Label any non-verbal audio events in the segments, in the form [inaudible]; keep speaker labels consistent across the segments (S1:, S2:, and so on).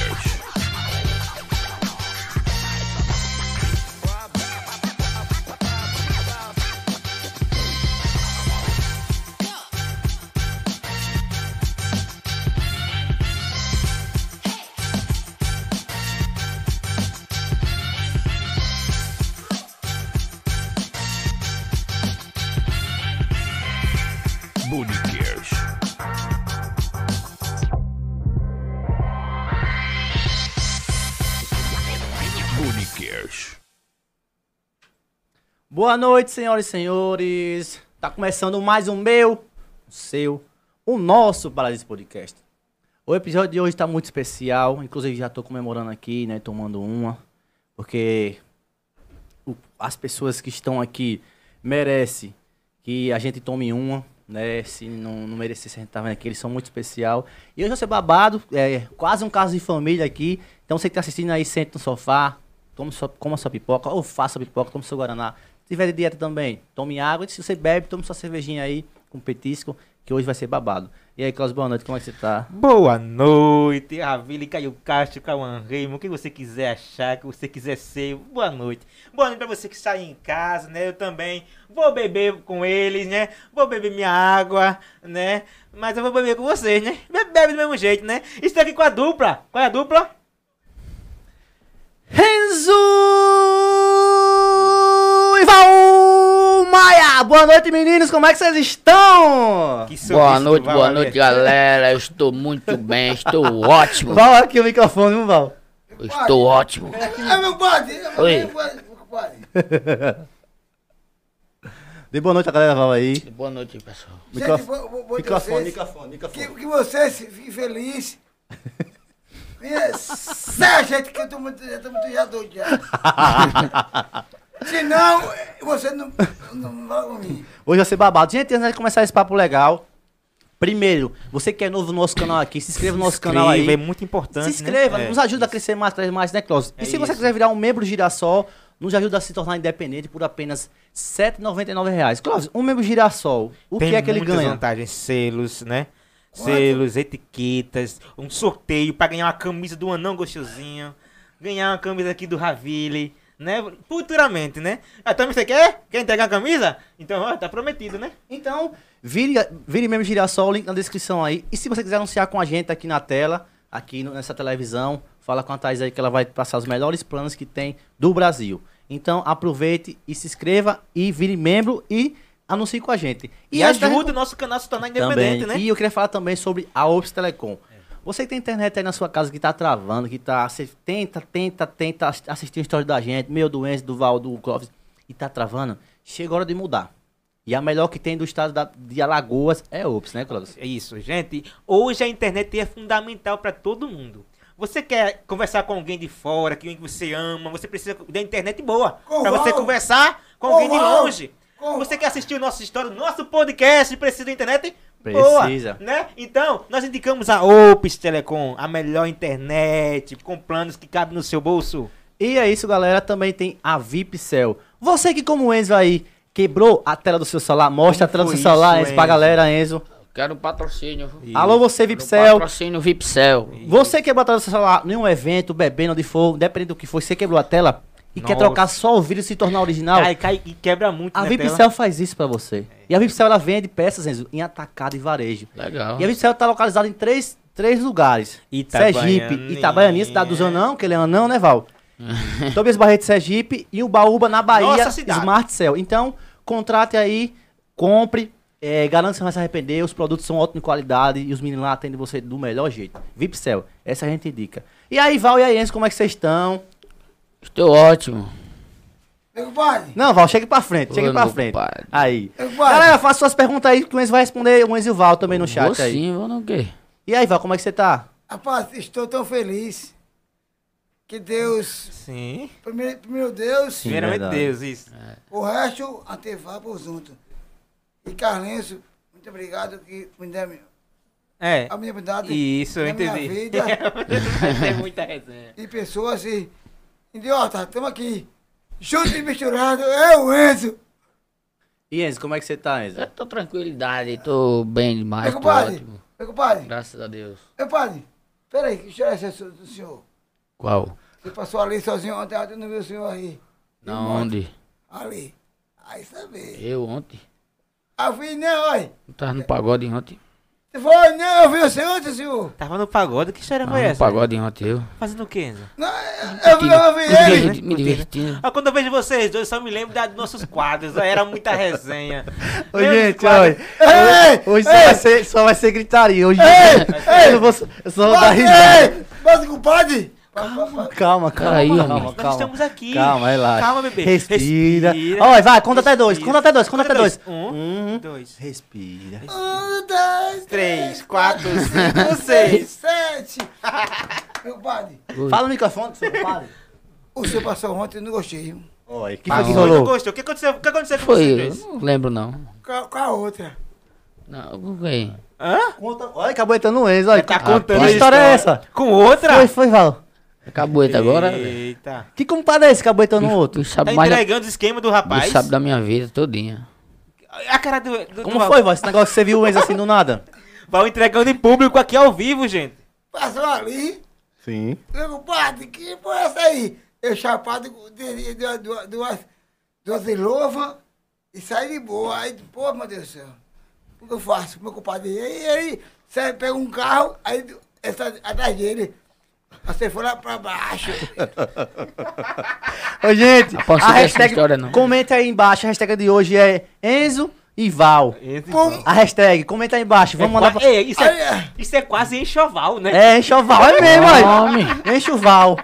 S1: Unicast. Unicast. Unicast.
S2: Boa noite, senhoras e senhores. Tá começando mais um meu, o seu, o nosso Paradiso Podcast. O episódio de hoje tá muito especial, inclusive já tô comemorando aqui, né, tomando uma, porque o- as pessoas que estão aqui merecem que a gente tome uma, né, se não, não merecesse a gente tá vendo aqui, eles são muito especial. E hoje vai ser babado, é quase um caso de família aqui, então você que tá assistindo aí, sente no sofá, tome sua, coma sua pipoca, ou faça pipoca, tome seu guaraná. Se tiver de dieta também, tome água, e se você bebe, tome sua cervejinha aí, com petisco, que hoje vai ser babado. E aí, Klaus, boa noite, como é que você tá?
S3: Boa noite, Ravili, Caio Castro, Cauã Raymond, o que você quiser achar, o que você quiser ser, boa noite. Boa noite pra você que está aí em casa, né? Eu também vou beber com eles, né? Vou beber minha água, né? Mas eu vou beber com vocês, né? Be- Bebe do mesmo jeito, né? Estou aqui com a dupla. Qual é a dupla?
S2: Renzo e Val Maia! Boa noite, meninos, como é que vocês estão?
S3: Que sorriso
S4: Boa
S3: do
S4: noite,
S3: Val
S4: boa
S3: Valer.
S4: noite, galera. Eu estou muito bem,
S5: [laughs]
S4: estou ótimo.
S2: Val aqui o microfone, viu, Val?
S4: Eu estou ótimo.
S5: É meu padre! É meu
S4: Oi.
S5: meu padre, meu padre.
S2: Dê boa noite a galera, Val aí.
S4: Boa noite, pessoal.
S2: Micro-
S5: Gente, vou, vou, vou dizer
S2: Microfone,
S5: vocês
S2: microfone,
S5: Que,
S2: microfone.
S5: que vocês fiquem felizes. Minha- Sério, é, gente, que eu tô muito, eu tô muito já
S2: [laughs]
S5: doido já. Se não, você não, não vai comigo.
S2: Hoje vai ser babado. Gente, antes de começar esse papo legal, primeiro, você que é novo no nosso canal aqui, se inscreva no nosso canal aí.
S3: É muito importante,
S2: Se inscreva,
S3: né? É,
S2: nos ajuda a
S3: isso.
S2: crescer mais, trazer mais, né, Klaus?
S3: É
S2: e se você
S3: isso.
S2: quiser virar um membro girassol, nos ajuda a se tornar independente por apenas R$ 7,99. Klaus, um membro girassol, o
S3: Tem
S2: que é que ele
S3: muitas
S2: ganha?
S3: vantagens, selos, né?
S5: Quanto?
S3: Selos, etiquetas, um sorteio pra ganhar uma camisa do Anão Gostosinho, ganhar uma camisa aqui do Ravile, né? Futuramente, né? Ah, também você quer? Quer entregar a camisa? Então, ó, tá prometido, né?
S2: Então, vire, vire mesmo girassol, o link na descrição aí. E se você quiser anunciar com a gente aqui na tela, aqui no- nessa televisão, fala com a Thais aí que ela vai passar os melhores planos que tem do Brasil. Então, aproveite e se inscreva e vire membro e anuncie com a gente.
S3: E,
S2: antes da
S3: ajuda
S2: gente-
S3: o nosso canal a se tornar
S2: também.
S3: independente, né?
S2: E eu queria falar também sobre a Ops Telecom. Você que tem internet aí na sua casa que tá travando, que tá. Você tenta, tenta, tenta ass- assistir a história da gente, meu doença, do Val, do Clóvis, e tá travando, chega a hora de mudar. E a melhor que tem do estado da- de Alagoas é a Ops, né, Clóvis?
S3: É isso, gente. Hoje a internet é fundamental pra todo mundo. Você quer conversar com alguém de fora, que você ama, você precisa da internet boa.
S5: Com
S3: Pra você
S5: Val.
S3: conversar com
S5: Com
S3: alguém de
S5: Val.
S3: longe.
S5: Com
S3: Você quer assistir o nosso história, nosso podcast, precisa da internet?
S2: Precisa.
S3: Boa, né? Então, nós indicamos a Ops Telecom, a melhor internet, com planos que cabem no seu bolso.
S2: E é isso, galera. Também tem a VIPcell. Você que, como o Enzo aí, quebrou a tela do seu celular, mostra a
S3: Como
S2: tela do seu
S3: foi
S2: celular,
S3: isso,
S2: Enzo, pra
S3: Enzo?
S2: galera, Enzo.
S4: Quero um patrocínio. viu?
S2: Alô, você,
S4: Quero um
S2: VIPcell.
S4: Patrocínio Vipcel.
S2: Você quebrou a tela do seu celular em um evento, bebendo, onde for, independente do que for, você quebrou a tela e quer
S3: Nossa.
S2: trocar só o vídeo e se tornar original?
S3: Cai, cai e quebra muito,
S2: a
S3: né,
S2: VIPcell
S3: tela?
S2: faz isso pra você. E a VIPcell ela vende peças Enzo, em atacado e varejo.
S4: Legal.
S2: E a VIPcell tá localizada em três, três lugares.
S3: Itabaianinha.
S2: Sergipe, Itabaianinha, cidade dos anão, que ele é anão, né, [laughs] Val? Tobias Barreto, Sergipe e o Baúba na Bahia,
S3: Nossa cidade.
S2: Smart Cell. Então, contrate aí, compre, é, garanto que você não vai se arrepender, os produtos são ótimos de qualidade e os meninos lá atendem você do melhor jeito. VIPcell, essa a gente indica. E aí, Val e aí, Enzo, como é que vocês estão?
S4: Estou ótimo.
S5: Meu padre!
S2: Não, Val, chegue pra frente, chegue
S4: Ô,
S2: pra
S4: meu
S2: frente.
S4: padre.
S2: Aí.
S5: Eu guardo.
S2: Galera, faça suas perguntas aí que o Enzo vai responder, o Enzo e o Val também no chat
S4: vou
S2: aí.
S4: sim, vou no quê?
S2: E aí, Val, como é que você tá?
S5: Rapaz, estou tão feliz. Que Deus,
S3: Sim.
S5: primeiro, primeiro Deus,
S2: Sim,
S3: Primeiramente
S2: verdade.
S3: Deus, isso.
S5: o resto antevá por junto. E Carlinhos, muito obrigado que me deu
S3: É.
S5: a minha oportunidade.
S3: Isso, eu
S5: na minha
S3: entendi.
S5: vida.
S3: [laughs] Tem muita resenha.
S5: de pessoas e idiota, estamos aqui. Junto e misturado, é o Enzo.
S2: E Enzo, como é que você tá, Enzo?
S4: Eu tô tranquilidade, tô bem demais,
S5: Meu
S4: tô
S5: compadre,
S4: Ah, ótimo.
S5: meu compadre,
S4: Graças a Deus.
S5: meu padre, Peraí, que história é essa sua- do senhor?
S4: Qual?
S5: Você passou ali sozinho ontem, ontem eu não vi o senhor aí.
S4: Não, onde?
S5: Ali. Aí sabe.
S4: Eu ontem.
S5: Ah, eu fui não, oi.
S4: Não tava no pagode ontem.
S5: Foi não, eu vi o senhor ontem, senhor.
S3: Tava no pagode, que história
S4: Tava
S3: foi
S4: no
S3: essa?
S4: pagode ontem eu.
S3: Fazendo o quê, Enzo?
S5: Não, eu vi, eu vi
S4: Me
S5: ele.
S4: diverti- Me divertindo.
S3: Ah, quando eu vejo vocês dois, só me lembro da- dos nossos quadros. ah, Era
S2: [laughs]
S3: muita resenha.
S2: Ô,
S3: Meus
S2: gente,
S3: quadros-
S2: olha.
S5: Ei,
S2: Hoje só
S5: ei.
S2: vai, ser, só vai ser gritaria. Hoje
S5: Ei,
S2: eu, vou, só- eu só vou dar Tá risada.
S5: Ei, bota com o padre.
S2: Calma,
S5: Calma.
S2: calma,
S4: Aí,
S2: calma,
S4: amigo.
S2: calma.
S3: Nós estamos aqui.
S2: Calma, relaxa.
S3: Calma, bebê.
S2: Respira.
S3: Respira.
S2: Olha, vai, conta até dois,
S3: Respira.
S2: conta até dois, conta até dois. Uhum.
S3: Um, dois,
S2: Respira.
S5: Um, dois,
S3: três, quatro, cinco,
S5: cinco,
S3: seis.
S5: seis, sete. Meu padre,
S2: Fala no microfone, seu compadre.
S5: o senhor passou ontem, eu não gostei. viu?
S2: Oi, que
S3: Ah,
S2: foi que
S3: eu não
S2: rolou?
S3: gostei. O que aconteceu, o que aconteceu com
S4: Foi
S3: vocês
S4: eu.
S3: dois?
S4: Não lembro não.
S5: Com a, com a outra.
S4: Não, não ganhei.
S3: Hã?
S2: Conta- Olha, acabou entrando o Enzo. Olha,
S3: Tá
S2: Rapaz,
S3: contando
S2: Que história é essa?
S3: Com outra?
S2: Foi, né? foi, Val.
S4: Acabou ele agora. velho.
S3: Eita.
S2: Que compadre é esse que acabou entrando no outro?
S4: Tu
S3: Tá
S4: sabe mais. da-
S3: entregando os esquemas do
S4: Tu
S3: rapaz.
S4: sabe da minha vida todinha.
S3: A cara do. do
S2: Como
S3: do-
S2: foi, Val? Esse negócio que você viu o Enzo assim do nada?
S3: Vai entregando em público aqui ao vivo, gente.
S5: Passou ali.
S2: Sim.
S5: Meu padre, que foi essa aí? Eu chapado de duas, duas, duas, duas louvas e saí de boa. Aí, pô, meu Deus do céu. O que eu faço? Meu compadre, e aí, sai, pega um carro, aí essa, atrás dele. Você foi lá pra baixo.
S2: Ô, gente,
S4: Aposto
S2: a
S4: que essa
S2: hashtag...
S4: história não.
S2: Comenta aí embaixo, a hashtag de hoje é Enzo e Val.
S5: Pum.
S2: A hashtag, comenta aí embaixo, vamos mandar pra...
S3: Ei, isso, é,
S5: Olha.
S3: isso é quase enxoval, né?
S2: É, enxoval, é mesmo,
S4: Homem.
S2: olha. Enxoval.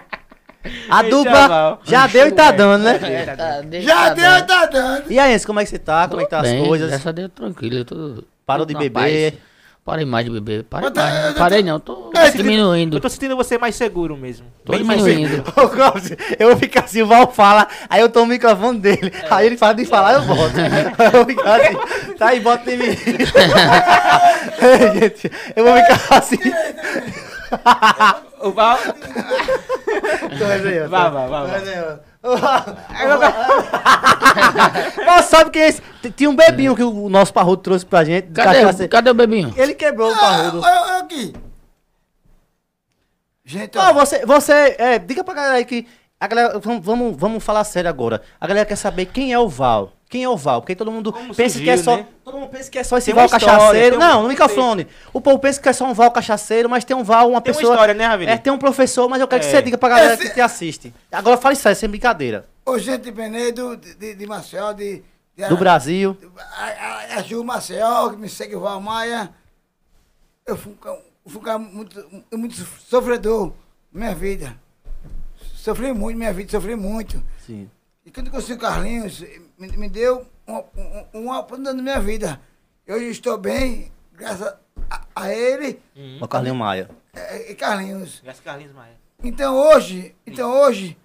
S2: A
S3: Enxoval.
S2: dupla já deu e tá dando, né?
S3: É, tá-
S5: Já deu, tá dando.
S2: E aí, Enzo, como é que você tá? Como é que tá as
S4: Bem,
S2: coisas?
S4: Graças a Deus, tranquilo. Eu tô,
S2: Parou
S4: tô
S2: de
S4: na
S2: beber?
S4: paz. Parei mais de beber. Parei
S5: Mas tá-
S4: mais.
S5: eu
S4: Não
S5: tô-
S4: parei não. Tô
S2: tá
S5: É,
S4: diminuindo.
S3: Eu tô sentindo você mais seguro mesmo.
S4: Tô diminuindo.
S2: Ô, Cláudio, [laughs] eu vou ficar assim, o Val fala, aí eu tomo o microfone dele, aí ele fala de falar, eu boto. Aí eu vou ficar assim, tá aí, bota em mim. [laughs] Ei, gente, eu vou ficar assim.
S3: O Val.
S2: Vai,
S3: Vá, vá, vá, vá.
S2: Mas sabe que esse? t- Tinha um bebinho que o nosso parrudo trouxe pra gente. de cachaça.
S4: Cadê, cadê o bebinho?
S2: Ele quebrou o
S5: Ah,
S2: parrudo.
S5: Olha olha aqui. Gente,
S2: Ó,
S3: Ah,
S5: ó,
S2: você, você, é, diga pra galera aí que. A galera, vamos, vamos, vamos falar sério agora. A galera quer saber quem é o Val. Quem é o Val? Porque todo mundo
S3: Como
S2: pensa que é
S3: surgiu,
S2: só.
S3: né?
S2: Todo mundo pensa que é só esse
S3: Tem
S2: Val
S3: uma história,
S2: cachaceiro.
S3: tem um
S2: Não, no
S3: contexto.
S2: microfone. O povo pensa que é só um Val cachaceiro, mas tem um Val, uma
S3: Tem uma
S2: pessoa.
S3: história, né, Ravine?
S2: É, tem um professor, mas eu quero que
S3: É.
S2: você diga pra galera
S5: Esse-
S2: que te assiste. Agora fale sério, sem brincadeira.
S5: o gente de Penedo, de, de, de Marcel, de, de
S2: Do Brasil.
S5: A, a, a Ju Marcel, que me segue, o Val Maia. Eu fui um, ca- fui um cara muito, muito sofredor na minha vida. Sofri muito na minha vida, sofri muito.
S2: Sim.
S5: E quando eu conheci o Carlinhos, me, me deu uma, um- uma oportunidade na minha vida. Eu estou bem, graças a, a ele
S2: O Carlinho Maia.
S5: eh, e Carlinhos.
S3: Graças Carlinhos Maia.
S5: Então hoje, então hoje,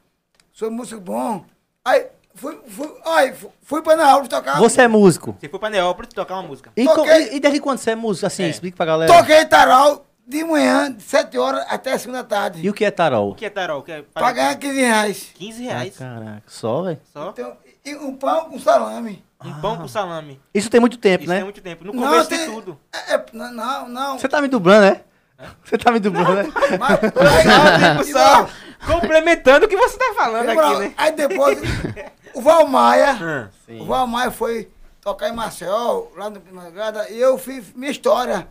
S5: sou um músico bom. Aí fui, fui, ai, fu- fui para Nápoles tocar.
S2: Você é músico.
S3: Você foi pra Neópolis tocar uma música.
S2: E, co-
S5: Toquei.
S2: e- e desde quando você é músico? Assim,
S3: É.
S2: explica pra galera.
S5: Toquei tarol de manhã, de 7 horas até a segunda tarde.
S2: E o que é tarol?
S3: O que é tarol? O Que é
S5: Pra ganhar 15 reais.
S3: 15
S2: Ah,
S3: reais
S2: caraca, só, velho.
S3: só.
S5: Então, e um pão com salame.
S3: Um pão com salame.
S2: Isso tem muito tempo,
S3: Isso
S2: né?
S3: tem muito tempo. No começo tem
S5: tem-
S3: tudo.
S5: É, é, não, não, não.
S2: Você tá me dublando, né? Você tá me dublando, né?
S3: [laughs]
S2: tá
S5: Mas, Ah,
S3: Tipo, [laughs] só complementando o que você tá falando aqui, né?
S5: Aí depois, o Valmaia,
S3: Ah,
S5: o Valmaia foi tocar em Maceió, lá no Pinagada, e eu fiz minha história.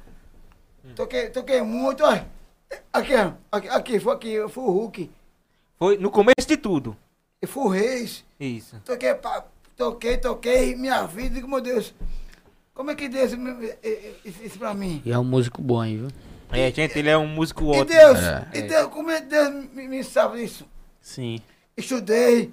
S3: Hum.
S5: Toquei, toquei muito, olha. Aqui, ó, aqui, aqui, foi aqui, eu fui o Hulk,
S3: Foi no começo de tudo.
S5: eu fui o Reis.
S3: Isso.
S5: Toquei, pa- toquei, toquei, minha vida, digo, meu Deus, como é que Deus me- me- eh, isso, isso pra mim?
S4: E é um músico bom aí, viu?
S3: É, gente, ele é um músico
S5: E
S3: ótimo.
S5: Deus,
S4: É.
S5: e Deus, como é que Deus me, me sabe disso?
S2: Sim.
S5: Estudei,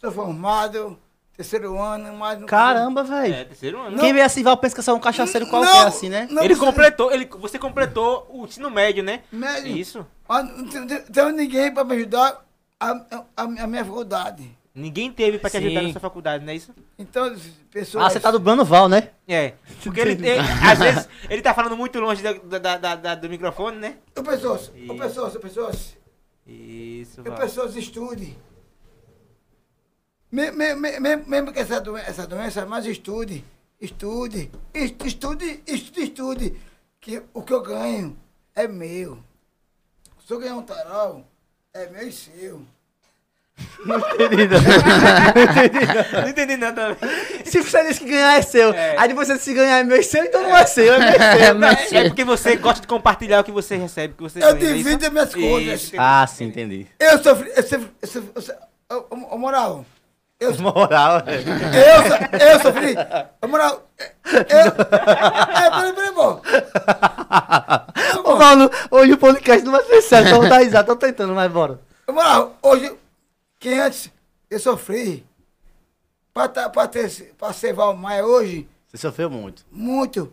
S5: sou formado, terceiro ano, mais um.
S2: Caramba,
S3: É,
S2: velho.
S3: terceiro ano.
S2: Quem vê assim, Val pensa que é só um cachaceiro
S5: Não,
S2: qualquer, assim, né?
S5: não
S3: ele
S5: precisa-
S3: completou, ele, você completou o ensino médio, né?
S5: Médio.
S3: Isso.
S5: Mas não tem- tem- tem ninguém pra me ajudar a, a, a minha faculdade.
S3: Ninguém teve pra te
S2: Sim.
S3: ajudar nessa faculdade, não é isso?
S5: Então, pessoas.
S2: Ah, você tá dublando o Val, né?
S3: É. Porque ele, ele- às vezes, ele tá falando muito longe da- da- da- da- da- do microfone, né?
S5: Ô, pessoas, ô, pessoas, ô, pessoas.
S3: Isso,
S5: Eu
S3: Val.
S5: pessoas estude. Me- me- me- me- Mesmo que essa doença, essa doença, mas estude, estude, es- estude, estude, estude, que o que eu ganho é meu. Se eu ganhar um tarau, é meu e seu.
S2: Não entendi, [laughs] não.
S3: Não entendi não
S5: [laughs]
S3: também.
S2: Se você disse que ganhar é seu,
S3: É.
S2: aí depois você disse que ganhar é meu é seu, então não é seu, é meu é seu.
S4: É,
S3: [laughs]
S4: mas-
S3: É porque você gosta de compartilhar o que você recebe, o que você ganha,
S5: Eu
S3: é isso?
S5: divido as minhas coisas.
S3: Isso.
S2: Ah, sim, entendi.
S5: Eu sofri, eu sofri, eu sofri, eu sofri ô, ô, ô, moral, eu, so-
S2: [laughs] Moral, velho.
S5: eu, so- eu sofri, ô, moral, eu, é, peraí, peraí, bom,
S2: [laughs] Ô, Paulo, hoje o podcast não vai ser certo, então tá risada, tô tentando, mas bora.
S5: ô, moral, hoje, que antes eu sofri, pra, tá, pra, ter, pra ser Valmar hoje,
S2: Você sofreu muito.
S5: muito,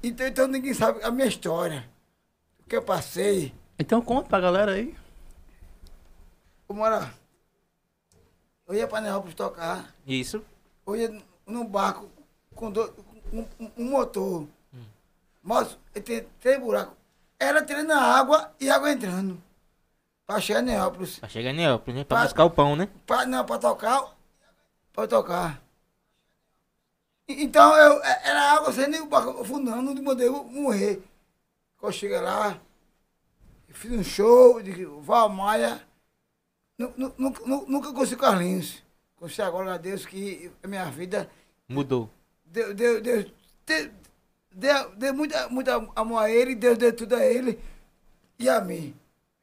S5: então, então ninguém sabe a minha história, o que eu passei,
S2: Então conta pra galera aí.
S5: ô, moral, eu ia pra Neópolis tocar,
S3: Ah, Isso.
S5: eu ia num barco com dois, um, um- um motor. Mas tem três buracos. Era tirando a água e água entrando. Pra chegar em Neópolis.
S3: Pra chegar em Neópolis, né? Pra
S5: Pra-
S3: buscar o pão, né?
S5: Pra, não, pra tocar. Pra tocar. E- Então eu, é- era água sem nem o barco afundando, não mandei eu morrer. Quando eu cheguei lá, eu fiz um show, de Val Maia. Nu- nu- Nunca, nu- nunca conheci o Carlinhos. Conheci agora a Deus que a minha vida
S3: Mudou.
S5: Deus, Deus, Deus, te- deu, deu muita, muita amor a ele, Deus deu tudo a ele e a mim.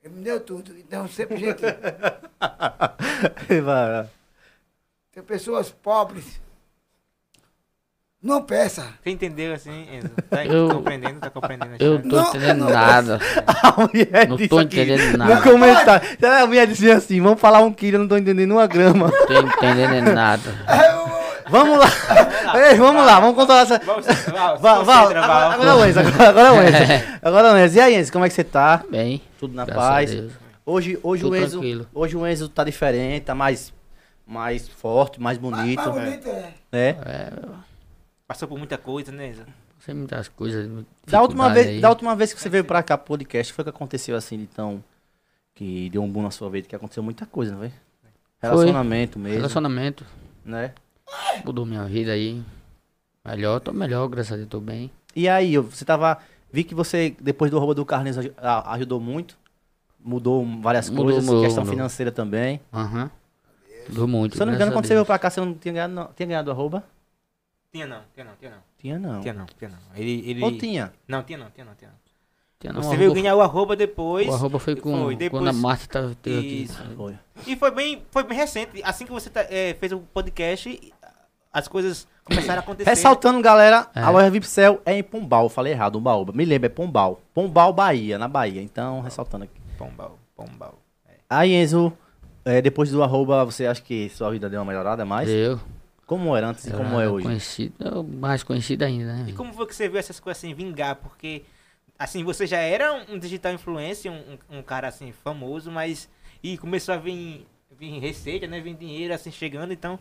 S5: Ele me deu tudo. Então, sempre, gente,
S2: Vai, vai.
S5: tem pessoas pobres. Não peça.
S3: Você entendeu assim, Enzo? Tá
S4: Eu-
S3: compreendendo? Tá compreendendo? a
S4: Eu
S3: história?
S4: não tô
S5: Não,
S4: entendendo
S5: não.
S4: nada.
S2: [laughs] A mulher
S4: Não
S2: disse
S4: tô
S2: aqui,
S4: entendendo
S2: No
S4: nada.
S2: comentário. A mulher disse assim, vamos falar um quilo, eu não tô entendendo uma grama. [laughs]
S4: Não tô entendendo é nada.
S5: Aí eu-
S2: Vamos lá. Ei, vamos lá, vamos controlar essa...
S3: Val, se- Val, se
S2: Val, Val,
S3: concentra, Val.
S2: agora agora é o Enzo, agora agora é o
S4: [laughs]
S2: Enzo. Agora é o Enzo. E aí, Enzo, como é que você tá?
S4: Bem,
S2: Tudo na
S4: Graças a
S2: paz.
S4: Deus.
S2: Hoje, hoje,
S4: Tudo
S2: o Enzo,
S4: tranquilo.
S2: hoje o Enzo tá diferente, tá mais, mais forte, mais bonito.
S5: mais bonito é.
S2: né?
S3: Passou por muita coisa, né, Enzo?
S4: sem muitas coisas. muita
S2: Da, última
S4: dificuldade
S2: vez,
S4: aí.
S2: da última vez que você veio pra cá pro podcast, foi que aconteceu assim, então. Que deu um boom na sua vida, que aconteceu muita coisa, não foi? Relacionamento mesmo.
S4: Relacionamento.
S2: Né?
S4: Mudou minha vida aí. Melhor, tô melhor, graças a Deus, tô bem.
S2: E aí, eu- você tava. Vi que você, depois do roubo do Carlinhos, aj- a- ajudou muito. Mudou várias
S4: Mudou,
S2: coisas,
S4: mudou,
S2: questão
S4: mudou.
S2: financeira também.
S4: Aham. Mudou muito.
S2: Se eu não me
S4: graças
S2: engano,
S4: a
S2: quando você veio
S4: Deus.
S2: pra cá, você não tinha ganhado, não, tinha ganhado arroba?
S3: Tinha não, tinha não, tinha não.
S2: Tinha não.
S3: Tinha não, tinha não. Ele, ele...
S2: Ou tinha?
S3: Não, tinha não, tinha não, tinha não.
S4: Tinha não,
S3: Você
S4: o
S3: veio
S4: arroba-
S3: ganhar o arroba depois.
S4: O arroba foi com
S3: Foi, depois-
S4: quando a Márcia tava teve
S3: Isso.
S4: aqui.
S2: Foi.
S3: E foi bem, foi bem recente. Assim que você tá- eh, fez o podcast, as coisas começaram a acontecer.
S2: Ressaltando, galera,
S4: É.
S2: a loja Vipcel é em Pombal. Eu falei errado, Umbaúba. Me lembra, é Pombal. Pombal, Bahia, na Bahia. Então, ressaltando aqui.
S3: Pombal, pombal.
S2: Aí, Enzo, é, depois do arroba, você acha que sua vida deu uma melhorada mais?
S4: Eu.
S2: Como era antes e
S4: Ah, eu
S2: como é
S4: era
S2: hoje?
S4: Conhecido, mais conhecido ainda, né?
S3: E como foi que você viu essas coisas assim vingar? Porque, assim, você já era um- um digital influencer, um, um- um cara assim famoso, mas. E começou a vir, vir receita, né? Vir dinheiro assim chegando, então.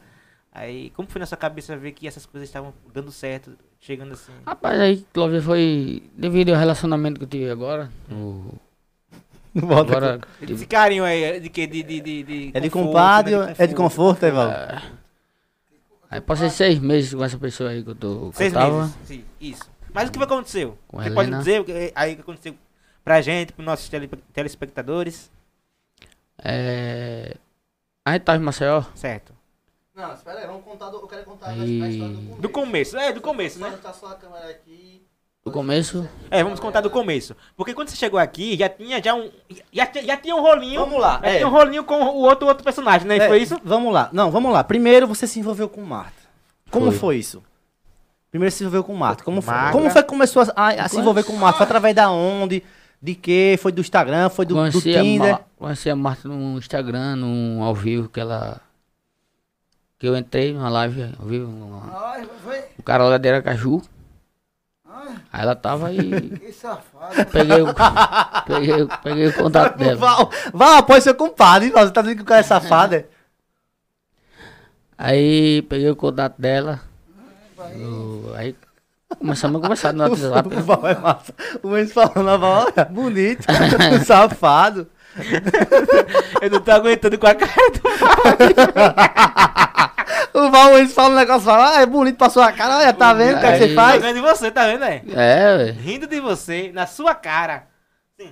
S3: Aí, como foi na sua cabeça ver que essas coisas estavam dando certo, chegando assim?
S2: Ah.
S4: Rapaz, aí, Clóvis, foi devido ao relacionamento que eu tive agora. o-
S2: [laughs] Volta
S4: agora,
S3: Esse carinho aí, de que? De, de, de,
S2: É de
S3: conforto,
S2: compadre,
S3: né?
S2: é de conforto, Evaldo?
S4: aí passei seis meses com essa pessoa aí que eu tô. que
S3: Seis
S4: eu tava.
S3: meses. Sim, isso. Mas o que aconteceu?
S4: Com
S3: Você
S4: Helena.
S3: pode dizer o que- aí o que aconteceu pra gente, pros nossos tele- telespectadores?
S4: É, a gente tava em Maceió.
S3: Certo.
S2: Não, espera aí, vamos contar. eu quero contar
S4: a E- história do começo.
S3: Do começo, é, do começo, né?
S2: só a câmera aqui.
S4: No começo,
S3: É, vamos contar do começo. Porque quando você chegou aqui, já tinha já um. Já, tinha- já tinha um rolinho.
S2: Vamos lá,
S3: Já
S2: é.
S3: tinha um rolinho com o outro, outro personagem, né? Foi isso?
S2: Vamos lá. Não, vamos lá. Primeiro você se envolveu com Marta. Como foi,
S4: Foi.
S2: isso? Primeiro se envolveu com Marta. Como foi?
S3: Magra.
S2: Como foi que começou a, a- a se envolver com Marta? Foi através da onde? De que? Foi do Instagram? Foi do, do
S4: conheci, a
S2: Tinder?
S4: Ma- conheci a Marta no Instagram, num ao vivo que ela. Que eu entrei numa live ao vivo. uma-
S5: Ai, foi.
S4: O cara lá dela era Caju.
S5: Ai,
S4: Aí ela tava aí.
S5: que safado.
S4: [laughs] Peguei
S2: [laughs]
S4: o, peguei, o- peguei o contato dela.
S2: Tá Val, Val, pode ser compadre. hein, Val? Você tá dizendo que o cara é safado? é?
S4: Aí peguei o contato dela. o- aí começamos a conversar no
S2: [laughs]
S4: WhatsApp.
S2: O Val é massa. O Enzo falando, a Val, olha, bonito, safado.
S3: Eu não tô aguentando com a cara do.
S2: O Val, o Enzo fala um negócio, fala, ah, é bonito pra sua cara, olha, tá vendo o que, é que você
S4: Aí-
S3: Tá
S2: faz?
S3: vendo de você, tá vendo, é?
S4: É, ué.
S3: Rindo de você, na sua cara. Sim.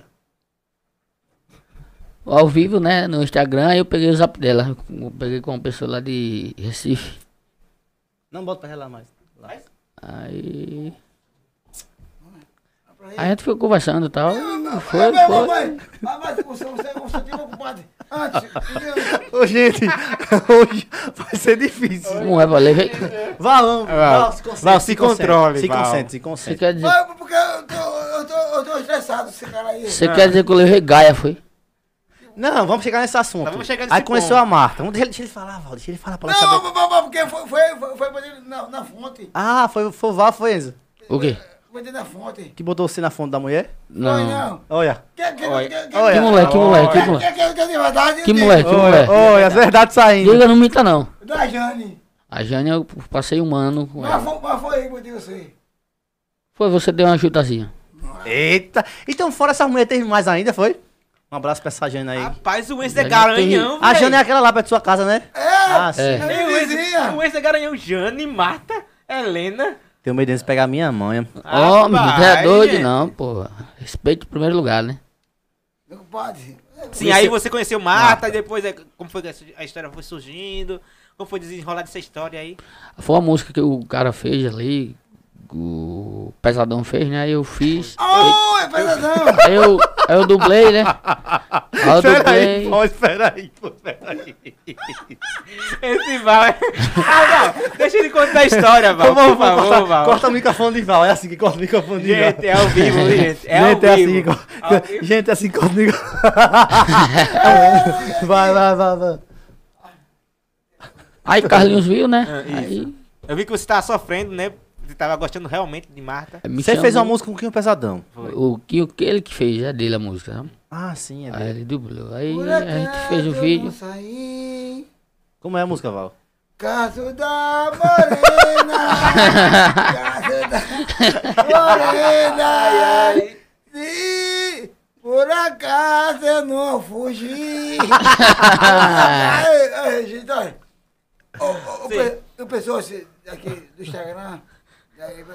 S4: ao vivo, né, no Instagram, aí eu peguei o zap dela. Eu peguei com uma pessoa lá de Recife.
S2: Não bota pra relar mais. Lá.
S4: Aí. Aí a gente ficou conversando e tal. Foi, foi.
S5: Mas, mamãe, Mas você, você, você tem meu compadre. Antes, entendeu?
S2: Ô, gente, [laughs] hoje vai ser difícil.
S4: Não é, valeu.
S2: Vá, vamos. Val, se concentre.
S3: Val, se
S2: concentre,
S3: controle,
S2: Se
S3: Val.
S2: concentre, se
S4: Você
S2: concentre.
S4: quer dizer,
S5: Mas porque eu tô, eu tô, eu tô estressado, esse cara aí.
S4: você quer dizer que eu levei Gaia, foi?
S2: Não, vamos chegar nesse assunto.
S3: Tá, vamos chegar nesse
S2: Aí conheceu
S3: ponto.
S2: a Marta. Vamos, deixa, ele- deixa ele falar, Val. Deixa ele falar pra nós
S5: Não,
S2: saber.
S5: mas- mas- mas porque foi, foi, foi, foi bandido na, na fonte.
S2: Ah, foi, foi o Val, foi Enzo.
S4: O quê?
S5: Bandido na fonte.
S2: Que botou você na fonte da mulher?
S5: Foi
S4: Não.
S5: não.
S2: Olha.
S5: Quer, quer,
S3: Olha,
S5: quer, quer,
S2: olha.
S4: Que moleque, que moleque, que moleque.
S5: quer, quer, quer de verdade?
S4: Que
S5: de-
S4: moleque, que
S2: Olha,
S4: moleque.
S2: olha, as verdades saindo.
S4: Diga, não minta não.
S5: Da Jane.
S4: A Jane, eu passei um ano com
S5: Mas
S4: ela.
S5: foi, mas foi aí, meu Deus, aí.
S4: Foi, você deu uma ajudazinha.
S2: Eita. Então, fora essa mulher, teve mais ainda, foi? Um abraço pra essa Jane aí.
S3: Rapaz, o Enzo é
S4: Jane
S3: garanhão,
S2: a Jane é
S3: velho.
S2: aquela lá perto de sua casa, né?
S5: É,
S2: Ah, sim.
S4: É.
S5: é minha vizinha.
S3: O Enzo é garanhão. Jane, Marta, Helena.
S2: Tenho medo deles pegar minha mãe.
S4: Ó, menino, você é
S3: Rapaz,
S4: doido
S3: gente.
S4: não, porra. Respeito em primeiro lugar, né?
S5: Meu compadre.
S3: Sim, aí você conheceu Marta, e depois é, como foi que a história foi surgindo, como foi desenrolar dessa história aí.
S4: Foi uma música que o cara fez ali, o Pesadão fez, né? Aí eu fiz.
S5: Oh, é pesadão.
S4: Aí eu, aí eu dublei, né? Aí eu dublei.
S2: peraí, pô, peraí.
S3: [laughs] Esse Val é... Ah, não, deixa ele contar a história, Val,
S2: Vamos,
S3: por
S2: vamos, corta,
S3: favor, Val.
S2: corta o microfone de Val. É assim que corta o microfone de Val.
S3: Gente, é
S2: [laughs]
S3: ao [laughs] vivo, gente. É
S2: gente, é
S3: ao
S2: assim que
S3: vivo. Ao
S2: corta.
S3: vivo.
S2: Gente, é assim que corta o
S3: [laughs]
S2: microfone. Vai, vai, vai, vai.
S4: Aí Carlinhos viu, né?
S3: Ah, isso.
S4: Aí
S3: Eu vi que você tava sofrendo, né? Você tava gostando realmente de Marta.
S4: me
S2: Você fez uma
S4: chamou.
S2: música com o Quinho Pesadão.
S4: O que, o que ele que fez, é dele a música. né?
S2: Ah, sim, é
S4: Aí
S2: dele.
S4: ele dublou. Aí
S5: Por
S4: a gente fez o
S5: acaso
S4: vídeo.
S5: não saí,
S2: Como é a música, Val?
S5: Caso da morena, caso da morena, se por acaso eu não fugi. Ai, ai, gente, olha, o, o, o, pe- o pessoal se- aqui do Instagram, daí,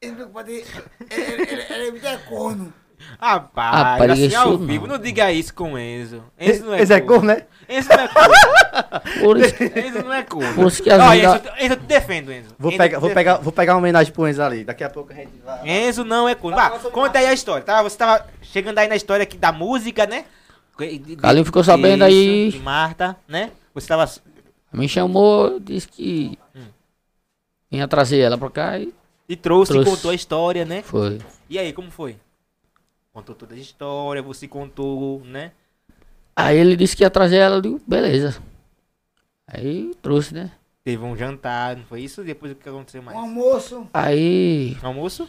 S5: ele me pode, ele, ele, ele, ele me dá corno.
S3: Rapaz,
S4: Rapaz,
S3: assim ao
S4: isso não.
S3: vivo, não diga isso com o Enzo. Enzo não é
S2: Esse é
S3: corno.
S2: cor, né?
S3: Enzo não é corno.
S4: Por isso
S3: [laughs]
S4: que-
S3: Enzo não é corno.
S4: Por isso que às
S3: Ó,
S4: vezes
S3: Enzo, Enzo, eu te defendo, Enzo.
S2: Vou
S3: Enzo,
S2: pegar,
S3: eu te
S2: vou, pegar, vou pegar uma homenagem pro Enzo ali. Daqui a pouco a gente vai.
S3: Enzo não é corno. Vá, conta aí a história, tá? Você tava chegando aí na história aqui da música, né? De- de-
S4: Galinho ficou sabendo aí.
S3: de Marta, né? Você tava.
S4: me chamou, disse que vinha trazer ela pra cá e
S3: E trouxe, e
S4: Trouxe.
S3: contou a história, né?
S4: foi.
S3: E aí, como foi? Contou toda a história, você contou, né?
S4: Aí ele disse que ia trazer ela, eu digo, beleza. Aí trouxe, né?
S3: Teve um jantar, não foi isso? Depois o que aconteceu mais?
S5: Um almoço,
S4: Aí
S3: Almoço?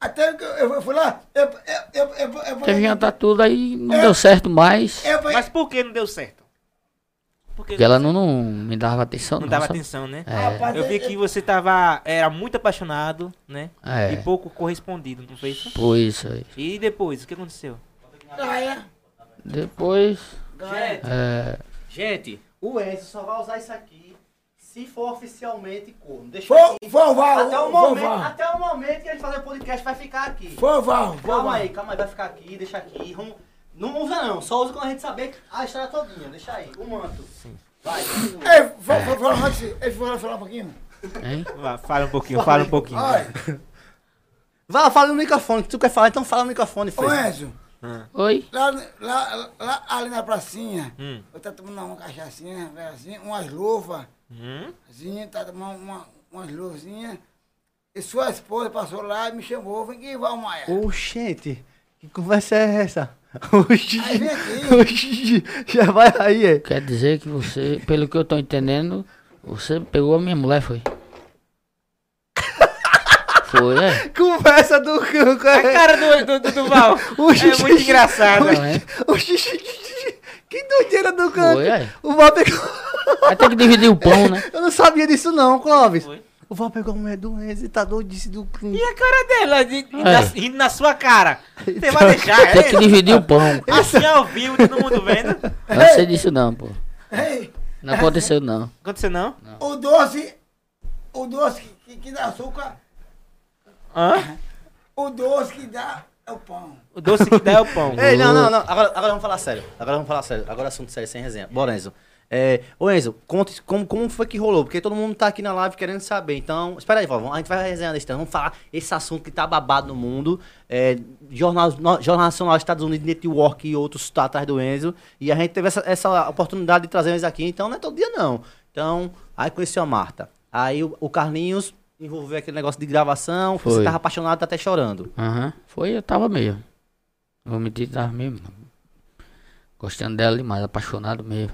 S5: até que eu, eu fui lá, eu, eu, eu, eu, eu, eu,
S4: teve jantar tudo, aí não
S5: É.
S4: deu certo mais.
S5: eu, eu,
S3: Mas por que não deu certo? Porque
S4: Porque ela não, não me dava atenção,
S3: não
S4: não.
S3: dava
S4: sabe?
S3: atenção, né?
S2: Ah,
S4: É,
S5: Rapaz,
S3: Eu vi que você tava. Era muito apaixonado, né?
S4: É.
S3: E pouco correspondido, não foi isso?
S4: foi isso aí.
S3: E depois, o que aconteceu?
S5: Gaia,
S4: Depois,
S5: Gaia.
S4: é,
S3: Gente,
S2: O Enzo só vai usar isso aqui se for oficialmente corno. Deixa
S5: Foi, foi o Val.
S2: Até o
S5: foi
S2: momento,
S5: Val.
S2: até o momento que a gente fazer o podcast vai ficar aqui.
S5: Foi o Val. Foi o
S2: Calma
S5: Val.
S2: aí, calma aí, vai ficar aqui, deixa aqui. Vamos- Não usa não, só usa quando a gente saber a história todinha. Deixa aí, o manto. Vai. continua.
S5: Ei, fa- fa- fala antes. Ele foi lá falar um pouquinho.
S4: hein?
S3: vá, fala um pouquinho, fala um pouquinho.
S5: Olha,
S2: Vai, fala no microfone. Se tu quer falar, então fala no microfone,
S5: ô
S2: filho.
S5: Enzo,
S4: Oi?
S5: lá, lá, lá ali na pracinha,
S3: Hum.
S5: eu tava tomando uma cachaçinha, velho, assim, umas louvas,
S3: Hum?
S5: assim, tava tomando uma, umas louvazinhas. E sua esposa passou lá e me chamou, vem aqui, Val Maia.
S2: Oxente, que conversa é essa? Oxi,
S5: Aí vem aqui.
S2: oxi, já vai aí, é.
S4: Quer dizer que você, pelo que eu tô entendendo, você pegou a minha mulher, foi? Foi, é?
S2: Conversa do canco,
S3: A
S2: é.
S3: cara do, do, do, do [laughs] Val é muito engraçado.
S4: Não é?
S2: Oxi, oxi, oxi, que doideira do canco.
S4: Foi, é.
S2: O Val pegou... [laughs]
S4: Aí tem que dividir o pão, né?
S2: Eu não sabia disso não, Clóvis.
S3: Foi.
S2: O Val pegou a mulher do Enzo e tá doidice do canco.
S3: E a cara dela, de, de- na- rindo na sua cara. Você vai deixar,
S4: Tem que
S3: é?
S4: dividir o pão.
S3: Assim ao vivo, todo mundo vendo. Não
S4: Eu não sei disso não, pô.
S5: Ei,
S4: Não aconteceu não.
S3: aconteceu não?
S5: o doce, o doce que, que, que dá açúcar,
S3: Hã?
S5: o doce que dá, é É o pão.
S3: O doce que dá é o pão.
S2: Ei, não, não, não. Agora, agora vamos falar sério. Agora vamos falar sério. Agora é assunto sério, sem resenha. Bora, Enzo. É, ô Enzo, conta como, como foi que rolou, porque todo mundo tá aqui na live querendo saber. Então, espera aí, Vovão. A gente vai resenhar desse tema. Vamos falar esse assunto que tá babado no mundo. É, jornal, no- jornal Nacional dos Estados Unidos, Network e outros tá atrás do Enzo. E a gente teve essa, essa oportunidade de trazer eles aqui, então não é todo dia, não. Então, aí conheceu a Marta. Aí o, o Carlinhos envolveu aquele negócio de gravação. Você
S4: Foi.
S2: tava apaixonado, tá até chorando.
S4: Aham. Foi, eu tava mesmo. Não Vou mentir, tava mesmo. Gostando dela demais, apaixonado mesmo.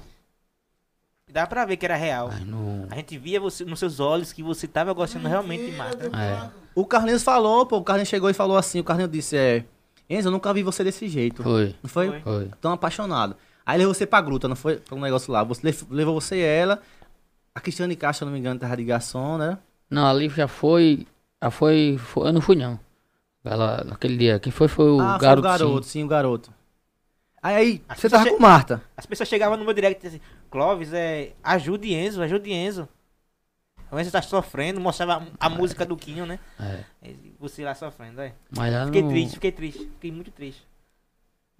S3: Dá pra ver que era real.
S4: Mas não.
S3: A gente via você, nos seus olhos que você tava gostando realmente de Marta.
S4: É.
S2: O Carlinhos falou, pô, o Carlinhos chegou e falou assim, o Carlinhos disse, é, Enzo, eu nunca vi você desse jeito.
S4: Foi,
S2: Não foi?
S3: Foi.
S4: foi.
S2: Tão apaixonado. Aí levou você pra gruta, não foi? Pra um negócio lá. Você lev- levou você e ela. A Cristiane Caixa, se eu não me engano, tava de garçom, né?
S4: Não, ali já foi. Já foi. foi- eu não fui não. Ela, naquele dia. Quem foi foi o
S2: ah,
S4: garoto.
S2: foi o
S4: sim.
S2: garoto, sim, o garoto. Aí, aí
S3: Acho
S2: você
S3: que
S2: tava
S3: você-
S2: com Marta.
S3: As pessoas chegavam no meu direct e diziam assim, Clóvis, é, ajude Enzo, ajude Enzo. O Enzo tá sofrendo, mostrava a, a música do Quinho, né?
S4: É.
S3: E Você lá sofrendo, é.
S4: Mas lá
S3: Fiquei
S4: no-
S3: triste, fiquei triste, fiquei muito triste.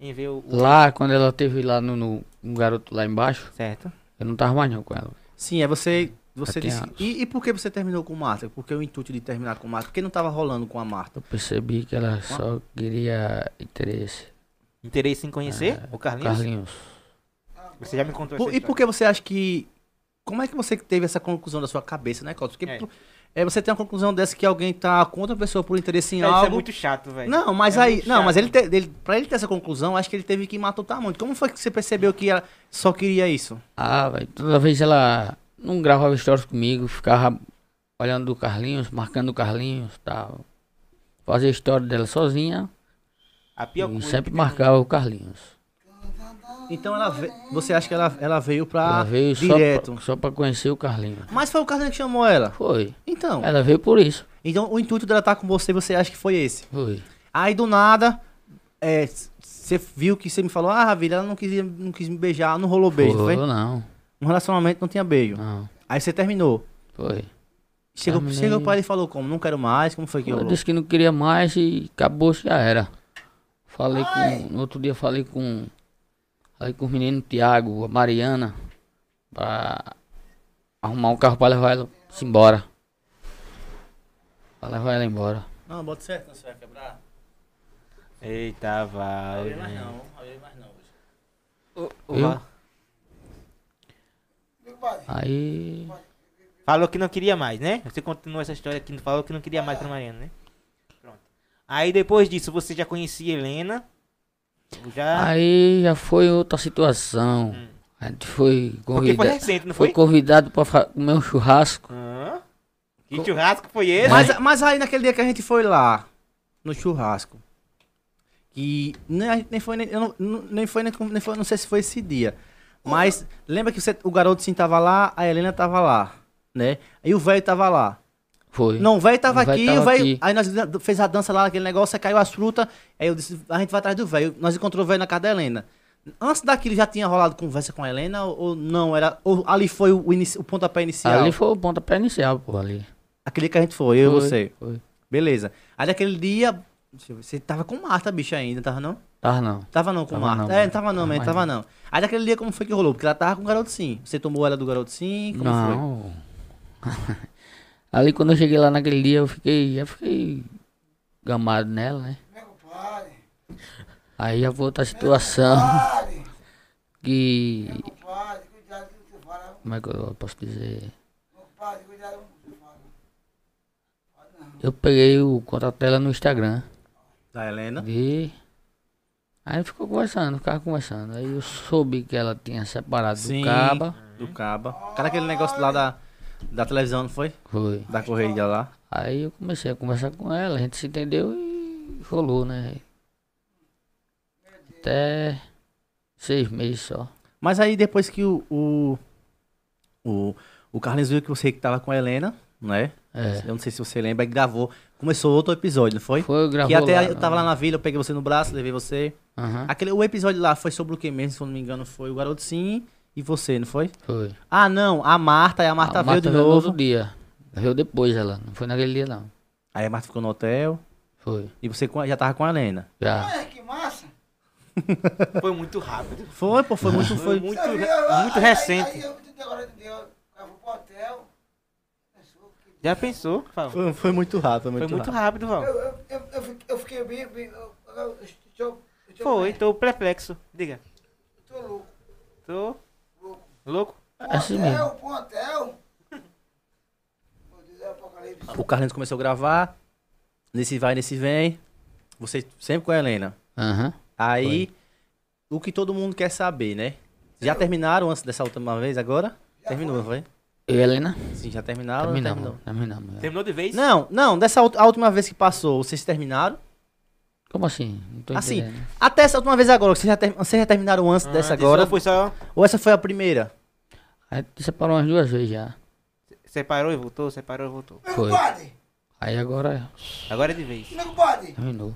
S3: Em ver o... o-
S4: Lá, quando ela teve lá no, no um garoto lá embaixo,
S3: Certo.
S4: eu não tava mais não com ela.
S2: Sim, aí você, você
S4: Eu tenho
S2: disse...
S4: anos.
S2: E, e por que você terminou com Marta? Por que o intuito de terminar com Marta? Porque não tava rolando com a Marta.
S4: Eu percebi que ela só queria interesse.
S3: Interesse em conhecer o Carlinhos?
S4: Carlinhos.
S3: Você já me contou
S2: Por-
S3: essa
S2: Ah, e
S3: história.
S2: por que você acha que... Como é que você teve essa conclusão da sua cabeça, né, Cláudio? Porque
S3: É.
S2: por- é, você tem uma conclusão dessa que alguém tá com outra pessoa por interesse em
S3: Cara, Isso é
S2: algo...
S3: muito chato, velho.
S2: Não, mas
S3: É
S2: aí.
S3: muito
S2: Não,
S3: chato.
S2: mas ele, te, ele pra ele ter essa conclusão, acho que ele teve que matutar muito. Como foi que você percebeu que ela só queria isso?
S4: Ah, velho, toda vez ela não gravava stories comigo, ficava olhando o Carlinhos, marcando o Carlinhos, tal. Fazia história dela sozinha
S3: A pior
S4: e
S3: coisa
S4: sempre
S3: que tem- é
S4: marcava o Carlinhos.
S2: Então ela ve- você acha que ela, ela veio pra
S4: ela veio só
S2: Ah, direto.
S4: pra, só pra conhecer o Carlinhos.
S2: Mas foi o Carlinhos que chamou ela.
S4: Foi.
S2: Então,
S4: Ela veio por isso.
S2: então o intuito dela estar com você, você acha que foi esse?
S4: Foi.
S2: Aí do nada, é, c- você viu que você me falou, ah, Ravilha, ela não quis, não quis me beijar, não rolou beijo,
S4: foi.
S2: foi?
S4: Não,
S2: Um relacionamento não tinha beijo.
S4: não.
S2: Aí você terminou.
S4: Foi.
S2: Chegou,
S4: Terminei.
S2: chegou pra ele e falou como? Não quero mais, como foi que
S4: Eu
S2: rolou?
S4: disse que não queria mais e acabou, já era. Falei com. No outro dia falei com. Falei com o menino Tiago, a Mariana, pra arrumar um carro pra levar ela -se embora. Pra levar ela embora.
S2: Não, bota certo, não, você vai quebrar.
S3: Eita, vai.
S2: não, mais não.
S4: Viu?
S5: Meu pai,
S4: Aí.
S3: Falou que não queria mais, né? Você continuou essa história que falou que não queria mais com a Mariana, né? Pronto. Aí depois disso, você já conhecia Helena. Já.
S4: Aí já foi outra situação. A gente foi
S3: Porque foi
S4: convidado.
S3: recente, não
S4: Foi
S3: foi?
S4: convidado pra fa- comer um churrasco.
S3: Hã? Que churrasco foi esse?
S2: Mas, mas aí naquele dia que a gente foi lá, no churrasco, que nem, a gente nem foi, nem, eu não, não- nem foi, nem, nem foi, não sei se foi esse dia, mas lembra que você- o garoto sim tava lá, a Helena tava lá, né? E o velho tava lá.
S4: Foi.
S2: Não, o velho tava
S4: O véio
S2: aqui,
S4: tava
S2: o velho.
S4: aqui.
S2: Aí nós dan- fez a dança lá, aquele negócio, aí caiu as frutas. Aí eu disse, a gente vai atrás do velho. Nós encontramos o velho na casa da Helena. Antes daquilo já tinha rolado conversa com a Helena ou, ou não? Era, ou ali foi o, inici- o pontapé inicial?
S4: Ali foi o pontapé inicial, pô, ali.
S2: Aquele que a gente foi, eu e
S4: Foi,
S2: você.
S4: Foi.
S2: Beleza. Aí naquele dia. deixa eu ver, Você tava com Marta, bicho, ainda, tava não?
S4: Tava não.
S2: Tava não com
S4: Tava
S2: Marta.
S4: não,
S2: é,
S4: mano.
S2: tava não, mas
S4: Tava
S2: tava não. Aí naquele dia como foi que rolou? Porque ela tava com o garoto sim. Você tomou ela do garoto sim? Como foi?
S4: não. [laughs] Ali quando eu cheguei lá naquele dia, eu fiquei, eu fiquei gamado nela, né?
S5: meu pai,
S4: Aí já foi outra situação [laughs]
S5: pai,
S4: que,
S5: meu pai, cuidado com o que você fala,
S4: como é que eu posso dizer?
S5: meu pai, cuidado com o que você fala.
S4: Eu peguei o contato dela no Instagram
S2: Da Helena.
S4: e aí ficou conversando, ficava conversando. Aí eu soube que ela tinha separado
S2: Sim.
S4: do Caba,
S2: Do Caba. Cara, aquele negócio lá da, da televisão, não foi?
S4: foi.
S2: Da correia lá.
S4: Aí eu comecei a conversar com ela, a gente se entendeu e rolou, né? Até seis meses só.
S2: Mas aí depois que o. O, o, o Carlinhos viu que você que tava com a Helena, né?
S4: É.
S2: Eu não sei se você lembra, ele gravou. Começou outro episódio, não foi?
S4: Foi, gravou
S2: Que até
S4: lá,
S2: eu
S4: né?
S2: tava lá na vila, eu peguei você no braço, levei você.
S4: Aham,
S2: Aquele, o episódio lá foi sobre o que mesmo, se eu não me engano, foi o garoto sim e você, não foi?
S4: foi.
S2: Ah, não, a Marta, aí a Marta
S4: A
S2: veio de
S4: no
S2: novo.
S4: outro dia. Veio depois ela, não foi naquele dia não.
S2: Aí a Marta ficou no hotel.
S4: Foi.
S2: E você com- já tava com a Helena.
S4: Já.
S5: Olha que massa.
S3: Foi muito rápido.
S2: Foi, pô, foi muito. [laughs] Foi,
S3: Foi muito,
S5: Sabe,
S3: re-
S5: eu-
S3: muito
S5: aí-
S3: recente.
S5: Aí, aí eu me dei hora de Deus. Eu vou pro hotel. Pessoa que-
S3: Já pensou, Val?
S2: foi, foi muito rápido, foi
S3: Foi
S2: muito,
S3: muito
S2: rápido.
S3: rápido,
S5: Eu,
S3: Val.
S5: eu, eu, eu fiquei- eu fiquei bem. bem eu, eu, eu, estou- eu estou
S3: Foi,
S5: bem,
S3: tô perplexo. Diga.
S5: eu Tô louco.
S3: Tô louco.
S5: Pro
S4: Assim
S5: hotel, pro hotel. Meu Deus, é apocalipse.
S2: O Carlinhos começou a gravar. Nesse vai, nesse vem. Você sempre com a Helena.
S4: Aham.
S2: Aí, o que todo mundo quer saber, né? Já terminaram antes dessa última vez agora? Terminou, não foi?
S4: Eu e a Helena?
S2: Sim, já terminaram?
S4: Terminamos. Terminamos. é. já.
S3: Terminou de vez?
S2: Não, não, dessa ult- a última vez que passou, vocês terminaram?
S4: Como assim? Não tô
S2: Assim,
S4: entendendo.
S2: até essa última vez agora, vocês já, ter- vocês já terminaram antes dessa
S3: Antes
S2: agora?
S3: só Foi só.
S2: Ou essa foi a primeira?
S4: Aí tu separou umas duas vezes já.
S3: Separou e voltou, separou e voltou.
S5: Meu
S4: Foi.
S5: compadre,
S4: Aí agora
S3: Agora é de vez.
S5: meu compadre,
S4: terminou.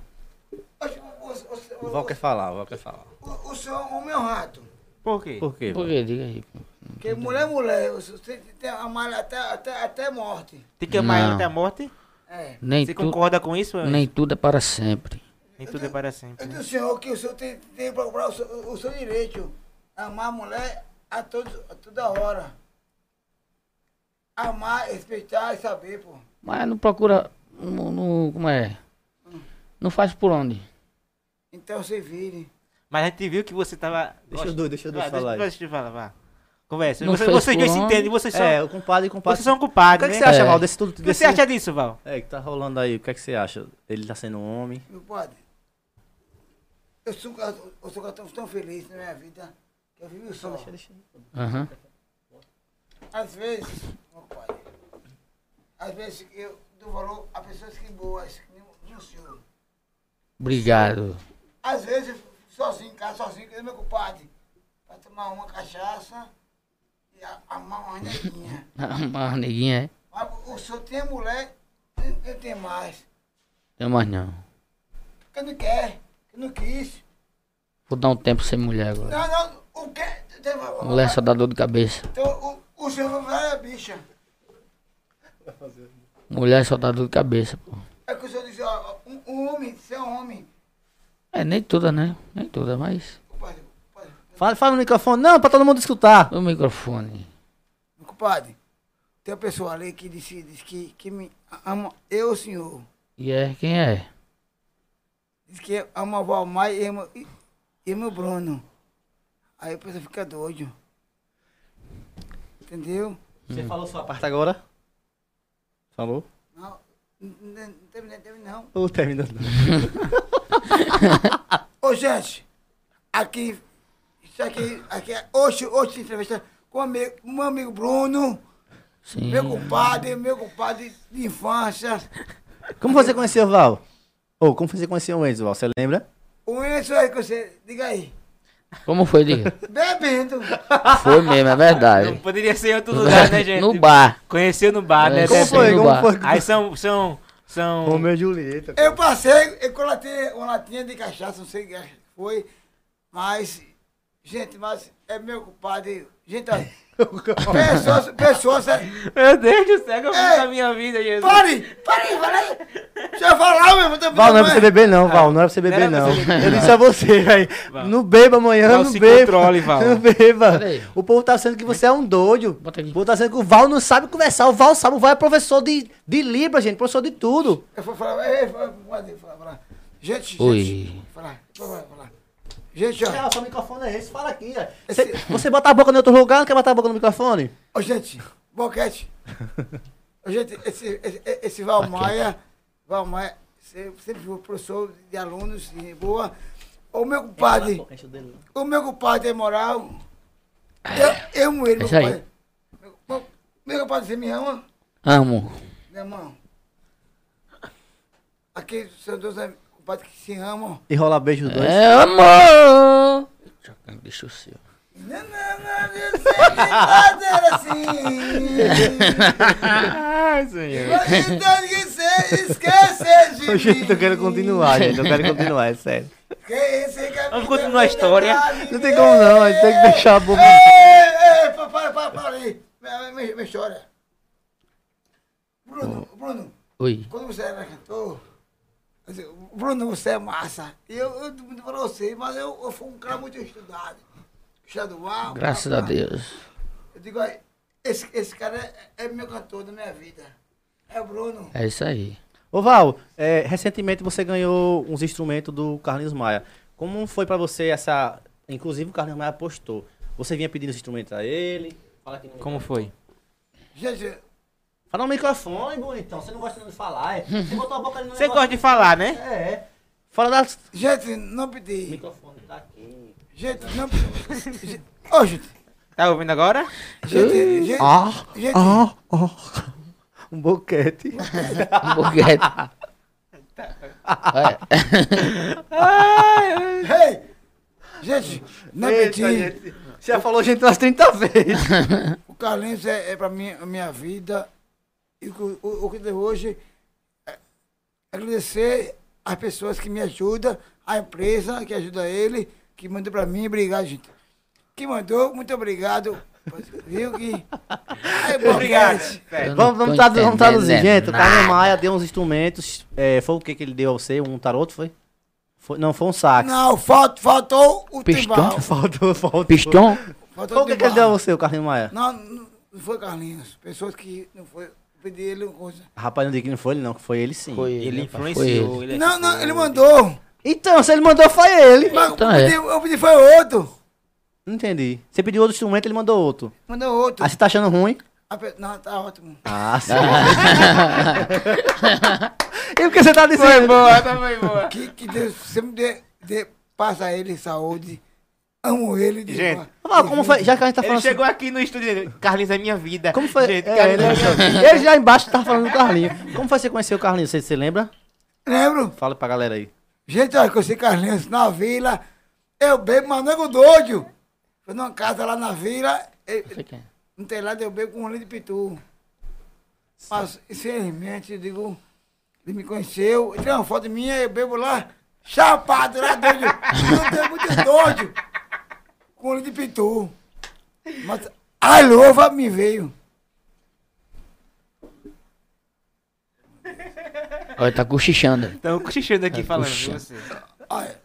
S5: o,
S2: O
S5: o,
S2: Val quer falar, o Val quer falar.
S5: o, o, o senhor é o meu rato.
S3: Por quê?
S2: Por quê?
S4: Por
S2: Val?
S4: quê? Diga aí. pô.
S5: Porque mulher é mulher, você tem tem amar até, até, até morte.
S3: Tem que amar ela
S4: Não.
S3: até a morte?
S5: É.
S4: Nem,
S3: Você
S4: tu,
S3: concorda com isso?
S4: nem tudo é para sempre.
S3: Nem tudo é para
S5: Eu
S3: sempre.
S5: disse ao senhor que o senhor tem, tem que procurar o seu, o seu direito. Amar a mulher a, todos, a toda hora. Amar, respeitar e saber, pô.
S4: Mas não procura. Não, não- como é? Não faz por onde.
S5: Então se vire.
S3: Mas a gente viu que você tava.
S2: Deixa os dois, Ah, deixa os dois
S3: Vai,
S2: falar aí.
S3: Deixa eu falar, vá. Conversa.
S4: Não
S3: Você-
S4: fez
S3: vocês dois se
S4: fulano.
S3: entendem, vocês são,
S2: É, o compadre e o compadre.
S3: vocês são
S2: O que,
S3: culpados,
S2: é que
S3: né?
S2: você acha,
S4: É.
S2: Val, desse tudo?
S3: O que você acha disso, Val?
S2: É, que tá rolando aí, o que é que você acha? Ele tá sendo um homem.
S5: Meu padre, eu sou, um cara- eu sou um cara tão, tão feliz na minha vida que eu vivo só.
S4: Aham.
S5: Às vezes, meu padre, às vezes eu dou valor a pessoas que boas, que nem o- nem o senhor.
S4: Obrigado.
S5: Às vezes, eu fico sozinho em casa, sozinho com meu compadre, pra tomar uma cachaça e a- amar uma neguinha.
S4: Mas neguinha é.
S5: Mas o senhor tem mulher, eu- eu tenho mais.
S4: Tem mais não.
S5: Que não quer, que não quis.
S4: Vou dar um tempo sem mulher agora.
S5: Não, não, o quê?
S4: Mulher só dá dor de cabeça.
S5: Então, o, o senhor vai a bicha.
S4: Mulher só dá dor de cabeça, pô.
S5: É que o senhor diz, ó, um, um homem, ser um homem.
S4: É, nem toda, né? Nem toda, mas.
S5: Compadre, compadre,
S2: Fala, fala no microfone, não, pra todo mundo escutar.
S4: O microfone.
S5: meu compadre, tem uma pessoa ali que disse, disse que, que me ama, eu, senhor.
S4: E é quem é?
S5: Diz que ama o Valmar e ama, e, e ama o Bruno. Aí a pessoa fica doido. Entendeu?
S2: Você falou sua parte agora? Hum. Falou?
S5: Não, n- n- não teve, não teve não.
S2: Ou terminou?
S5: Ô, gente, aqui, isso aqui, aqui é, hoje, hoje tem entrevista com o amigo, meu amigo Bruno,
S4: Sim.
S5: meu compadre, meu compadre de infância.
S2: Como você conheceu o Val? Ou como você conheceu o Enzo, Val? Você lembra?
S5: O Enzo Um aí que você, diga aí.
S4: Como foi, diga?
S5: Bebendo.
S4: Foi mesmo, é
S3: Não
S4: verdade.
S3: poderia ser em [laughs] outro lugar, né, gente?
S4: No bar.
S3: Conheceu no bar, né?
S4: Como
S3: Deve-
S4: foi? no bar.
S2: Aí,
S3: Aí são. são, são...
S2: Romeu e é Julieta.
S5: Eu passei, eu colatei uma latinha de cachaça, não sei o que foi, mas, gente, mas é meu compadre, gente, olha, pessoas, pessoas, é-
S3: Meu Deus do céu, como
S5: Ei,
S3: tá a minha vida, Jesus?
S5: pare, pare, pare, deixa eu falar, meu irmão, tá
S2: Val, não é
S5: muito
S2: pra você
S5: bem.
S2: beber não, Val, não é pra você beber
S3: Não
S2: não.
S3: era pra você beber,
S2: Eu disse a você, velho. Não beba amanhã,
S3: Val,
S2: não
S3: se
S2: beba.
S3: controle, Val.
S2: Não beba.
S4: Pera aí.
S2: O povo tá achando que você é um doido.
S4: Bota aqui.
S2: O povo tá achando que o Val não sabe conversar. O Val sabe, o Val é professor de, de Libra, gente, professor de tudo.
S5: Eu vou falar, ei, vou- vou falar, falar, gente,
S4: Oi.
S5: gente, falar, falar, falar, gente, ó,
S2: Ah, seu microfone é esse, fala aqui, velho.
S5: Esse-
S2: Você, você bota a boca em outro lugar, não quer botar a boca no microfone?
S5: Ô, gente, boquete. Ô, gente, esse, esse, esse Valmaia, Valmaia, sempre, sempre foi professor de alunos, de boa. O meu compadre, o meu compadre é moral.
S2: É.
S5: Eu, eu amo ele, meu
S4: Isso aí.
S5: compadre. Meu, meu- meu compadre, você me ama?
S4: Amo.
S5: Meu irmão. Aqui são dois am- compadres que se amam. [laughs]
S2: E rola beijo dois.
S4: É amor! Deixa o seu.
S5: Não, não, não, eu sei
S2: [laughs]
S5: fazer assim.
S3: Ai, senhor.
S5: Então, esquece- esquece de
S2: Ô, Gente, [laughs] eu quero
S5: mim.
S2: continuar, gente. Eu quero continuar, é sério.
S5: Que esse capitão
S3: Vamos continuar a história.
S5: verdade, né?
S2: Não tem como não, a gente tem que deixar a boca.
S5: Ei, ei, pa- para, para, para aí. Me- Me me chora. Bruno, Bruno,
S4: Oi.
S5: quando você era cantor, Eu disse, Bruno, você é massa. E eu, eu não falei você, mas eu, eu fui um cara muito estudado. Estadual.
S4: Graças a
S5: papai.
S4: Deus.
S5: Eu digo, "Olha, esse, esse cara é, é meu cantor da minha vida. É o Bruno.
S4: É isso aí.
S2: Ô Val, é, recentemente você ganhou uns instrumentos do Carlinhos Maia. Como foi pra você essa. Inclusive o Carlinhos Maia postou. Você vinha pedindo os instrumentos a ele. Fala aqui no
S3: Como foi?
S5: Gente,
S2: Fala no microfone, bonitão. Você não gosta de falar, é? Você botou a boca ali no
S3: Você gosta de falar, né?
S2: de. É, é. Fala das.
S5: gente, não pedi.
S2: microfone tá aqui.
S5: Gente, não pedi. Gente- Ô, gente.
S3: Tá ouvindo agora?
S5: Gente, gente. gente.
S2: Um boquete. [laughs]
S4: Hamburguete. Um É.
S5: Ei! Gente, não é pedi.
S2: Você já falou gente umas 30 vezes.
S5: O Carlinhos é, é para mim a minha vida. E o, que- o, o que deu hoje é agradecer as pessoas que me ajudam, a empresa que ajuda ele, que mandou para mim. Obrigado, gente. Que mandou, muito obrigado. Viu que. Ai,
S3: Obrigado.
S5: boquete.
S4: Eu não
S2: É, Vamos, vamos,
S4: tô
S2: tradu- vamos traduzir,
S4: entendendo né?
S2: gente. tá O Carlinhos
S4: nada.
S2: Maia deu uns instrumentos. é, foi o que que ele deu a você? Um taroto, foi? Foi- não, foi um sax.
S5: Não, falt, faltou o
S4: Pistão?
S2: [laughs]
S5: timbal.
S2: Faltou, faltou.
S4: Pistão?
S5: Faltou
S2: Foi o que que ele deu a você, o Carlinhos Maia?
S5: Não, não não foi Carlinhos. Pessoas que não foi. Pedi ele um uma coisa.
S2: Rapaz, não diga que não foi ele, não, que foi ele sim.
S3: Ele
S4: rapaz,
S3: influenciou. ele é
S5: Não, não,
S3: ajudou.
S5: ele mandou.
S2: Então, se ele mandou, foi ele.
S5: Mas
S4: Então
S5: eu,
S4: é.
S5: pedi, eu pedi foi outro.
S2: Não entendi. Você pediu outro instrumento, ele mandou outro.
S5: Mandou outro.
S2: Aí você tá achando ruim?
S5: A pe- Não, tá ótimo.
S2: Ah, sim. e por que você tá dizendo?
S3: Foi boa, tá foi boa.
S5: Que, que Deus sempre dê, dê paz a ele, saúde. Amo ele. de
S3: Gente.
S5: boa.
S2: Ah, como foi? Já que a gente tá
S3: Ele
S2: falando...
S3: chegou aqui no estúdio Carlinhos é minha vida.
S2: Como foi?
S3: Gente,
S2: É,
S3: Carlinhos
S2: ele,
S3: é minha vida.
S2: ele já embaixo tava falando do Carlinhos. Como foi você conhecer o Carlinhos? Você, você lembra?
S5: Lembro?
S2: Fala pra galera aí.
S5: Gente, olha, conheci Carlinhos na vila. Eu bebo, mas não é com doido. Foi numa casa lá na vila. e- não tem lá, eu bebo com um litro de pitu. Mas, infelizmente, eu digo, ele me conheceu. Ele tirou uma foto minha, eu bebo lá, chapado lá doido. Eu tenho muito doido. Com um litro de pitu. Mas a louva me veio.
S4: Olha, tá cochichando.
S3: Estão cochichando
S2: É,
S3: aqui falando de
S4: puxa.
S3: você.
S5: Olha,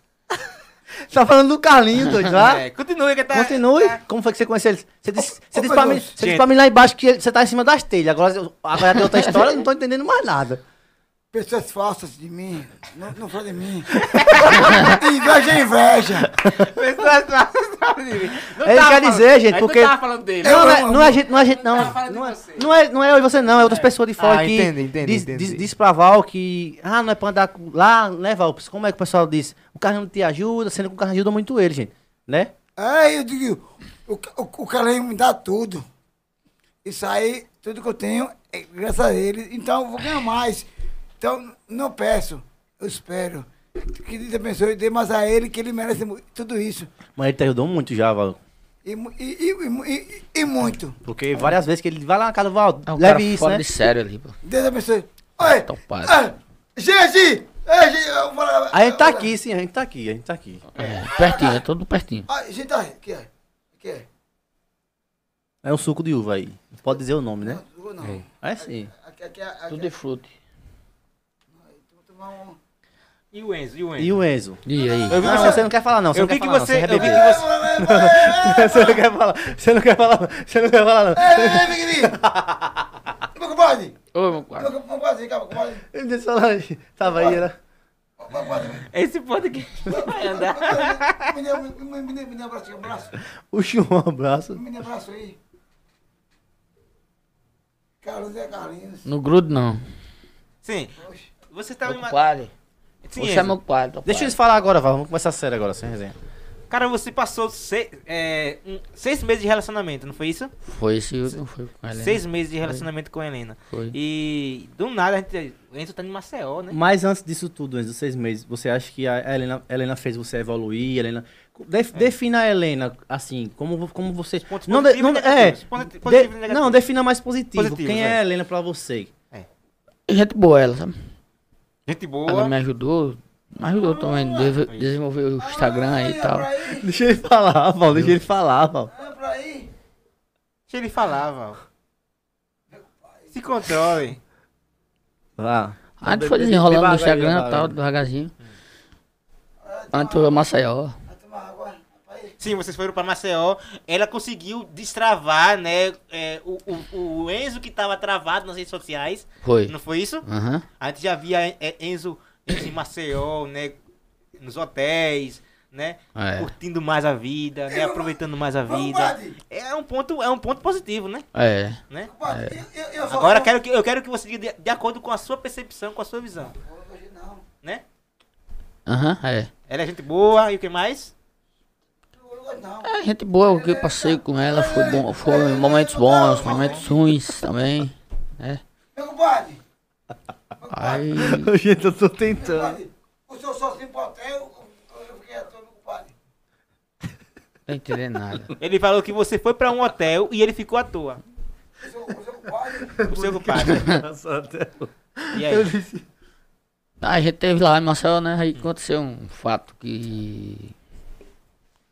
S2: Tá falando do Carlinhos, doido, tá?
S3: É, continue que tá. [laughs]
S2: Continue. Como foi que você conheceu ele? Você disse, você
S5: ô,
S2: disse, pra, mim,
S5: Carlos,
S2: você disse
S3: gente.
S2: pra mim lá embaixo que ele- você tá em cima das telhas. Agora, eu- agora tem outra história, eu não tô entendendo mais nada.
S5: pessoas falsas de mim, não, não falam de mim. [laughs] inveja é inveja.
S3: Pessoas não sabem de mim. Não
S2: Ele
S3: tava
S2: quer
S3: falando-
S2: dizer, gente,
S3: Mas
S2: porque-
S3: Não tava falando dele.
S2: Não,
S5: Eu
S2: não, é,
S5: amo-
S2: não é a gente, não é a gente, não.
S3: Não tava falando de
S2: Não é,
S3: você.
S2: não, é, não é eu e você, não. É outras pessoas de fora
S3: Ah,
S2: que
S3: entendi, entendi,
S2: diz,
S3: entendi.
S2: Diz, diz pra Val que, ah, não é pra andar com- lá, né, Val? Como é que o pessoal diz? O carro não te ajuda, sendo que o carro ajuda muito ele, gente. Né?
S5: Aí eu digo, o, ca- o, o cara me dá tudo. Isso aí, tudo que eu tenho é graças a ele. Então eu vou ganhar mais. Então não peço, eu espero. Que Deus abençoe, dê mais a ele, que ele merece mu- tudo isso.
S2: Mas ele te ajudou muito já, Val.
S5: E, mu- e, e, e mu- e- e muito.
S2: Porque várias vezes que ele vai lá na casa do Val,
S4: É um cara
S2: leve isso,
S4: fora
S2: né?
S4: de sério ali, pô.
S5: Deus abençoe. Oi!
S4: Então, para.
S5: Ah, gente! Ei, gente, eu vou lá-
S2: A gente tá
S5: eu vou lá.
S2: aqui, sim, a gente tá aqui, a gente tá aqui.
S4: É, pertinho, é todo pertinho.
S5: Ah, gente, olha, aqui, ó. aqui. ó.
S2: É um suco de uva aí. Não Pode dizer o nome, né?
S5: Não, não.
S2: É sim.
S5: Aqui, aqui, aqui.
S4: Tudo de fruta.
S5: Vou tomar um-
S3: E o Enzo, e o Enzo?
S2: E o Enzo?
S4: E aí?
S3: Eu vi
S2: Não,
S3: você-
S2: você não quer falar, não. Você
S3: eu
S2: não quer
S3: vi que
S2: falar,
S3: você-
S2: não. Você [laughs] é
S3: eu vi
S2: rebelde.
S3: que
S2: Você não quer falar, você não quer falar, não. você não quer falar, não.
S5: Ei, ei, ei, pequenininho! Meu compadre!
S4: Ô, meu cara.
S5: Meu compadre, calma, compadre!
S2: Ele disse lá, tava aí, né?" era.
S5: Meu compadre!
S3: Esse podcast [laughs] não vai andar.
S5: Me dê me- me- me dê- me dê um abraço aqui, um abraço!
S2: O Chum, um abraço.
S5: Me dê um abraço aí! Carlos é Carlinhos!
S4: Não grudo, não.
S3: Sim.
S5: Oxe.
S3: Você tá
S4: Meu
S3: me matando.
S4: compadre.
S3: Sim,
S4: Você é
S3: Enzo.
S4: meu compadre. teu
S2: Deixa
S4: pai.
S2: eles falar agora, Val. Vamos começar sério agora, sem resenha.
S3: Cara, você passou seis, é, um- seis meses de relacionamento, não foi isso?
S4: Foi esse último, foi com a Helena.
S3: Seis meses de relacionamento com a Helena.
S4: Foi.
S3: E do nada a gente. O Enzo tá em Maceió, né?
S2: Mas antes disso tudo, antes dos seis meses, você acha que a Helena, a Helena fez você evoluir? a Helena... De- Defina a Helena, assim, como, vo- como você...
S3: pontos
S2: Não, de-
S3: positivos
S2: não,
S3: e negativos.
S2: é,
S3: Ponto-
S2: de-
S3: positivo e negativo.
S2: não, defina mais positivo.
S3: Positivos,
S2: Quem é,
S3: é.
S2: a Helena pra você?
S4: Gente boa ela, sabe?
S3: Gente
S4: Ela
S3: boa.
S4: me ajudou. Me ajudou
S2: Ah,
S4: também. deve- Desenvolveu o Instagram aí e
S5: Olha
S4: tal.
S5: é pra aí!
S2: Deixa ele falar, Val. Deixa ele falar, Val.
S5: Olha pra aí!
S3: Deixa ele falar, Val. Se controle.
S2: Vá.
S4: A gente
S2: bebe-
S4: foi
S2: bebe
S4: desenrolando
S2: devagar,
S4: no Instagram e
S2: devagar. Hum.
S4: tal, devagarzinho. A gente foi pra Maceió.
S5: Vai tomar água, rapaz.
S3: Sim, vocês foram pra Maceió. Ela conseguiu destravar, né? é, o, o- o Enzo que tava travado nas redes sociais.
S4: Foi.
S3: Não foi isso?
S4: Aham.
S3: A gente já via é, Enzo, Enzo em Maceió, né? Nos hotéis, né?
S4: É.
S3: Curtindo mais a vida, né? Aproveitando mais a
S5: Vamos,
S3: vida.
S5: Padre.
S3: É um ponto, é um ponto positivo, né?
S4: É.
S3: né?
S5: Compadre, eu, eu, eu só-
S3: Agora eu quero que, eu quero que você diga de, de acordo com a sua percepção, com a sua visão,
S5: Hoje não.
S3: né?
S4: Aham, é.
S3: Ela é gente boa e o que mais?
S5: Hoje não.
S4: É, gente boa, o que eu passei com ela foi bom. Foi um momentos bons, momentos ruins também. Né?
S5: Meu compadre,
S4: Aí.
S2: [laughs] Gente, eu tô tentando.
S5: compadre, o senhor só se importa, eu, eu, eu fiquei à toa, meu compadre.
S4: Não entendi nada.
S3: Ele falou que você foi pra um hotel e ele ficou à toa.
S5: O senhor, o senhor
S3: [laughs]
S5: compadre,
S3: O seu compadre. E aí?
S4: Aí a gente teve lá em Marcel, né? Aí aconteceu um fato que.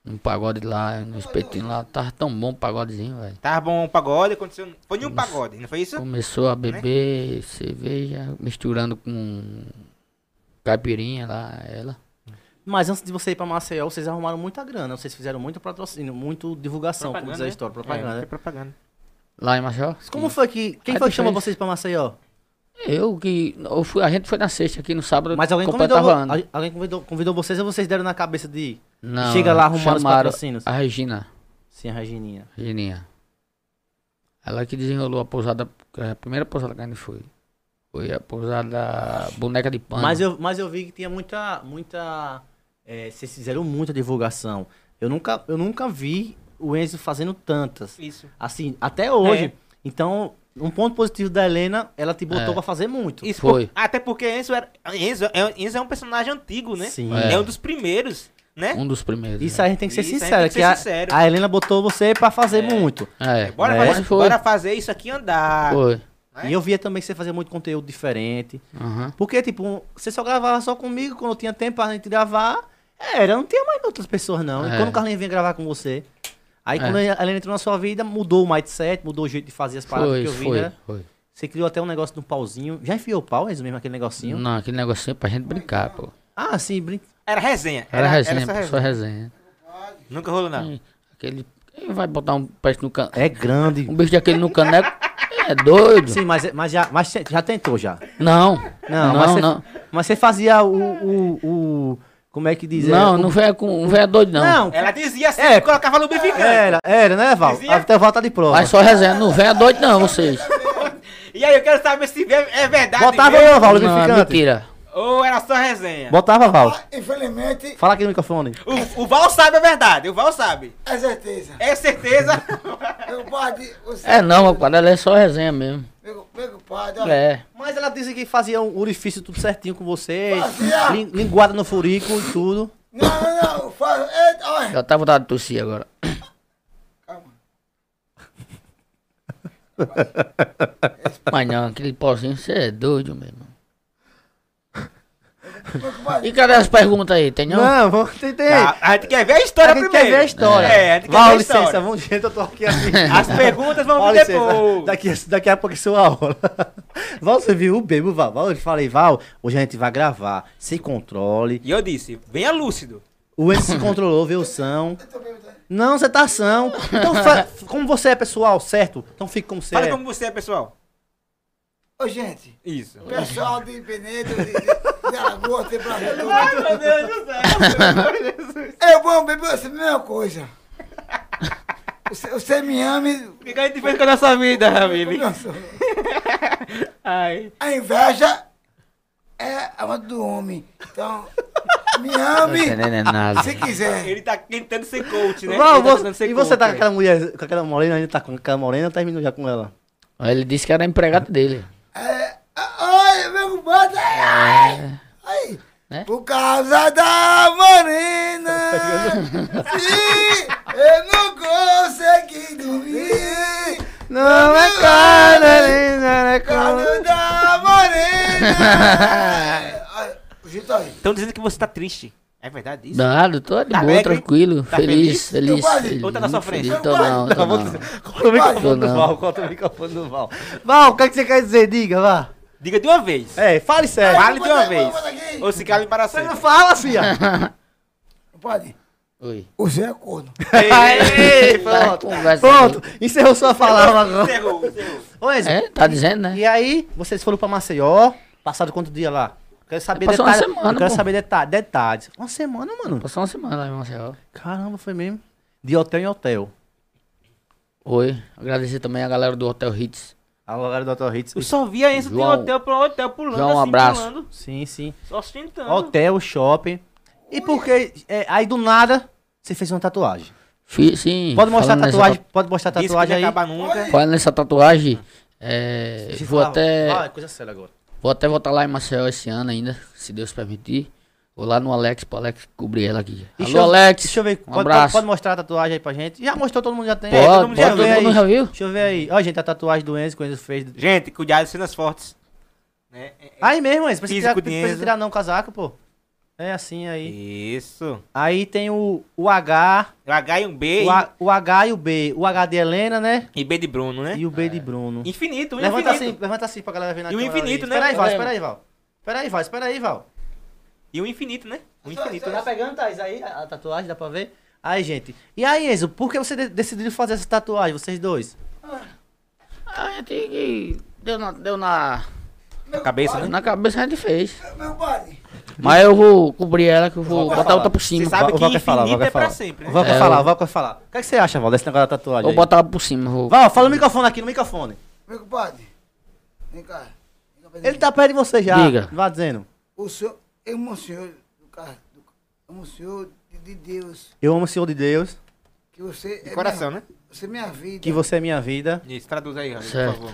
S4: Um pagode lá, no espetinho lá, tava tão bom o pagodezinho, velho.
S3: Tava bom o pagode, aconteceu. um- Foi nenhum pagode, não foi isso?
S4: Começou a
S2: Né?
S4: beber cerveja, misturando com caipirinha lá, ela.
S2: Mas antes de você ir pra Maceió, vocês arrumaram muita grana. Vocês fizeram muito patrocínio, muito divulgação, como diz a
S3: né?
S2: história,
S3: É,
S2: propaganda.
S3: foi propaganda.
S4: Lá em Marcel?
S2: Como foi que. Quem
S3: É
S4: Ah,
S2: foi que
S4: tu
S2: chamou
S4: fez?
S2: vocês pra Maceió?
S4: Eu que. Eu fui, a gente foi na sexta aqui no sábado.
S2: Mas alguém convidou,
S3: tá
S4: completava
S2: vo-
S4: ano.
S2: al- alguém convidou, convidou vocês ou vocês deram na cabeça de.
S4: Não,
S2: Chega lá, arrumar os
S4: chamaram
S2: patrocínios.
S4: A Regina.
S2: Sim, a Regininha.
S4: Regininha. Ela que desenrolou a pousada. A primeira pousada que a gente foi. Foi a pousada Boneca de Pano.
S2: Mas eu, mas eu vi que tinha muita. muita é, vocês fizeram muita divulgação. Eu nunca, eu nunca vi o Enzo fazendo tantas.
S3: Isso.
S2: Assim,
S3: É.
S2: até hoje. Então, um ponto positivo da Helena, ela te botou
S4: É.
S2: pra fazer muito.
S3: Isso
S4: Foi.
S3: por- Até porque Enzo, era, Enzo, é, Enzo é um personagem antigo, né?
S2: Sim.
S4: É.
S3: É. um dos primeiros, né?
S4: Um dos primeiros.
S2: É? Isso a gente tem que ser
S3: Isso, a gente
S2: sincero,
S3: tem que
S2: que,
S3: ser
S2: a,
S3: sincero.
S2: a Helena botou você pra fazer muito.
S4: É.
S3: Bora,
S2: Né?
S4: é,
S3: fazer,
S4: Foi.
S3: bora fazer isso aqui andar.
S4: Foi.
S3: É.
S2: E eu via também que você fazia muito conteúdo diferente.
S4: Aham.
S2: Porque, tipo, você só gravava só comigo quando tinha tempo pra gente gravar. Era, não tinha mais outras pessoas, não. E
S4: É.
S2: quando o Carlinhos vinha gravar com você. Aí
S4: É.
S2: quando a Helena entrou na sua vida, mudou o mindset, mudou o jeito de fazer as paradas
S4: Foi,
S2: que eu vi,
S4: foi,
S2: né?
S4: foi.
S2: Você criou até um negócio de um pauzinho. Já enfiou o pau, é isso mesmo, aquele negocinho?
S4: Não, aquele negocinho pra gente brincar, pô.
S2: Ah, sim, brinca.
S3: Era resenha.
S4: Era, resenha,
S3: só
S4: pô, só resenha.
S3: Nunca rolou, não.
S4: Hum, Aquele. Quem vai botar um peixe no can...
S2: É grande.
S4: Um [laughs] bicho daquele no caneco? É doido.
S2: Sim, mas, mas, já, mas você já tentou já.
S4: Não.
S2: Não,
S4: Não,
S2: mas, você,
S4: não. Não,
S2: mas você fazia o, o, o- Como é que diz?
S4: não,
S2: É, o-
S4: venha com. Não venha doido, não.
S2: Não,
S3: Ela dizia assim,
S2: É.
S3: colocava lubrificante.
S2: era, era, né, Val?
S3: Dizia-
S2: Até volta de prova.
S4: Mas só resenha. Não venha doido, não,
S2: [laughs]
S4: vocês.
S3: E aí eu quero saber se é é verdade
S2: Botava
S3: mesmo,
S2: eu, Val,
S4: Não, é
S2: lubrificante.
S4: mentira.
S3: ou era só resenha.
S2: Botava, Val.
S5: ah, infelizmente,
S2: Fala aqui no microfone.
S3: O, o Val sabe a verdade, o Val sabe.
S5: é certeza.
S3: É
S2: [laughs]
S3: certeza.
S5: Meu compadre, você.
S4: É não, meu padre, ela é só resenha mesmo.
S5: Meu, meu compadre, ó.
S4: É.
S2: Mas ela disse que fazia um orifício tudo certinho com você,
S5: Fazia!
S2: lin- linguada no furico e tudo.
S5: Não, não, não, faz. É, olha.
S4: Já tá vontade de tossir agora.
S5: Calma.
S4: Mas não, aquele pozinho você é doido
S2: [laughs]
S4: mesmo.
S5: Meu compadre,
S4: E cadê as perguntas aí? Tem não?
S2: vamos tentar.
S3: Tá, a gente quer ver a
S2: A
S3: história
S2: gente
S3: primeiro.
S2: quer ver a história.
S3: É, a gente quer ver
S2: Val,
S3: a história.
S2: licença, vamos, gente, eu tô aqui
S3: [laughs]
S2: assim.
S3: As perguntas vão
S2: Val,
S3: vir
S2: licença,
S3: depois.
S2: daqui, daqui a pouco é sua aula. [laughs] Val, você viu o bebo, Val? Val, eu falei, Val, hoje a gente vai gravar, se controle.
S3: E eu disse, venha lúcido.
S2: O Enzo se controlou, vê o são.
S5: eu tô
S3: né?
S5: perguntando.
S2: Não, você tá são. Então, fa- como você é pessoal, certo? Então fica como você
S3: Fala
S2: é.
S3: como você é, pessoal.
S5: Ô, gente,
S2: [laughs]
S3: Isso.
S5: pessoal de Penedo, de, de, de Alagoas, tem Brasil todo.
S3: meu Deus do céu.
S5: Eu vou beber essa mesma coisa. Você, você me ama.
S3: [laughs] Fica aí de frente com a nossa vida, Ramiro.
S5: e-
S3: Ai.
S5: A inveja é a mão do homem. Então, me
S4: Não tô
S5: ame
S4: entendendo né, nada.
S5: se quiser.
S3: Ele tá tentando ser coach, né?
S2: Val,
S3: Ele tá
S2: você-
S3: tentando ser
S2: e você tá com
S3: coach.
S2: aquela mulher, com aquela morena, ainda tá com aquela morena, terminou já com ela.
S4: Ele disse que era empregado dele.
S5: É, ai, meu compadre. Ai, ai.
S4: É. Né?
S5: Por causa da
S4: [laughs]
S5: morena, se eu não consegui dormir,
S2: Não
S5: é cara, nem,
S2: não é
S5: por causa da
S2: [laughs]
S5: morena. Ai, Gito aí.
S3: Estão dizendo que você tá triste. É verdade isso?
S4: Danado, tô de
S3: Tá
S4: boa,
S3: alegre?
S4: tranquilo.
S3: Tá
S4: feliz,
S3: feliz?
S4: feliz.
S5: Então vai,
S4: feliz,
S3: ou tá na sua
S4: muito
S3: frente?
S4: feliz. Tô não, tô não.
S2: Corta o microfone
S4: Tô
S2: do
S4: não.
S2: é Val, corta o microfone do Val. Val, o que, é que você quer dizer? Diga, vá.
S3: Diga de uma vez.
S2: É, fale sério.
S3: Fale de uma
S5: Bota aí,
S3: vez.
S5: bota aqui.
S3: Ou se cale para
S2: Você não
S3: sempre.
S2: fala, fia.
S5: Compadre,
S4: Oi.
S5: o Zé é corno.
S3: É,
S2: Ei, pronto.
S4: Conversa
S2: Pronto, encerrou sua [laughs] palavra agora.
S3: Encerrou, encerrou.
S2: Ô, Enzo,
S4: É, tá dizendo, né?
S2: E aí, vocês foram pra Maceió, passaram quanto dia lá? Quero saber
S4: Passou uma
S2: detalhes.
S4: semana,
S2: eu quero
S4: pô.
S2: saber deta- detalhes. Uma semana, mano.
S4: Passou uma semana lá em Maceió.
S2: Caramba, foi mesmo. De hotel em hotel.
S4: Oi. Agradecer também a galera do Hotel Hits.
S2: A galera do Hotel Hits.
S3: Eu só via isso de
S4: João-
S3: hotel pra hotel, pulando
S4: João, um
S3: assim,
S4: abraço.
S3: pulando,
S2: Sim, sim.
S3: só ostentando.
S2: Hotel, shopping. E porque é, aí do nada você fez uma tatuagem.
S4: Fi- sim.
S2: Pode mostrar a
S4: falando nessa
S2: tatuagem, pode mostrar a
S3: Disse que não
S2: tatuagem
S3: ia
S2: aí.
S3: acabar nunca.
S4: ta- Falando nessa tatuagem, é,
S2: Deixa eu
S4: vou
S2: falar.
S4: até...
S2: Ah, é coisa séria agora.
S4: Vou até voltar lá em Maceió esse ano ainda, se Deus permitir. Vou lá no Alex, pro Alex cobrir ela aqui.
S2: Deixa eu-
S4: Alô, Alex.
S2: Deixa eu ver.
S4: Um
S2: pode,
S4: abraço.
S2: pode- pode mostrar a tatuagem aí pra gente? Já mostrou, todo mundo já tem.
S4: Pode,
S2: É, todo mundo
S4: pode, todo mundo
S2: aí.
S4: já viu?
S2: Deixa eu ver aí. Ó, gente, a tatuagem do Enzo que o Enzo fez.
S3: Gente, cuidado, cenas fortes. Né? É-
S2: Aí mesmo, Enzo. Precisa,
S3: Físico
S2: tirar,
S3: de
S2: precisa
S3: Enzo.
S2: tirar não o casaco, pô. É assim aí.
S3: Isso.
S2: Aí tem o, o H,
S3: O H e um B
S2: o,
S3: e-
S2: A- o H e o B. O H de Helena, né?
S3: e B de Bruno, né?
S2: E o B de Bruno.
S3: Infinito, um
S2: Levanta assim,
S3: infinito.
S2: levanta assim pra galera ver na
S3: E o
S2: câmera
S3: infinito,
S2: ali.
S3: né?
S2: Espera aí, Val,
S4: Eu
S2: espera aí, Val. Espera aí, Val, espera aí, Val.
S3: E um infinito, né? Um infinito.
S2: Tá
S3: né?
S2: pegando, Thais, aí a, a tatuagem, dá pra ver? Aí, gente. E aí, Enzo, por que você de- decidiu fazer essa tatuagem, vocês dois?
S4: A gente Ah, que deu na, deu na,
S5: Meu
S3: Cabeça, né?
S4: na cabeça, a gente fez.
S5: compadre- Meu padre.
S4: Mas eu vou cobrir ela, que eu vou
S2: Vai
S4: botar
S2: falar.
S4: outra por cima.
S3: Você sabe
S2: Val- Val
S3: que
S2: quer
S3: infinito
S2: falar, Val quer
S3: é pra
S2: falar.
S3: sempre, né?
S2: Val quer
S4: É,
S2: falar,
S4: eu-
S2: Val quer falar. O que, é que você acha, Val, desse negócio da tatuagem
S4: Vou
S2: aí?
S4: botar ela por cima. Vou... [laughs]
S2: Val, fala no microfone aqui, no microfone.
S5: Meu compadre. Vem cá. Vem cá pra
S2: Ele
S5: dentro.
S2: tá perto de você já.
S4: Diga.
S2: Vá dizendo.
S5: O senhor, eu amo o senhor do carro. Amo o senhor de, de Deus.
S2: Eu amo o Senhor de Deus,
S5: Que você.
S3: De coração,
S5: minha,
S3: né?
S5: Você é minha vida.
S2: que você é minha vida.
S3: Isso, traduz aí, Rony, por
S4: Certo.
S3: favor.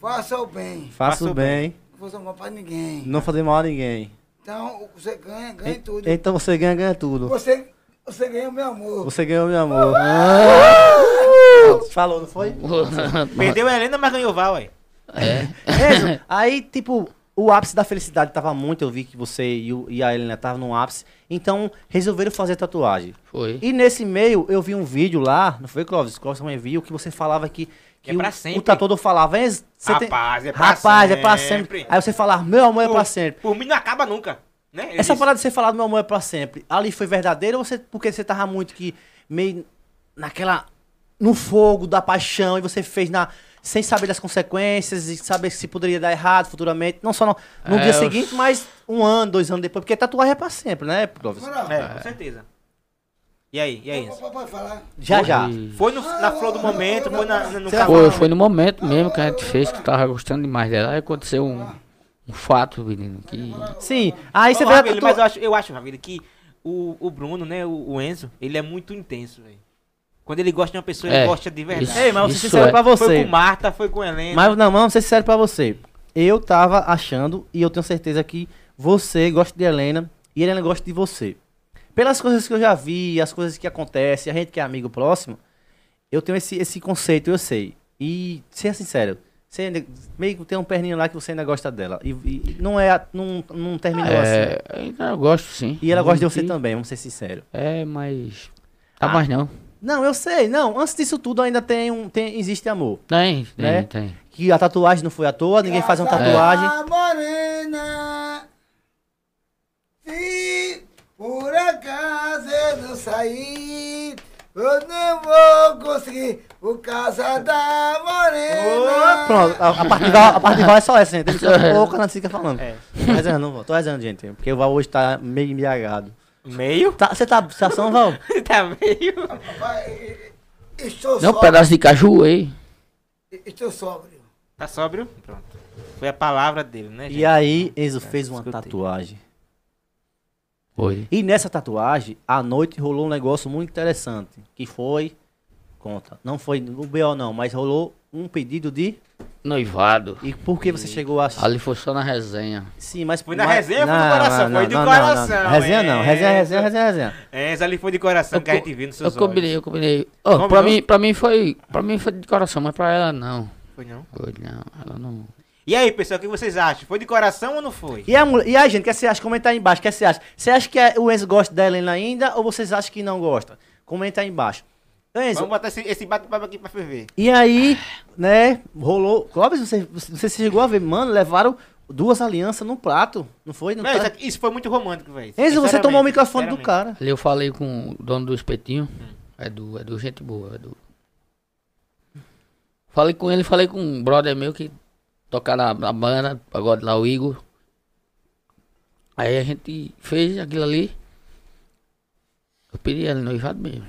S5: Faça o bem.
S2: Faço
S3: Faço
S2: bem,
S5: Não faça mal pra ninguém.
S2: não fazer mal a ninguém.
S5: Então, você ganha, ganha
S2: En-
S5: tudo.
S2: Então você ganha, ganha tudo.
S5: Você, você ganha o meu amor.
S2: Você ganhou meu amor. Falou, não foi?
S3: Perdeu a Helena, mas ganhou o Val, aí.
S2: Enzo, aí, tipo, o ápice da felicidade tava muito. Eu vi que você e, o- e a Helena estavam no ápice. Então, resolveram fazer tatuagem.
S4: Foi.
S2: E nesse meio, eu vi um vídeo lá, não foi, Clóvis? Clóvis também viu, que você falava que. que
S3: É pra
S2: o,
S3: sempre.
S2: o tatuador falava, Enzo, você tem-
S3: Rapaz, é pra
S2: Rapaz, é pra
S3: sempre.
S2: sempre. Aí você falava, meu amor é pra sempre.
S3: Por mim não acaba nunca, né? Ele
S2: Essa
S3: disse.
S2: parada de você falar do meu amor é pra sempre, ali foi verdadeira ou você, porque você tava muito que meio naquela no fogo da paixão e você fez na sem saber das consequências e saber se poderia dar errado futuramente, não só no, no
S4: É,
S2: dia
S4: eu-
S2: seguinte, mas um ano, dois anos depois, porque tatuagem é pra sempre, né, Clóvis?
S5: Moral.
S3: É, com certeza. E aí, e aí? Enzo?
S5: Papai falar.
S2: Já já.
S4: E
S3: Foi no- na flor do momento, foi na, no
S2: Você
S3: cavalo.
S4: Foi, foi no momento mesmo que a gente fez, que eu tava gostando demais dela. Aí aconteceu um, um fato, menino, que...
S2: Sim. Aí você
S3: Ô,
S2: vê a
S3: Ravilho, Mas eu
S2: tatuagem.
S3: acho, eu acho, Ravilho, que o, o Bruno, né, o, o Enzo, ele é muito intenso, velho. Quando ele gosta de uma pessoa, ele
S4: É,
S3: gosta de verdade.
S4: isso.
S2: Ei, mas eu vou ser
S4: Isso
S2: sincero
S4: é.
S2: pra você.
S3: Foi com Marta, foi com Helena.
S2: Mas não, mas não sei se sério pra você. Eu tava achando, e eu tenho certeza que você gosta de Helena e Helena gosta de você. Pelas coisas que eu já vi, as coisas que acontecem, a gente que é amigo próximo, eu tenho esse, esse conceito, eu sei. E, ser sincero, você ainda- meio que tem um perninho lá que você ainda gosta dela. E, e não é. a- Não, não terminou assim.
S4: É, então eu gosto sim.
S2: E ela gosta de você
S4: Sim.
S2: também, vamos ser sinceros.
S4: É, mas... Tá
S2: Ah.
S4: mais não.
S2: Não, eu sei, não. Antes disso tudo ainda tem um. Tem, existe amor.
S4: Tem, tem,
S2: Né?
S4: tem.
S2: Que a tatuagem não foi à toa, ninguém faz uma
S5: Graças
S2: tatuagem.
S5: tá a morena, se por acaso eu não sair, eu não vou conseguir por causa da morena.
S2: Pronto, a, a parte de Val, a parte de Val é só essa, gente. Ele fica pouco, a fica falando.
S3: É.
S2: Tô rezando, não, Val, tô rezando, gente. Porque o Val hoje tá meio embriagado.
S3: Meio? [laughs]
S2: Tá, você tá situação, Val?
S3: tá meio.
S5: Papai, estou
S4: Não, um
S5: sóbrio.
S4: pedaço de caju aí.
S5: Estou sóbrio.
S3: Tá sóbrio? Pronto. Foi a palavra dele, né, gente?
S2: E aí, Enzo fez uma
S3: escutei.
S2: tatuagem.
S4: Foi.
S2: E nessa tatuagem, à noite rolou um negócio muito interessante. Que foi. Conta. Não foi no BO, não, mas rolou um pedido de.
S4: Noivado.
S2: E por que você chegou a.
S4: Ali foi só na resenha.
S2: Sim, mas.
S3: Foi na
S2: mas-
S3: resenha ou foi no coração? Foi de coração,
S2: Resenha não, resenha,
S3: é.
S2: resenha, resenha, resenha.
S3: Enzo ali foi de coração que a gente
S4: co-
S3: viu nos
S4: eu
S3: seus
S4: combinei,
S3: olhos.
S4: eu combinei. Ó,
S3: Combinou?
S4: pra, mim, pra mim foi. Pra mim foi de coração, mas pra ela não.
S3: Foi não.
S4: Foi, não, ela não.
S3: E aí, pessoal, o que vocês acham? Foi de coração ou não foi?
S2: E a, mulher- e aí, gente, o que você acha? Comenta aí embaixo. O que é você acha? Você acha que a- o Enzo gosta da Helena ainda ou vocês acham que não gosta? Comenta aí embaixo. Enzo,
S3: Vamos botar esse, esse bate-papo aqui pra ferver.
S2: E aí, né, rolou. Clóvis, você, você chegou a ver, mano, levaram duas alianças num prato, não foi? Não tá-
S3: Véi, É, isso, é aqui- isso foi muito romântico, velho.
S2: Enzo, você tomou o microfone do cara.
S4: Ali eu falei com o dono do espetinho. É do, é do gente boa, é do. Falei com ele, falei com um brother meu que toca na, na banda, pagode lá, o Igor. Aí a gente fez aquilo ali. Eu pedi ele noivado mesmo.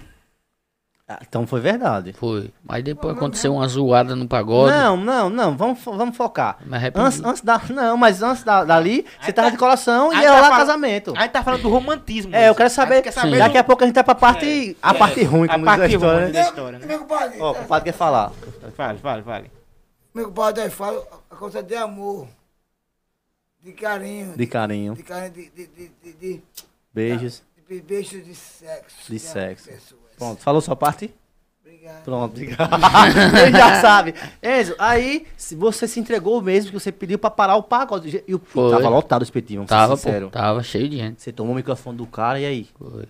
S2: Ah, então foi verdade.
S4: Foi. Mas depois aconteceu uma zoada no pagode.
S2: Não, não, não, vamos, fo- vamos focar.
S4: Me arrependi.
S2: Antes, antes da. Não, mas antes da, dali, você
S3: Aí
S2: tava
S3: tá-
S2: de colação e
S3: aí
S2: ia
S3: tá
S2: lá
S3: fal-
S2: casamento.
S3: A gente tá falando do romantismo.
S2: É, eu
S3: Enzo.
S2: quero
S3: A
S2: saber.
S3: gente quer saber
S2: Daqui
S3: do-
S2: a pouco a gente vai pra parte. a parte ruim,
S3: É, a
S2: como diz a
S3: parte
S2: história.
S3: ruim
S2: né?
S3: da história, né?
S5: Meu compadre,
S2: Ó, o compadre quer falar.
S3: Fale, fale, fale.
S5: meu compadre aí fala a coisa de amor, de carinho,
S2: De carinho.
S5: de carinho, de, de, de, de, de,
S2: Beijos.
S5: de beijo de sexo.
S2: De
S5: né,
S2: sexo.
S5: pessoas.
S2: Pronto, falou sua parte?
S5: Obrigado.
S2: Pronto, obrigado. [laughs] Ele já sabe. Enzo, aí se você se entregou mesmo que você pediu pra parar o pagode. E o,
S4: Foi.
S2: tava lotado o espetinho, vamos
S4: Tava,
S2: ser
S4: pô,
S2: sincero.
S4: tava cheio de gente.
S2: Você tomou o microfone do cara e aí?
S4: Foi.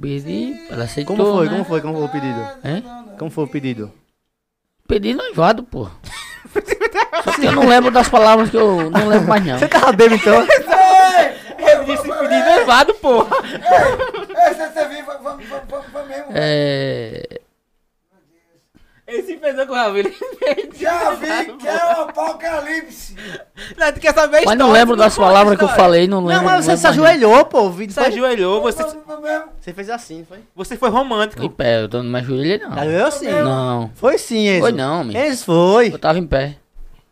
S4: Pedi, ela aceitou.
S2: Como foi?
S4: né?
S2: Como foi? Como foi o pedido?
S4: Hein?
S2: Como foi o pedido?
S4: Pedi noivado, pô. Só que eu não lembro das palavras que eu não lembro mais não.
S2: Você tava bêbado então?
S3: Eu disse pedir
S2: né?
S3: noivado, porra.
S5: É, você, você viu, vamos, vamos, vamos, vamos mesmo.
S4: É...
S3: Esse pesou com a vida.
S5: Já vi que é o apocalipse.
S3: Não, tu quer saber a história.
S4: Mas não lembro
S3: tu não
S4: das
S3: fala a
S4: palavras que eu
S3: história.
S4: falei, não lembro.
S2: é Não, mas você
S4: lembro
S2: se
S4: mais
S2: ajoelhou, pô. Vídeo
S3: Você ajoelhou, você,
S5: Vamos, vamos mesmo.
S2: Você fez assim, foi?
S3: você foi romântico.
S4: não. Em pé, eu tô no meu joelho, não.
S2: Ajoelhou sim.
S4: Não,
S2: Foi sim, Enzo.
S4: Foi não, menino.
S2: Enzo foi.
S4: eu tava em pé.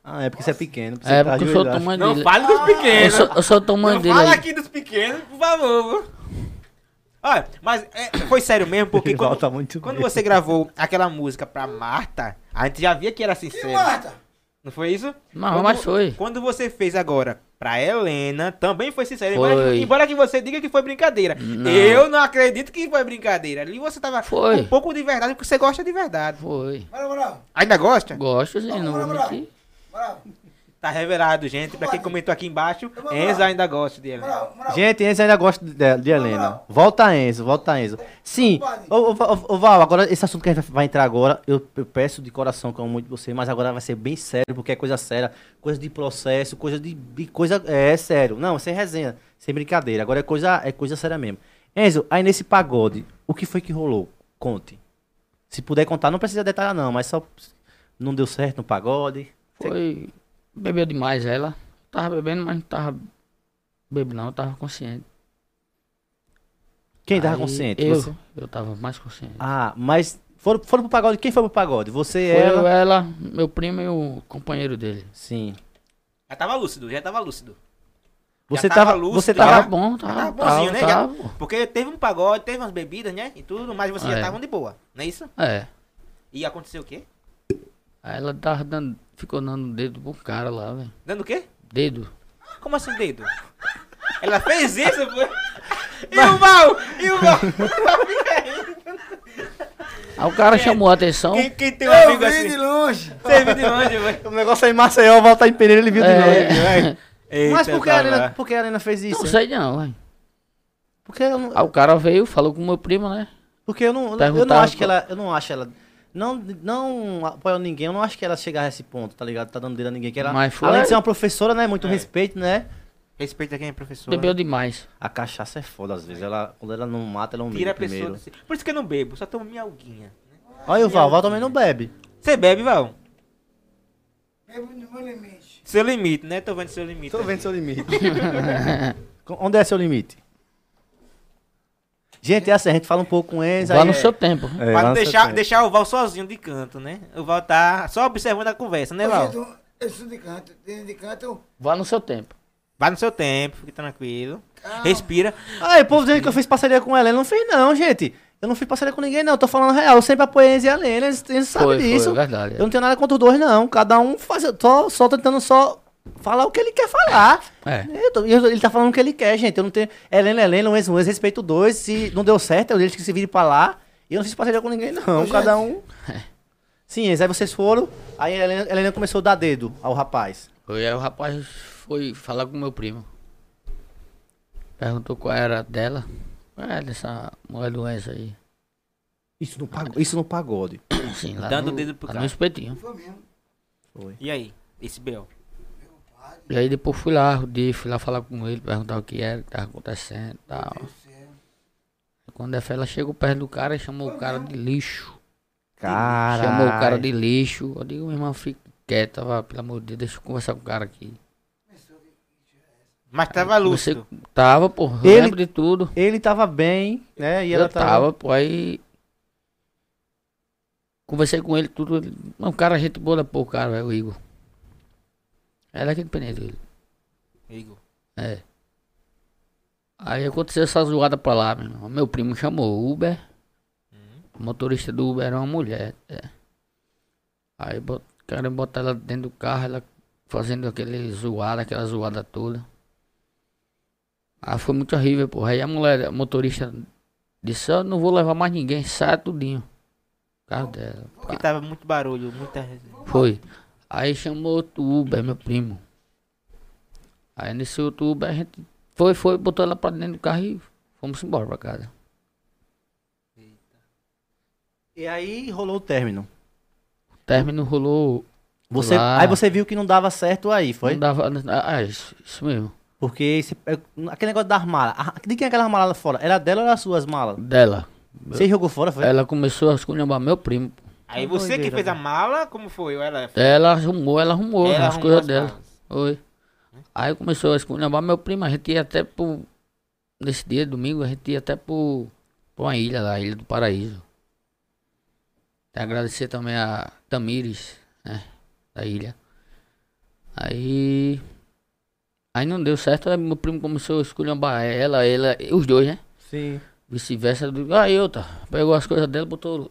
S2: Ah, é porque você é pequeno.
S4: É porque eu sou o tamanho
S3: Não
S4: dele.
S3: fale dos
S4: Eu
S3: pequenos.
S4: sou, eu sou o tamanho
S3: Não
S4: dele
S3: fala
S4: aí.
S3: aqui dos pequenos, por favor. viu? Olha, mas é, foi sério mesmo, porque
S4: [laughs]
S2: Ele
S3: quando,
S2: volta muito
S3: quando
S2: mesmo.
S3: você gravou aquela música pra Marta, a gente já via que era
S5: E
S3: sincero.
S5: Marta?
S3: Não foi isso?
S4: Não,
S3: Quando-
S4: mas foi.
S3: Quando você fez agora pra Helena, também foi sincero. Embora,
S4: Foi.
S3: embora que você diga que foi brincadeira.
S4: Não.
S3: Eu não acredito que foi brincadeira. Ali você tava
S4: Foi.
S3: com um pouco de verdade, porque você gosta de verdade.
S4: Foi.
S5: Bora, bora.
S3: Ainda gosta?
S4: Gosto, sim, não vou mentir.
S5: Bora,
S3: Tá revelado, gente. Pra quem comentou aqui embaixo, Enzo ainda gosta de Helena.
S5: bora, bora.
S2: Gente, Enzo ainda gosta de, de Helena. Volta Enzo, volta Enzo. Sim, ô, ô, ô, ô, Val, agora esse assunto que a gente vai entrar agora, eu, eu peço de coração que eu amo muito você, mas agora vai ser bem sério, porque é coisa séria, coisa de processo, coisa de, de coisa é, é sério. Não, sem resenha, sem brincadeira. Agora é coisa é coisa séria mesmo. Enzo, aí nesse pagode, o que foi que rolou? Conte. Se puder contar, não precisa detalhar não, mas só não deu certo no pagode.
S4: Foi. Bebeu demais ela. Tava bebendo, mas não tava bebo não, eu tava consciente.
S2: Quem tava
S4: Aí
S2: consciente?
S4: Eu,
S2: Você?
S4: eu tava mais consciente.
S2: Ah, mas foram, foram pro pagode. Quem foi pro pagode? Você,
S4: Foi
S2: ela?
S4: eu, ela, meu primo e o companheiro dele.
S2: Sim.
S3: Já tava lúcido, já tava lúcido.
S2: Você
S3: Já tava
S2: tava,
S3: lúcido,
S2: você
S4: Tava,
S2: tava,
S4: bom, tava,
S3: tava
S4: tava,
S3: bonzinho,
S4: tava,
S3: né? Porque teve um pagode, teve umas bebidas, né? E tudo, mas vocês já
S4: É.
S3: estavam de boa, não é isso?
S4: É.
S3: E aconteceu o quê?
S4: Aí ela tava dando, ficou dando dedo pro cara lá, velho.
S3: Dando o quê?
S4: Dedo.
S3: Como assim, dedo? Ela fez isso, foi? E o mal? E o mal?
S4: Aí o cara chamou a atenção.
S3: [laughs] Quem, quem tem um
S5: Eu
S3: amigo
S5: vi de
S3: assim?
S5: longe.
S3: Você viu de longe, velho?
S2: Tá, O negócio aí, Maceió, volta em Pereira, ele viu de
S4: [laughs]
S2: né,
S4: É.
S2: novo. Mas
S3: [laughs] Eita,
S2: por que, a Helena,
S3: Tamara.
S2: por que a Helena fez isso?
S4: Não sei não, velho.
S2: Porque eu não,
S4: Aí o cara veio, falou com o meu primo, né?
S2: porque eu não, eu não
S4: Perguntava
S2: acho que
S4: qual-
S2: ela, eu não acho ela, não, não apoio ninguém, eu não acho que ela chegar a esse ponto, tá ligado? Tá dando dedo a ninguém, que ela,
S4: Mas foi.
S2: além de ser uma professora, né, muito
S3: É.
S2: respeito, né?
S3: Respeita quem é professor.
S4: Bebeu demais.
S2: A cachaça é foda, às vezes, ela, quando ela não mata, ela humilha
S3: Tira a pessoa.
S2: primeiro.
S3: do si- Por isso que eu não bebo, só tomo minha alguinha.
S2: Olha o Val, o Val também não bebe.
S3: Você bebe, Val?
S5: Bebo no meu limite.
S3: Seu limite, né? Tô vendo seu limite. aqui.
S2: [laughs] limite. Onde é seu limite? Gente, é assim, a gente fala um pouco com eles,
S4: Vá
S2: aí...
S4: no seu tempo.
S2: É, lá
S3: Pra não
S2: no seu
S3: deixar,
S2: tempo.
S3: deixar o Val sozinho de canto, né? O Val tá só observando a conversa, né, Val?
S5: Hoje eu tô- Eu sou de canto. Dentro de canto,
S4: Vá no seu tempo.
S3: Vai no seu tempo, fique tranquilo. Respira.
S2: Aí, Ah, o povo dizendo que eu fiz parceria com ela. Eu não fiz, não, gente. Eu não fiz parceria com ninguém, não. Eu tô falando real. Eu sempre apoiei eles e a Lena. Eles, eles sabem
S4: Foi, foi,
S2: disso.
S4: é verdade.
S2: eu não tenho nada contra os dois, não. Cada um faz. Eu tô só tentando só falar o que ele quer falar.
S4: É.
S2: Eu tô- eu- ele tá falando o que ele quer, gente. Eu não tenho. Helena, Helena, um ex, um ex, respeito dois. Se não deu certo, eu deixo que se vire pra lá. E eu não fiz parceria com ninguém, não.
S5: Ô,
S2: Cada
S5: gente.
S2: um.
S4: É.
S2: Sim, Enzo, aí vocês foram. Aí a Helena, a Helena começou a dar dedo ao rapaz.
S4: Foi, aí o rapaz foi falar com meu primo. Perguntou qual era a dela. Qual é dessa mulher doença aí?
S2: Isso no pagode. Isso no pagode.
S4: Sim, Assim, lá
S3: Dando
S4: no,
S3: o dedo pro
S4: lá
S3: cara.
S4: no espetinho.
S5: Foi mesmo.
S3: E aí? Esse B.O.
S4: E aí depois fui lá, rodei, fui lá falar com ele, perguntar o que era, o que tava acontecendo e tal. Quando é fé, ela chegou perto do cara e chamou o cara de lixo.
S2: Cara.
S4: Chamou o cara de lixo. Eu digo, meu irmão, fica quieto, tava, pelo amor de Deus, deixa eu conversar com o cara aqui.
S3: Mas tava
S4: Você
S3: lúcido.
S4: tava, porra, eu
S2: Ele-
S4: lembro de tudo.
S2: Ele tava bem, né? E
S4: eu
S2: ela
S4: tava,
S2: tava.
S4: pô, aí. Conversei com ele, tudo. Ele... Um cara, gente boa da porra, o cara, velho, o Igor. Era aquele peneiro dele.
S3: Igor.
S4: É. Aí aconteceu essa zoada pra lá, meu irmão. Meu primo chamou o Uber. O motorista do Uber era uma mulher. É. Aí bot... querem botar ela dentro do carro, ela fazendo aquele zoada, aquela zoada toda. Aí foi muito horrível, porra. Aí a mulher, a motorista, disse, eu não vou levar mais ninguém, sai tudinho. O carro dela.
S3: Porque tava muito barulho, muita...
S4: Foi. Aí chamou outro Uber, meu primo. Aí nesse outro Uber a gente foi, foi, botou ela pra dentro do carro e fomos embora pra casa.
S2: E aí rolou o término.
S4: O término rolou.
S2: Você,
S4: Lá.
S2: aí você viu que não dava certo aí, foi?
S4: Não dava. Ah, isso, isso mesmo.
S2: Porque esse- é, aquele negócio das malas. Ah, De quem é aquela mala lá fora? Era dela ou era suas malas?
S4: Dela.
S2: Você jogou fora, foi?
S4: Ela começou a esculhambar meu primo.
S3: Aí
S2: Tá
S3: você que
S2: doideira,
S3: fez a mala, como foi? Ou Ela,
S4: Ela arrumou, ela arrumou
S3: ela
S4: É, as
S3: arrumou
S4: coisas
S3: as
S4: dela.
S3: malas.
S4: Oi. Aí começou a esculhambar meu primo. A gente ia até pro. Nesse dia, domingo, a gente ia até pro. pra uma ilha lá, a Ilha do Paraíso. Até agradecer também a Tamires, né? Da ilha. Aí. Aí não deu certo, aí meu primo começou a esculhambar ela, ela, os dois, né?
S2: Sim.
S4: Vice-versa. do- Aí eu, tá. Pegou as coisas dela, botou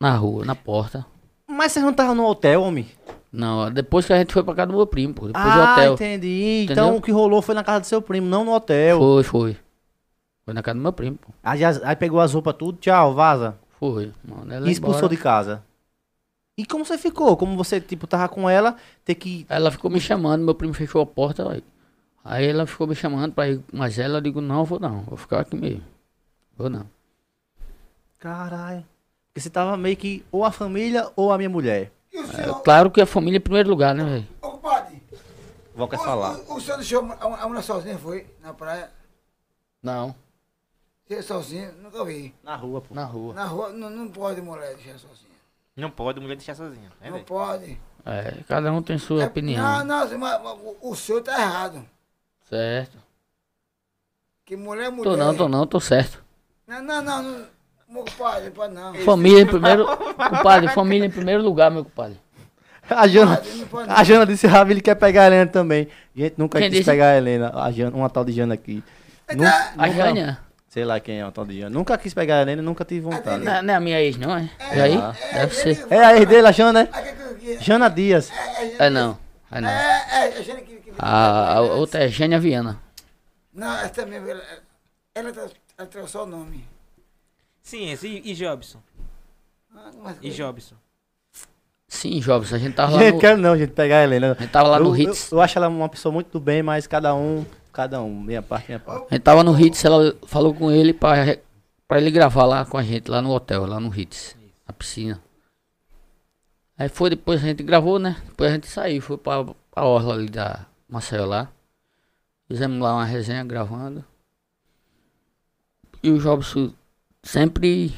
S4: na rua, na porta.
S2: Mas vocês não estavam no hotel, homem?
S4: Não, depois que a gente foi pra casa do meu primo, pô. Depois do
S2: ah,
S4: hotel.
S2: entendi. Então
S4: Entendeu?
S2: o que rolou foi na casa do seu primo, não no hotel.
S4: Foi, foi. Foi na casa do meu primo, pô.
S2: Aí, já- aí pegou as roupas tudo, tchau, vaza.
S4: Foi, mano. Ela
S2: E expulsou
S4: embora.
S2: de casa. E como você ficou? Como você, tipo, tava com ela, ter que.
S4: Ela ficou me chamando, meu primo fechou a porta. Aí, aí ela ficou me chamando pra ir, mas ela eu digo, não, vou não, vou ficar aqui mesmo. Vou não.
S2: Caralho. Porque você tava meio que ou a família ou a minha mulher.
S5: E o senhor,
S4: Claro que a família é em primeiro lugar, né, velho?
S5: ô compadre?
S2: Vou quer
S5: o-
S2: falar.
S5: O, o senhor deixou a, mu- a mulher sozinha, foi? Na praia?
S4: Não,
S5: Você é sozinho? Nunca vi.
S2: Na rua, pô.
S4: na rua.
S5: Na rua, não, não pode mulher deixar sozinha.
S3: Não pode mulher deixar sozinha. né,
S5: não
S3: velho?
S5: pode.
S4: É, cada um tem sua
S5: É,
S4: opinião.
S5: Não, não, mas, mas o- o senhor tá errado.
S4: Certo.
S5: Que mulher é mulher.
S4: Tô não, tô não, tô certo. [laughs]
S5: Não, não, não. não meu compadre, não pode não.
S4: Família em primeiro. compadre, família em primeiro lugar, meu compadre.
S2: A Jana,
S5: Compadre, não pode não.
S2: a Jana disse que ele quer pegar a Helena também. Gente, nunca
S4: Quem
S2: quis
S4: disse?
S2: pegar a Helena. A Jana, uma tal de Jana aqui. Nun-
S4: A
S2: nunca-
S4: Jânia.
S2: Sei lá quem é uma tal de Jana. Nunca quis pegar a Helena e nunca tive vontade.
S4: Não, é- não é a minha ex, não, é? E aí? Deve ser.
S2: É a ex dele, a Jana, né?
S5: Aquele que-
S2: Jana Dias.
S4: É não. É não.
S5: É, é, a Jane que. que-
S4: A, a outra é Jânia Viana.
S5: Não, é essa mesmo. Ela, ela, tra- ela trouxe só o nome.
S3: Ciência. E, e Jobson?
S5: Ah, mas-
S3: E Jobson?
S4: Sim, Jobs, a gente tava lá
S2: Gente,
S4: no,
S2: quero não, gente, pegar a Helena.
S4: a gente tava lá
S2: eu,
S4: no
S2: eu,
S4: Hits.
S2: eu acho ela uma pessoa muito do bem, mas cada um, cada um, minha parte, minha parte.
S4: A gente tava no Hits, ela falou com ele pra, re- pra ele gravar lá com a gente, lá no hotel, lá no Hits, na piscina. Aí foi, depois a gente gravou, né? Depois a gente saiu, foi pra, pra orla ali da Maceió lá. Fizemos lá uma resenha gravando. E o Jobson sempre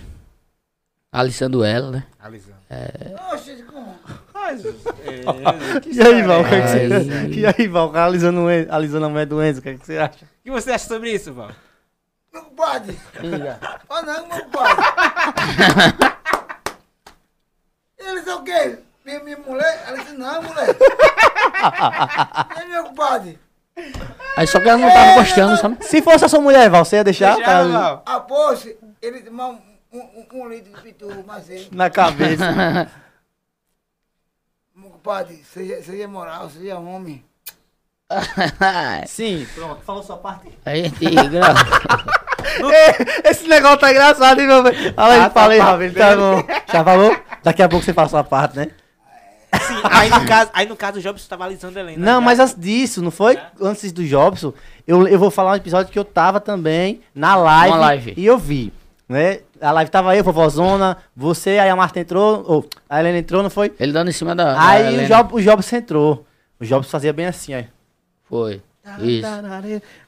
S4: alisando ela, né?
S3: Alisando.
S5: Oxe, como?
S3: [laughs]
S2: E aí, Val, o que, é que
S4: Ai.
S2: você... [laughs] E aí, Val, analisando, o En- analisando a mulher do Enzo, o que, é que você acha?
S3: O que você acha sobre isso, Val?
S5: Meu compadre. [laughs] Ah, não, meu compadre. Ele disse o quê? Minha, minha mulher? Ela disse, não, mulher. é meu compadre.
S4: Aí só que ela não tava gostando, sabe?
S2: Se fosse a sua mulher, Val, você ia deixar,
S4: Tá,
S3: Deixa,
S2: Cara,
S3: Val.
S5: Após, ele tomou um, um, um litro de pitu, mas ele.
S2: na cabeça.
S4: [laughs]
S5: Meu compadre, seja, seja moral, seja homem.
S2: Sim, pronto, falou sua parte.
S4: Aí a gente [laughs] gravou.
S2: [laughs] Esse negócio tá engraçado, hein, meu velho? Olha aí, falei, Ravel, tá bom. Já falou? Daqui a pouco você fala sua parte, né?
S3: Sim, aí no caso, aí no caso o Jobson tava alisando a Helena. né?
S2: Não,
S3: já.
S2: mas antes disso, não foi? Antes do Jobson, eu, eu vou falar um episódio que eu tava também na live,
S4: Uma live.
S2: e eu vi, né? A live tava eu, vovózona, você, aí a Marta entrou, ou a Helena entrou, não foi?
S4: Ele dando em cima da. da
S2: aí
S4: Helena.
S2: o, Job, o Jobs entrou. O Jobs fazia bem assim, aí.
S4: Foi. Isso.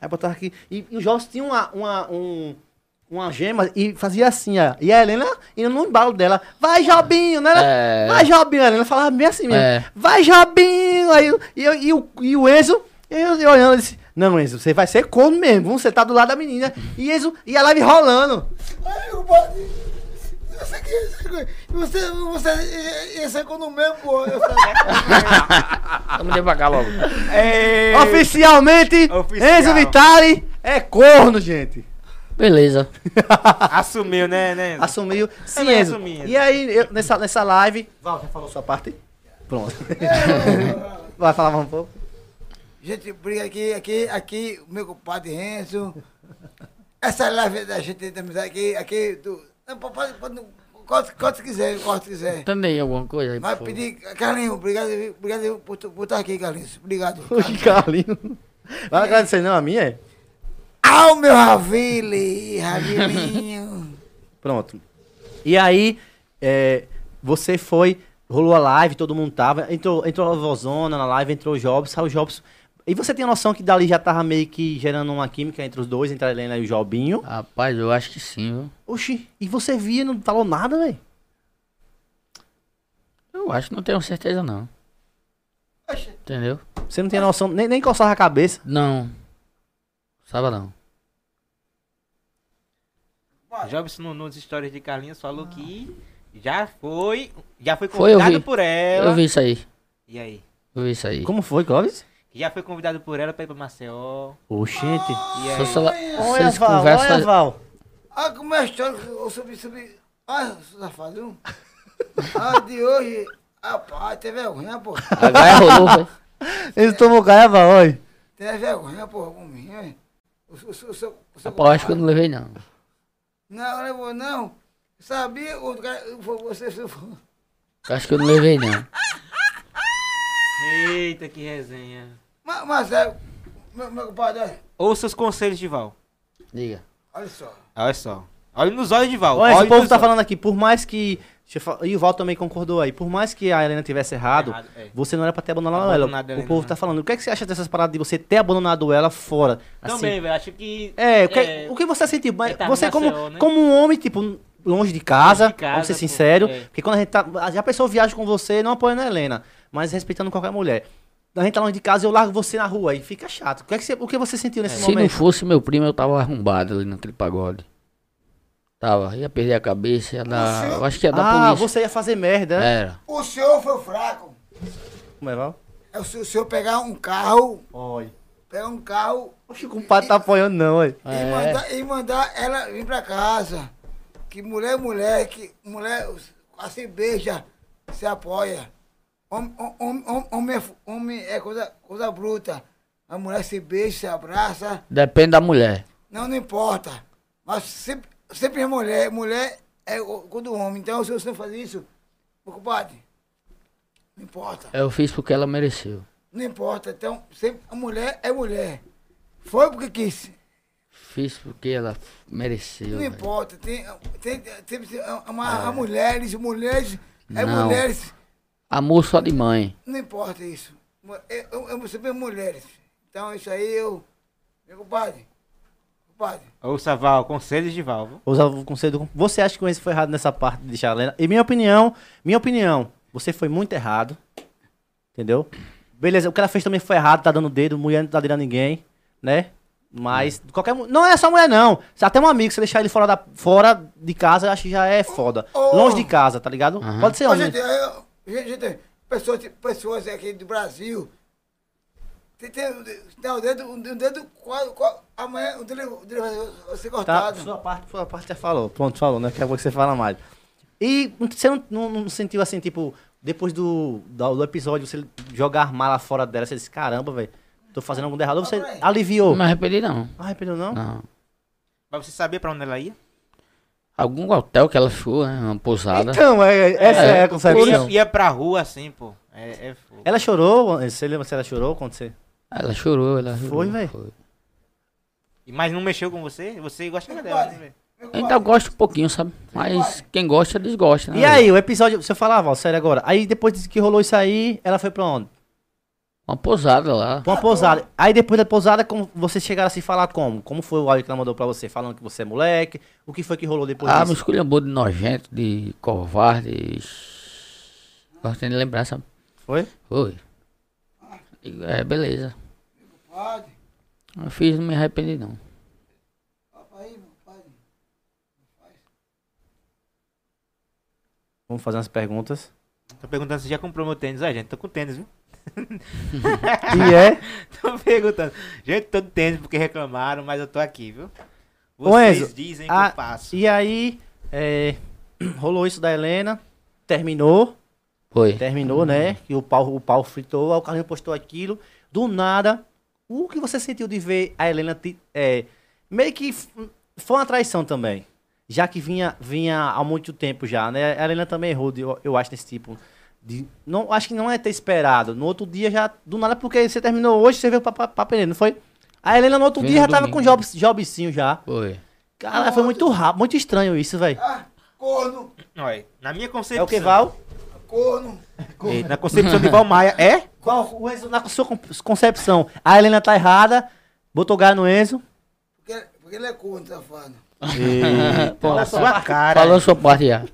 S2: Aí botava aqui. E, e o Jobs tinha uma, uma, um, uma gema e fazia assim, ó. E a Helena indo no embalo dela. Vai, Jobinho, né?
S4: É.
S2: Vai, Jobinho. A Helena falava bem assim mesmo.
S4: É.
S2: Vai, Jobinho. Aí, eu- e, eu- e o, e o Enzo, eu, eu olhando, disse... Não, Enzo, você vai ser corno mesmo. Você tá do lado da menina. E Enzo, e a live rolando.
S5: Aí, compadre. Você que. é Você. Você. Esse é quando mesmo, pô. Eu falei,
S4: Vamos de pra cá logo.
S3: Ei,
S2: Oficialmente,
S3: Oficial.
S2: Enzo Vitali é corno, gente.
S4: Beleza.
S3: Assumiu, né, né?
S2: Assumiu. Sim,
S3: não,
S2: Enzo.
S3: assumi, Enzo.
S2: E aí, eu- nessa, nessa live. Val, já falou sua parte? Pronto. [laughs] Vai falar mais um [laughs] pouco?
S5: gente, briga aqui, aqui, aqui, o meu compadre Renzo. Essa é live da gente da amizade aqui, aqui do. Não, pode, pode, quanto, quanto quiser, quanto quiser.
S4: Entendei alguma coisa aí, por
S5: Vai
S4: favor?
S5: pedir, Carlinhos, obrigado, viu? obrigado viu, por, tu- por estar aqui, Carlinhos. Obrigado.
S2: O Carlinho. Vai agradecer, não, a minha? é?
S5: Ao meu Ravile, Ravilinho.
S2: Pronto. E aí, é, você foi, rolou a live, todo mundo tava. Entrou, entrou a vozona na live, entrou o Jobs, saiu o Jobs. E você tem noção que dali já tava meio que gerando uma química entre os dois, entre a Helena e o Jobinho?
S4: Rapaz, eu acho que sim, viu?
S2: Oxi, e você via, e não falou nada, velho?
S4: Eu acho, não tenho certeza não.
S5: Oxe.
S4: Entendeu?
S2: Você não tem noção, nem, nem coçava a cabeça.
S4: Não. Sabe não.
S3: Jobs no, nos stories de Carlinhos falou
S2: Ah.
S3: que já foi, já foi
S4: Foi, eu
S3: convidado
S4: vi.
S3: por ela.
S4: Eu vi isso aí.
S3: E aí?
S4: Eu vi isso aí.
S2: É Como foi, Clóvis?
S3: Já foi convidado por ela pra ir pra Maceió.
S2: Oxente.
S3: E
S4: Se,
S3: aí?
S4: se ela- se eles conversam...
S2: Val.
S5: Olha como é a história eu subi, subi. Olha, seu safado. A de hoje, rapaz, tem vergonha, pô.
S4: A Gaia é rolou, foi.
S2: Ele tomou gaia, Val, olha.
S5: Tem vergonha, pô, comigo, hein? O, seu- o, seu- o, seu- o seu
S4: Rapaz, eu acho que eu não levei não.
S5: Não, não vou, não. Sabia, o cara, foi você, você foi.
S4: Eu acho que eu não levei não.
S3: Eita, que resenha.
S5: Mas, mas é, meu, meu compadre, olha,
S3: Ouça os conselhos de Val.
S4: Diga.
S5: olha só.
S3: Olha só. Olha nos olhos de Val. então
S2: Olha, esse
S3: Olhe
S2: povo
S3: nos
S2: tá
S3: olhos.
S2: falando aqui, por mais que. deixa eu fa- E o Val também concordou aí. Por mais que a Helena tivesse errado,
S3: Errado, é.
S2: você não era pra ter abandonado,
S3: Abandonado
S2: ela.
S3: a
S2: O
S3: Helena,
S2: povo
S3: né?
S2: tá falando. O que, é que você acha dessas paradas de você ter abandonado ela fora? Assim,
S3: Também, velho. Acho que.
S2: É, o que, o que você sentiu? Mas
S3: É, tá,
S2: você,
S3: nasceu,
S2: como,
S3: né?
S2: como um homem, tipo, longe de casa,
S3: Longe de casa,
S2: vamos ser
S3: pô,
S2: sincero,
S3: é.
S2: porque quando a gente tá. a- Já a pessoa viaja com você, não apoiando a Helena, mas respeitando qualquer mulher. A gente tá longe de casa, eu largo você na rua e fica chato. O que, é que você, o que você sentiu nesse
S4: Se não
S2: momento?
S4: fosse meu primo, eu tava arrombado ali naquele pagode. Tava. Ia perder a cabeça, ia dar... Eu acho que ia dar
S2: ah,
S4: polícia. É.
S2: você ia fazer merda, né?
S4: Era.
S5: O senhor foi fraco.
S2: Como é, Val?
S5: É o senhor- o senhor pegar um carro,
S2: Olha.
S5: pegar um carro
S2: Oxe, o compadre tá É. apoiando, não, olha.
S5: E, mandar, e mandar ela vir pra casa. Que mulher, é mulher, que mulher assim beija, se apoia. Homem, homem, homem, homem é, fu- homem é coisa, coisa bruta. A mulher se beija, se abraça,
S4: Depende da mulher.
S5: não, não importa. Mas sempre, sempre é mulher, mulher é o- quando homem. Então, se você não fazer isso, meu compadre, não importa.
S4: Eu fiz porque ela mereceu.
S5: Não importa. Então, sempre a mulher é mulher. Foi porque quis.
S4: Fiz porque ela mereceu.
S5: Não
S4: velho.
S5: importa, tem, tem, tem, tem uma, a mulheres, mulheres, é
S4: Não.
S5: mulheres,
S4: Amor só de mãe.
S5: não importa isso. É, Mu- Eu, eu, eu sempre mulheres. Então isso aí eu. Meu compadre, compadre,
S3: Ouça, Val. Conselhos de Val. viu?
S2: Vou usar o conselho do... Você acha que o Enzo foi errado nessa parte de deixar a Helena? E minha opinião, minha opinião, você foi muito errado. Entendeu? Beleza, o que ela fez também foi errado, tá dando dedo, mulher não tá dando a ninguém, né? Mas qualquer mu- não é só mulher não. Se até um amigo você deixar ele fora da fora de casa, eu acho que já é foda.
S5: Ô, ô.
S2: Longe de casa, tá ligado?
S4: Aham.
S2: Pode ser
S5: Ô,
S2: homem.
S5: gente, eu- gente, gente, pessoas, pessoas aqui do Brasil. Tem, tem, um de- tem um dedo, um dedo, qual, qual, amanhã o dedo, o dedo vai ser
S2: Tá,
S5: cortado.
S2: sua parte, sua parte já falou. Pronto, falou, né? Daqui a pouco você fala mais. E você não, não- não sentiu assim, tipo, depois do, da- do episódio, você jogar a mala fora dela, você disse, caramba, velho, tô fazendo algum errado. Ou você aliviou.
S4: Não me arrependi, não.
S2: Ah, arrependeu não?
S4: não.
S3: Mas você sabia pra onde ela ia?
S4: Algum hotel que ela ficou, né? Uma pousada.
S2: Então, é, essa é,
S4: É,
S2: a concepção.
S3: Ia, ia pra rua assim, pô. É, é fogo.
S2: Ela chorou, você lembra se ela chorou quando você...
S4: Ela chorou, ela chorou.
S2: velho?
S3: Mas não mexeu com você? Você gosta dela, né, velho?
S4: Ainda gosto um pouquinho, sabe? Mas quem gosta, desgosta, né?
S2: E aí, o episódio. Você falava, ó, sério agora. Aí depois disse que rolou isso aí, ela foi pra onde?
S4: Uma pousada lá.
S2: Pra uma pousada. Aí depois da pousada, como vocês chegaram a se falar como? Como foi o áudio que ela mandou pra você? Falando que você é moleque? O que foi que rolou depois
S4: Ah, me
S2: disso?
S4: esculhambou de nojento, de covarde. Gosto nem de lembrar, sabe?
S2: Foi?
S4: Foi. Digo, É, beleza.
S5: Padre,
S4: Eu fiz, não me arrependi, não.
S5: papai, meu padre.
S2: Vamos fazer umas perguntas.
S3: Tô perguntando se já comprou meu tênis. Ah, gente, tô com tênis, viu?
S2: [laughs] E é?
S3: Tô perguntando. Gente, tô de tênis porque reclamaram, mas eu tô aqui, viu?
S2: Ô,
S3: Vocês
S2: Enzo,
S3: dizem que
S2: ah,
S3: eu faço.
S2: E aí, é, [clears throat] rolou isso da Helena. Terminou.
S4: Foi.
S2: Terminou, né? Que o pau, o pau fritou, aí o Carlinhos postou aquilo. Do nada, o que você sentiu de ver a Helena te- é, meio que f- foi uma traição também. Já que vinha, vinha há muito tempo já, né? A Helena também errou, de- eu, eu acho, nesse tipo. De, não, acho que não é ter esperado. No outro dia já, do nada, porque você terminou hoje, você veio pra, pra, pra Peneira, não foi? A Helena no outro
S4: Vim
S2: dia
S4: no
S2: já tava
S4: domingo.
S2: com jobs, jobzinho já.
S4: Foi.
S2: Cara, foi muito rápido, muito estranho isso, velho.
S5: Ah, corno,
S3: Olha, na minha concepção.
S2: É o que, Val?
S5: corno.
S3: Ei, Na concepção de Val Maia, é?
S2: Qual o Enzo, na sua con- concepção, a Helena tá errada, botou o galho no Enzo.
S5: Porque, porque ele é corno, safado.
S3: Pô, na sua cara.
S4: Falou sua parte já.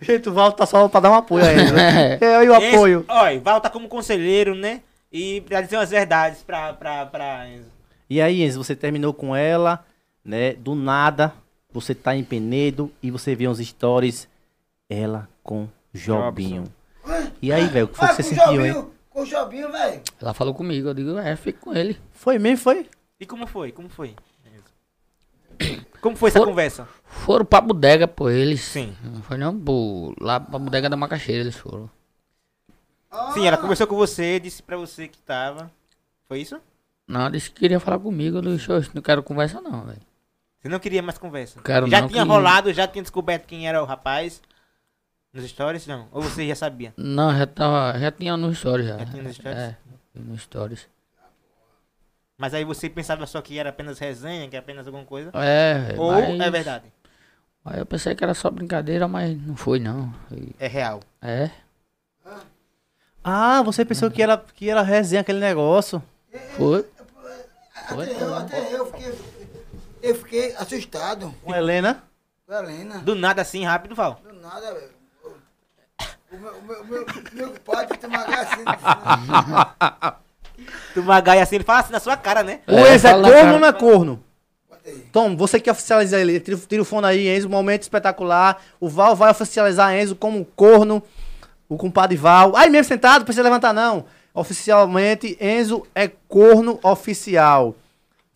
S2: Gente, o Val tá só pra dar um apoio a Enzo. né? Eu e o
S3: Esse-
S2: apoio.
S3: Olha, Val tá como conselheiro, né? E pra dizer umas verdades pra, pra, pra Enzo.
S2: E aí, Enzo, você terminou com ela, né? Do nada, você tá em Penedo e você vê uns stories, ela com Jobinho. E aí, velho, o que foi
S5: Ah,
S2: que
S5: com
S2: você
S5: o
S2: sentiu, hein?
S5: Jobinho, com o Jobinho, velho.
S4: Ela falou comigo, eu digo, é, fico com ele.
S2: Foi mesmo, foi?
S3: E como foi? Como foi? Enzo? Como foi essa
S4: Foi-
S3: conversa?
S4: Foram pra bodega, pô, eles.
S3: Sim.
S4: Não foi não, pô, lá pra bodega da Macaxeira eles foram.
S3: Sim, ela conversou com você, disse pra você que tava. Foi isso?
S4: Não, ela disse que queria falar comigo, eu disse, "Oxe, não quero conversa não, velho.
S3: Você não queria mais conversa.
S4: Quero
S3: já
S4: não,
S3: tinha
S4: que-
S3: rolado, já tinha descoberto quem era o rapaz. Nos stories, não? Ou você já sabia?
S4: Não, já tava, já tinha no stories já.
S3: Já tinha nos stories?
S4: É, no stories.
S3: Mas aí você pensava só que era apenas resenha, que era apenas alguma coisa?
S4: É, velho,
S3: Ou
S4: mas-
S3: é verdade?
S4: Mas eu pensei que era só brincadeira, mas não foi não. E-
S3: É real.
S4: É,
S2: Ah, você pensou que ela, que ela resenha aquele negócio.
S4: foi. Foi,
S5: Até eu, até eu fiquei, eu fiquei assustado
S2: Com a Helena.
S5: com a Helena.
S3: Do nada assim, rápido, Val.
S5: Do nada, velho. O meu, o meu, o meu, meu padre tem uma gracinha. né?
S3: Tu magai assim, ele fala assim na sua cara, né?
S2: O Enzo é
S4: fala,
S2: corno
S4: cara.
S2: ou não é corno?
S5: Bota aí.
S2: Tom, você que oficializa ele, tira, tira o fone aí, Enzo, momento espetacular. O Val vai oficializar Enzo como um corno, o compadre Val. Aí mesmo sentado, não precisa levantar não. Oficialmente, Enzo é corno oficial.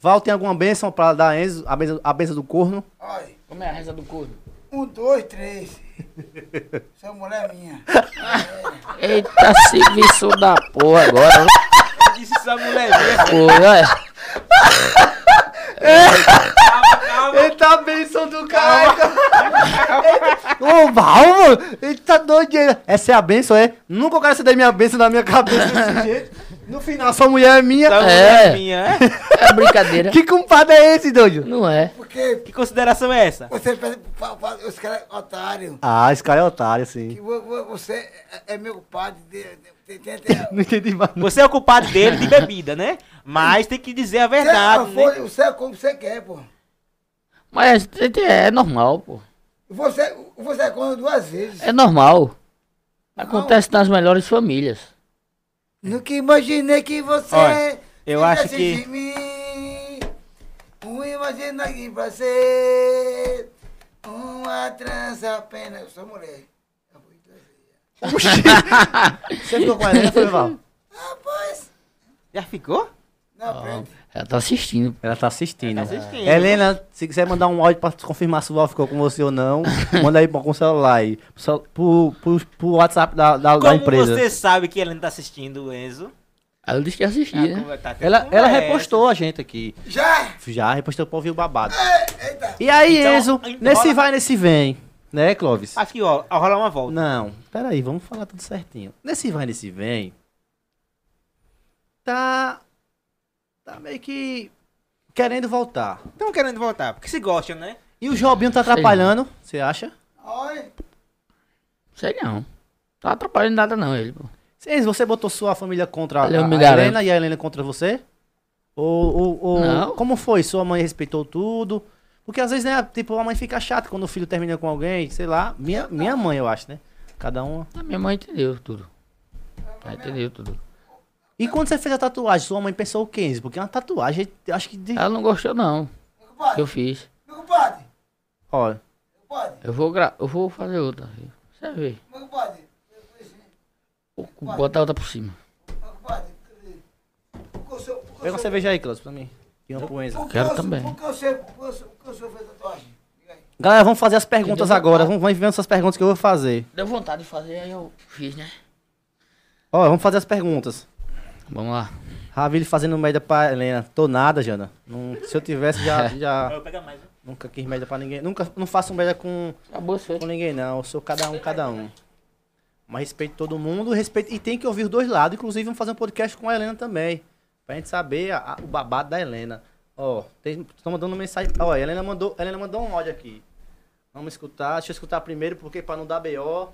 S2: Val, tem alguma bênção pra dar a Enzo, a benção, a benção do corno?
S5: Olha,
S4: Como é a reza do corno?
S5: um, dois,
S3: [laughs]
S5: três. Essa mulher é minha.
S4: Eita, serviço da porra agora,
S3: Eu disse essa mulher mesmo.
S4: porra. é.
S2: Eita, a benção do cara! Ô, Val, mano, ele tá doido. hein? Essa é a benção, é? Nunca eu quero você dar minha benção na minha cabeça [laughs] desse jeito. No final, sua mulher é minha.
S3: Essa mulher é minha, é?
S4: É brincadeira.
S2: Que compadre é esse, doido?
S4: Não é.
S5: Porque
S3: [laughs] Que consideração é essa?
S5: você pensa, fa- fa- os caras é otário.
S2: Ah, esse cara é otário, sim.
S5: Que vo- vo- você é- é meu padre. de- de- Tem, tem,
S3: [laughs]
S5: tem,
S2: [laughs] Não entendi mais. não.
S3: Você é o culpado dele de bebida, né? Mas tem que dizer a verdade, né?
S5: Você foi, é você é como você quer, pô.
S4: Mas é, é normal, pô.
S5: Você, você é corno duas vezes.
S4: É normal. Acontece nas melhores famílias.
S5: Nunca imaginei que você.
S3: Olha, eu
S5: fizesse
S3: acho que-
S5: de mim Um imagina que pra ser. Uma trança apenas. Eu sou mulher. Eu vou trazer.
S2: Você ficou com a Helena, foi, Val?
S5: Rapaz,
S3: Já ficou?
S5: não aprende.
S4: Ela tá assistindo.
S2: Ela tá assistindo.
S3: Ela tá assistindo.
S2: Helena, se quiser mandar um áudio pra confirmar se o Val ficou com você ou
S3: [laughs]
S2: não, manda aí com o celular aí. Pro cel- Pro, pro, pro WhatsApp da, da, da
S3: Como
S2: empresa.
S3: você sabe que ela não tá assistindo o Enzo?
S4: Ela disse que assistia, né?
S3: Tá tendo
S2: Ela, ela
S3: conversa.
S2: repostou a gente aqui.
S5: Já!
S2: Já repostou pra ouvir o babado.
S5: Eita!
S2: E aí,
S3: Ah, Então,
S2: Enzo,
S3: então Ah,
S2: nesse
S3: rola-
S2: vai, nesse vem. Né, Clóvis?
S3: Acho que ó, rola uma volta.
S2: Não, peraí, vamos falar tudo certinho. Nesse vai, nesse vem. Tá. Tá meio que. Querendo voltar.
S3: Estão querendo voltar, porque se gostam, né?
S2: E o Jobinho tá
S4: Sei.
S2: atrapalhando, você acha?
S5: Olha,
S4: Sei não. Tá atrapalhando nada não ele, pô.
S2: Vocês, você botou sua família contra a,
S4: Olha, eu me
S2: a
S4: garanto.
S2: Helena e a Helena contra você? Ou, ou- ou-
S4: Não.
S2: como foi? Sua mãe respeitou tudo? Porque às vezes, né, tipo, a mãe fica chata quando o filho termina com alguém, sei lá. Minha, minha mãe, eu acho, né? Cada um.
S4: A minha mãe entendeu tudo. Ela entendeu tudo.
S2: E quando você fez a tatuagem, sua mãe pensou o quê? Porque uma tatuagem, eu acho que. De...
S4: Ela não gostou não,
S5: meu
S4: que
S5: compadre,
S4: eu fiz.
S5: meu compadre,
S2: Ó,
S5: meu compadre,
S4: Eu vou gra... eu vou fazer outra. filho. Você vê.
S5: meu compadre,
S4: Vou Botar outra por cima.
S5: meu compadre, porque eu sou- porque eu
S2: pega uma
S5: sou-
S2: cerveja aí, Klaus, pra mim. E uma poenza.
S5: porque
S4: Quero
S5: eu sou-
S4: também.
S5: Porque eu sei, porque eu sou- porque eu sou fez tatuagem. Diga aí.
S2: Galera, vamos fazer as perguntas
S4: Entendeu?
S2: agora. Vamos, vamos vendo essas perguntas que eu vou fazer.
S4: Deu vontade de fazer, aí eu fiz, né?
S2: Ó, vamos fazer as perguntas.
S4: Vamos lá.
S2: Ravilho fazendo média pra Helena. Tô nada, Jana. Não- se eu tivesse, já, já.
S3: Eu pego mais, né?
S2: Nunca quis média pra ninguém. Nunca não faço média com,
S4: Acabou isso aí.
S2: com ninguém, não. Eu sou cada um, cada um. Mas respeito todo mundo, respeito. E tem que ouvir os dois lados. Inclusive, vamos fazer um podcast com a Helena também. Pra gente saber a- a- o babado da Helena. Ó, estão mandando mensagem. Ó, a Helena mandou, a Helena mandou um áudio aqui. Vamos escutar, deixa eu escutar primeiro, porque pra não dar BO,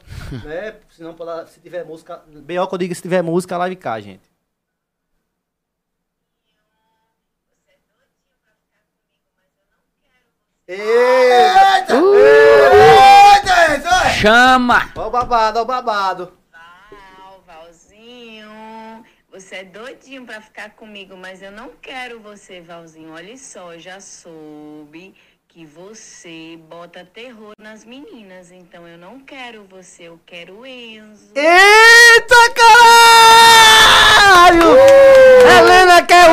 S2: né? Senão, pra lá- se tiver música. BO que eu digo, se tiver música, live cá, gente. Ei! Uh!
S5: Eita, eita, olha.
S4: Chama!
S2: Ó o babado, ó o babado.
S6: Val, Valzinho, você é doidinho pra ficar comigo, mas eu não quero você, Valzinho. Olha só, eu já soube que você bota terror nas meninas, então eu não quero você, eu quero o Enzo.
S2: Eita caralho! Helena quer o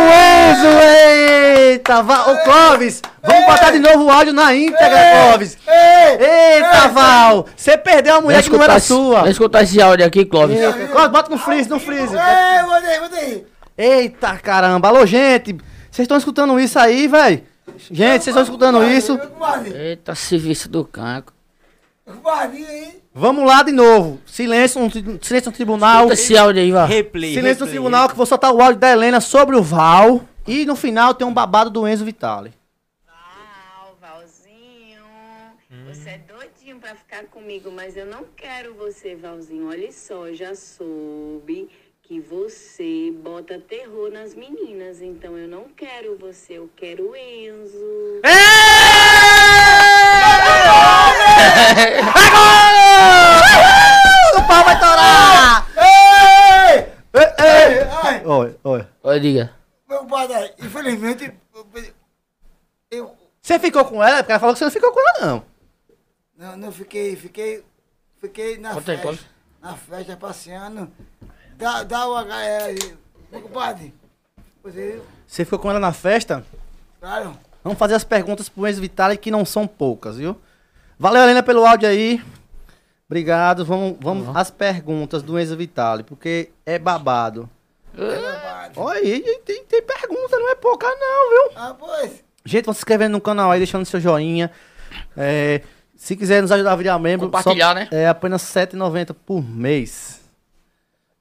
S2: Enzo! Eita! Va... Ô Clóvis, vamos botar de novo o áudio na íntegra, Clóvis!
S5: Ei,
S2: Eita, Val! Você perdeu a mulher que não era
S4: esse,
S2: sua!
S4: Vem escutar esse áudio aqui, Clóvis.
S2: Eita, Clóvis, bota no freeze, no freeze!
S5: ei, mandei, mandei.
S2: Eita caramba! Alô, gente! Vocês estão escutando isso aí, velho? Gente, vocês estão escutando isso?
S5: Meu compadre,
S4: Eita, serviço do canco.
S5: meu compadre, hein?
S2: Vamos lá de novo! Silêncio no, tri- silêncio no tribunal!
S4: Escuta esse áudio aí, vá.
S3: Replay.
S2: Ah, Silêncio no
S3: replay,
S2: tribunal, que vou soltar o áudio da Helena sobre o Val. E no final tem um babado do Enzo Vitale.
S6: Val, Valzinho, você é doidinho pra ficar comigo, mas eu não quero você, Valzinho. Olha só, eu já soube que você bota terror nas meninas, então eu não quero você, eu quero o Enzo.
S2: O pau vai torar!
S5: Ei, ei, ai.
S2: Olha, olha.
S4: Olha, diga.
S5: Meu compadre, infelizmente, eu- eu
S2: Você ficou com ela? É Porque ela falou que você não ficou com ela, não.
S5: não, não fiquei, fiquei, fiquei na
S4: Conta aí,
S5: festa,
S4: conta.
S5: na festa, passeando. Dá, dá uma galera aí. Meu compadre, você,
S2: Você ficou com ela na festa?
S5: claro,
S2: Vamos fazer as perguntas pro Enzo Vitale, que não são poucas, viu? Valeu, Helena, pelo áudio aí. Obrigado. Vamos, vamos às perguntas do Enzo Vitale, porque é babado. Olha aí, tem, tem pergunta, não é pouca, não, viu?
S5: ah, pois,
S2: Gente, vão se inscrevendo no canal aí, deixando seu joinha. É, se quiser nos ajudar a virar membro,
S4: Compartilhar, né?
S2: É apenas R$ 7,90 por mês.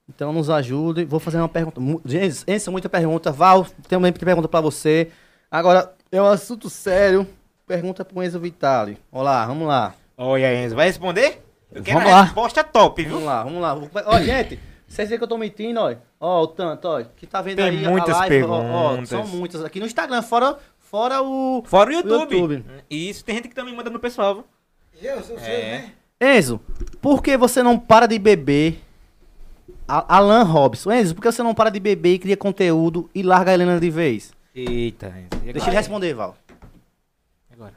S2: Então nos ajudem. Vou fazer uma pergunta. mu- Gente, essa é muita pergunta. Val, tem uma pergunta pra você. Agora, é um assunto sério. Pergunta pro Enzo Vitale. Olá, vamos lá.
S3: Olha, Enzo, vai responder? Eu quero
S4: Vamos
S3: a
S4: lá.
S3: resposta top, viu?
S2: Vamos lá, vamos lá. Vou- Ó, gente, vocês veem que eu tô mentindo, ó. Ó, o tanto, ó. Que tá vendo
S3: Tem
S2: aí
S3: muitas
S2: a live. ó, ó, são
S3: perguntas.
S2: muitas aqui no Instagram, fora, fora o.
S3: Fora o
S2: YouTube.
S3: YouTube. Isso, tem gente que também manda no pessoal, viu?
S5: eu sou seu,
S3: É.
S5: né?
S2: Enzo, por que você não para de beber? A- Alan Robson. Enzo, por que você não para de beber e cria conteúdo e larga a Helena de vez?
S3: Eita, Enzo. E
S2: Deixa ele responder, Val.
S3: Agora.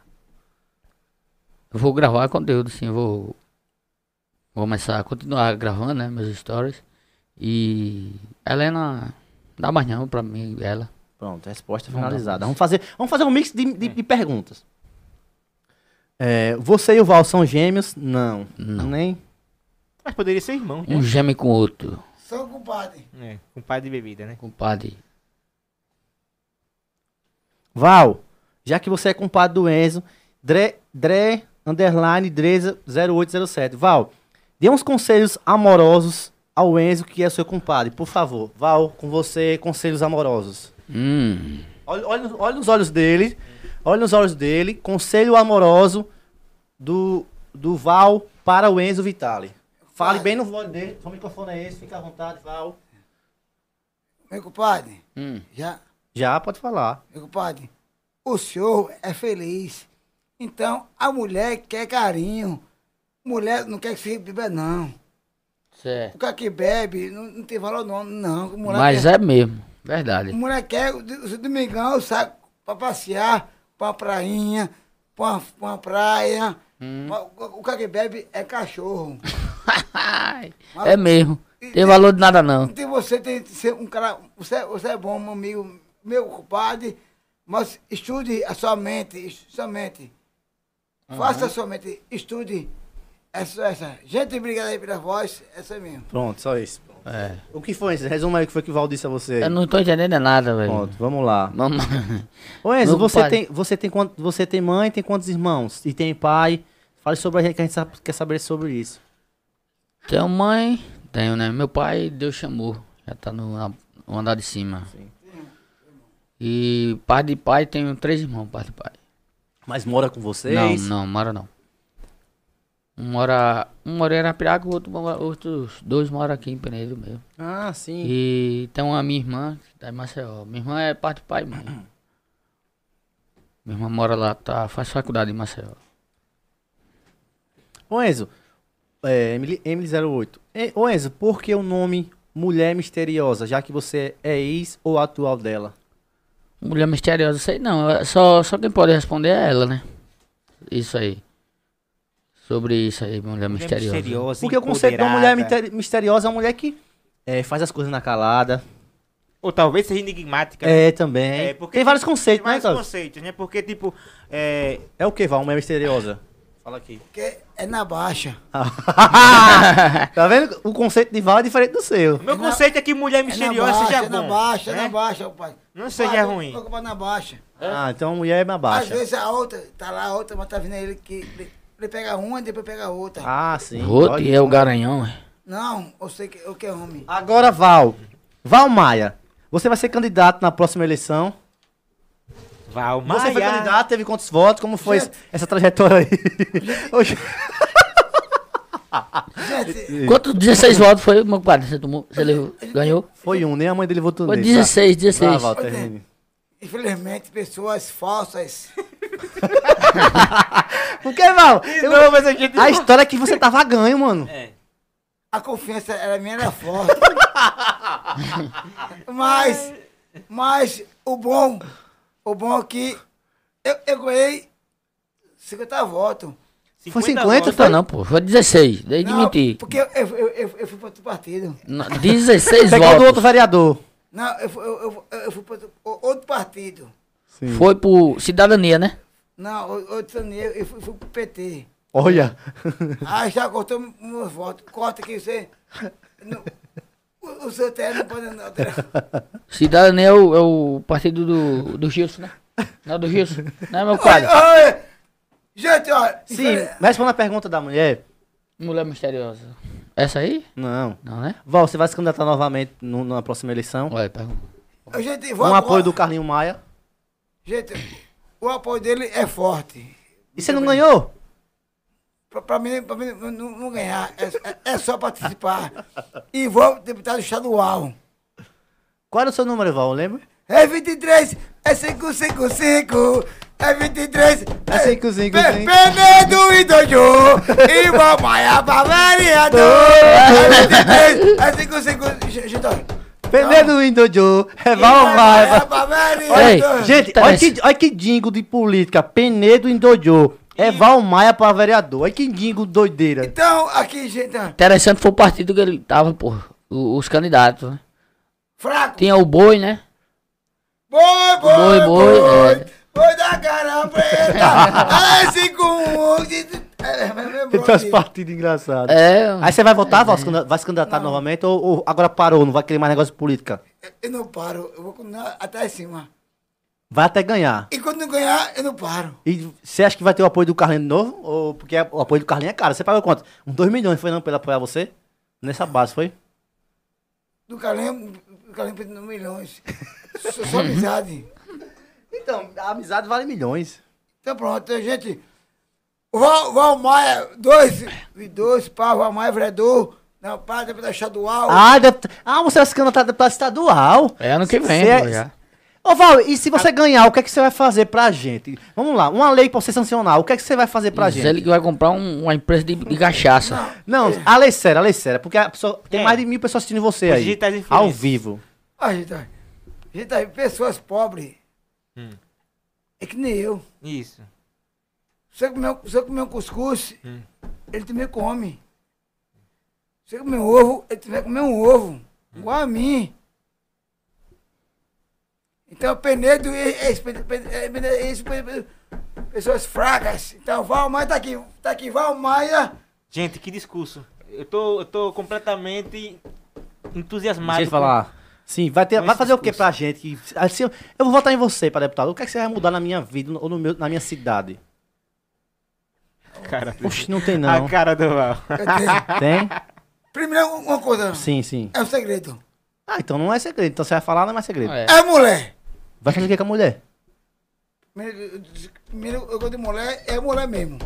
S4: Eu vou gravar conteúdo, sim. eu Vou, vou começar a continuar gravando, né? Meus stories. E Helena dá mais não pra mim, ela.
S2: Pronto, resposta finalizada. Vamos fazer, vamos fazer um mix de, de- de perguntas. É, você e o Val são gêmeos? Não. Nem?
S3: Mas poderia ser irmão,
S2: Hum?
S4: Um geme com o outro,
S5: Sou um compadre.
S3: né? É, com pai de bebida, né?
S4: compadre.
S2: Val, já que você é compadre do Enzo, Dre, Dre underline Dreza 0807. Val, dê uns conselhos amorosos ao Enzo, que é seu compadre, por favor. Val, com você, conselhos amorosos.
S4: Hum.
S2: Olha, olha, olha nos olhos dele. olhe nos olhos dele, conselho amoroso do, do Val para o Enzo Vitale. Fale bem no olho dele, o microfone é esse, fica à vontade, Val.
S5: Meu compadre,
S4: Hum.
S5: já,
S2: Já pode falar.
S5: meu compadre, o senhor é feliz. Então, a mulher quer carinho. Mulher não quer que se beba, não.
S4: Certo.
S5: O cara que bebe não, não tem valor, não. Não, mulher
S4: Mas
S5: quer,
S4: é mesmo. Verdade.
S5: mulher quer, o do- o domingão sai pra passear, pra uma prainha, pra uma, pra uma praia. Pra- O, o cara que bebe é cachorro.
S4: é mesmo. Tem valor de nada não.
S5: Então você tem que ser um cara. Você, você é bom, meu amigo, meu compadre, mas estude a sua mente, estude sua mente. Faça a sua mente, estude. Essa, essa. Gente, obrigado aí pela voz, essa é minha.
S2: Pronto, só isso.
S4: É.
S2: O que foi, Enzo? Resuma aí o que foi que o Val disse a você.
S4: Eu não tô entendendo é nada, velho.
S2: Pronto, vamos lá.
S4: Vamos.
S2: Ô Enzo,
S4: Meu
S2: você
S4: compadre.
S2: tem, você, tem quant- você tem mãe, tem quantos irmãos? E tem pai? Fale sobre a gente, que a gente sabe- quer saber sobre isso.
S4: Tenho mãe, tenho, né? Meu pai, Deus chamou. Já tá no, na- no andar de cima. E pai de pai, tenho três irmãos, pai de pai.
S2: Mas mora com vocês?
S4: Não, não, mora não. Um mora, um mora em Arapiraca, o outro mora, outros dois moram aqui em Penedo mesmo.
S2: Ah, sim.
S4: E tem uma minha irmã, que tá em Maceió. Minha irmã é parte de pai e mãe. Minha irmã mora lá, tá, faz faculdade em Maceió.
S2: Ô Enzo, é, Emily, Emily 08. E- Ô Enzo, por que o nome Mulher Misteriosa, já que você é ex ou atual dela?
S4: Mulher misteriosa, sei não. é- Só, só quem pode responder é ela, né? Isso aí. Sobre isso aí, mulher, misteriosa.
S2: Porque o conceito de uma mulher misteri- misteriosa é uma mulher que é, faz as coisas na calada.
S3: Ou talvez seja enigmática.
S2: É, também.
S3: É, porque
S2: tem vários conceitos,
S3: Tem vários
S2: né, Carlos?
S3: conceitos, né? Porque, tipo, é,
S2: É o que, Val? Mulher misteriosa. [laughs] Fala aqui.
S5: Porque é na baixa.
S2: Tá vendo? O conceito de Val é diferente do seu.
S3: o [laughs] meu conceito é que mulher misteriosa
S5: é na baixa,
S3: seja
S5: é na
S3: bom.
S5: baixa, é
S3: né?
S5: na baixa, compadre.
S3: Não seja
S5: Compadre,
S3: ruim.
S5: meu compadre, é na baixa.
S2: Ah, então mulher é mais
S5: Às
S2: baixa.
S5: vezes a outra, tá lá a outra, mas tá vindo ele que. Ele, ele pega uma e depois pega outra.
S2: Ah, sim.
S4: Rote
S2: Olha.
S4: é o garanhão, é.
S5: Não, eu sei que eu que é homem.
S2: Agora, Val. Val Maia, você vai ser candidato na próxima eleição.
S3: Val
S2: Você foi
S3: Maia.
S2: candidato, teve quantos votos? Como foi essa trajetória aí? [laughs] Oxe,
S3: [laughs]
S5: Gente,
S4: Quantos 16 votos foi, meu padre? Você tomou? Você levou? Ganhou?
S2: foi um, nem a mãe dele votou
S4: Foi
S2: nele.
S4: 16,
S2: tá? Vai,
S4: 16.
S2: Val, termine.
S5: infelizmente, pessoas falsas.
S2: Por que, Val? Eu-
S3: Não, mas a gente...
S2: a história é que você tava ganho,
S4: [laughs]
S2: mano.
S3: É.
S5: A confiança era minha era forte. mas, mas o bom, o bom é que eu, eu ganhei 50 votos.
S2: Foi tá? 50,
S3: votos.
S4: Não, não, pô. Foi 16. Daí de
S5: Não,
S4: mentir.
S5: porque eu, eu, eu, eu fui para outro partido.
S4: Não, 16
S2: Pegou do outro
S4: votos.
S2: vereador.
S5: Não, eu, fui- eu, eu, eu fui para outro, outro partido.
S4: Foi por cidadania, né?
S5: Não, eu, eu, desanimei, eu fui, fui pro PT.
S2: [laughs] Olha.
S5: [laughs] Aí já cortou meus votos. Corta que você. não- o, o seu terno não pode tá não alterar.
S4: Cidadania é o, é o partido do, do Gilson, né? Não é do Gilson? Não é meu
S5: [laughs]
S4: padre?
S5: Oi, oi. Gente, olha.
S2: Sim, responda a pergunta da mulher.
S4: Mulher misteriosa. Essa aí?
S2: Não.
S4: Não, né?
S2: Val, você vai se candidatar novamente no- na próxima eleição.
S4: Olha, pergunta.
S5: Gente,
S2: Com
S5: vamos,
S2: o Um apoio do Carlinho Maia.
S5: Gente, o apoio dele é forte.
S2: E você não ganhou?
S5: Pra, pra mim, pra mim não, não ganhar, é, é- é só participar. E vou deputado estadual.
S2: Qual era o seu número, Val? Lembra?
S5: É 23, é 555, é 23,
S2: É 555.
S5: Penedo e Dojo, e mamãe pra vereador. É 23, é 555, Ge- gente, olha.
S2: Penedo Indojo, é Val Maia.
S5: Mamaiá pra
S4: Ei,
S5: vereador.
S2: Gente,
S4: Tá
S2: olha
S4: nesse.
S2: que, olha que dingo de política. Penedo em dojo. É Val Maia pra vereador. Olha que dingo doideira.
S5: Então, aqui, gente, ó,
S4: Interessante foi o partido que ele tava, pô. o- Os candidatos, né?
S5: fraco.
S4: Tinha o Boi, né?
S5: Boi, boi,
S4: Boi,
S5: boi,
S4: boi,
S5: boi,
S4: é.
S5: da cara preta, é 5 1 é, mas lembrou
S2: Então, as
S5: disso.
S2: partidas engraçadas.
S4: É.
S2: Aí você vai votar, Val? Se candida- Vai se candidatar novamente ou, ou agora parou? Não vai querer mais negócio de política?
S5: Eu não paro, eu vou continuar até em cima.
S2: Vai até ganhar.
S5: E quando não ganhar, eu não paro.
S2: E você acha que vai ter o apoio do Carlinho de novo? Ou porque o apoio do Carlinho é caro? Você pagou quanto? Uns 2 milhões foi não pra ele apoiar você? Nessa base, foi?
S5: Do Calembo, do Calembo pedindo milhões. Só, só amizade.
S2: Então, a amizade vale milhões.
S5: Então pronto, a gente. Val, Valmaia, dois, dois pá, Valmaia, vereador, na parte da estadual.
S2: Ah, deputa- ah, você vai se candidatar a deputado estadual.
S4: É ano que vem,
S2: tá Cê-
S4: pô, já.
S2: Ô, Val, e se você ganhar, o que é que você vai fazer pra gente? Vamos lá, uma lei pra você sancionar, o que é que você vai fazer pra
S4: Diz
S2: gente?
S4: ele que vai comprar um- uma empresa de, de cachaça.
S2: Não, a lei séria, a lei séria, porque a pessoa- tem
S3: É.
S2: mais de mil pessoas assistindo você
S3: Os
S2: aí.
S3: digitais
S2: ao
S3: influencers.
S2: vivo.
S5: A gente, a gente tá- pessoas pobres.
S3: Hum.
S5: É que nem eu.
S3: Isso.
S5: Se eu comer, se eu comer um cuscuz,
S3: Hum.
S5: ele também come. Se eu comer um ovo, ele também comer um ovo. Igual a mim. Então, Penedo é, é, espe- é, é, Penedo é, espe- é pessoas fracas. Então, Valmaia tá aqui. Tá aqui, Valmaia.
S3: Gente, que discurso. Eu tô, eu tô completamente entusiasmado.
S2: Deixa ele
S3: com-
S2: falar. Sim, vai, ter,
S3: Com
S2: vai
S3: esse
S2: fazer o que
S3: discurso.
S2: pra gente? Que- assim, eu eu vou votar em você pra deputado. O que é que você vai mudar na minha vida ou no meu- na minha cidade?
S3: Cara,
S2: Oxe, não tem
S3: [laughs]
S2: não.
S3: a cara do Val.
S5: Eu
S2: [laughs]
S5: tenho-
S2: Tem?
S5: Primeiro, uma coisa.
S2: Sim, sim.
S5: É um segredo.
S2: Ah, então não é segredo. Então você vai falar, não é mais segredo.
S4: É.
S5: É mulher.
S2: Vai fazer o que com a mulher?
S5: Primeiro, primeiro eu gosto de mulher, é mulher mesmo.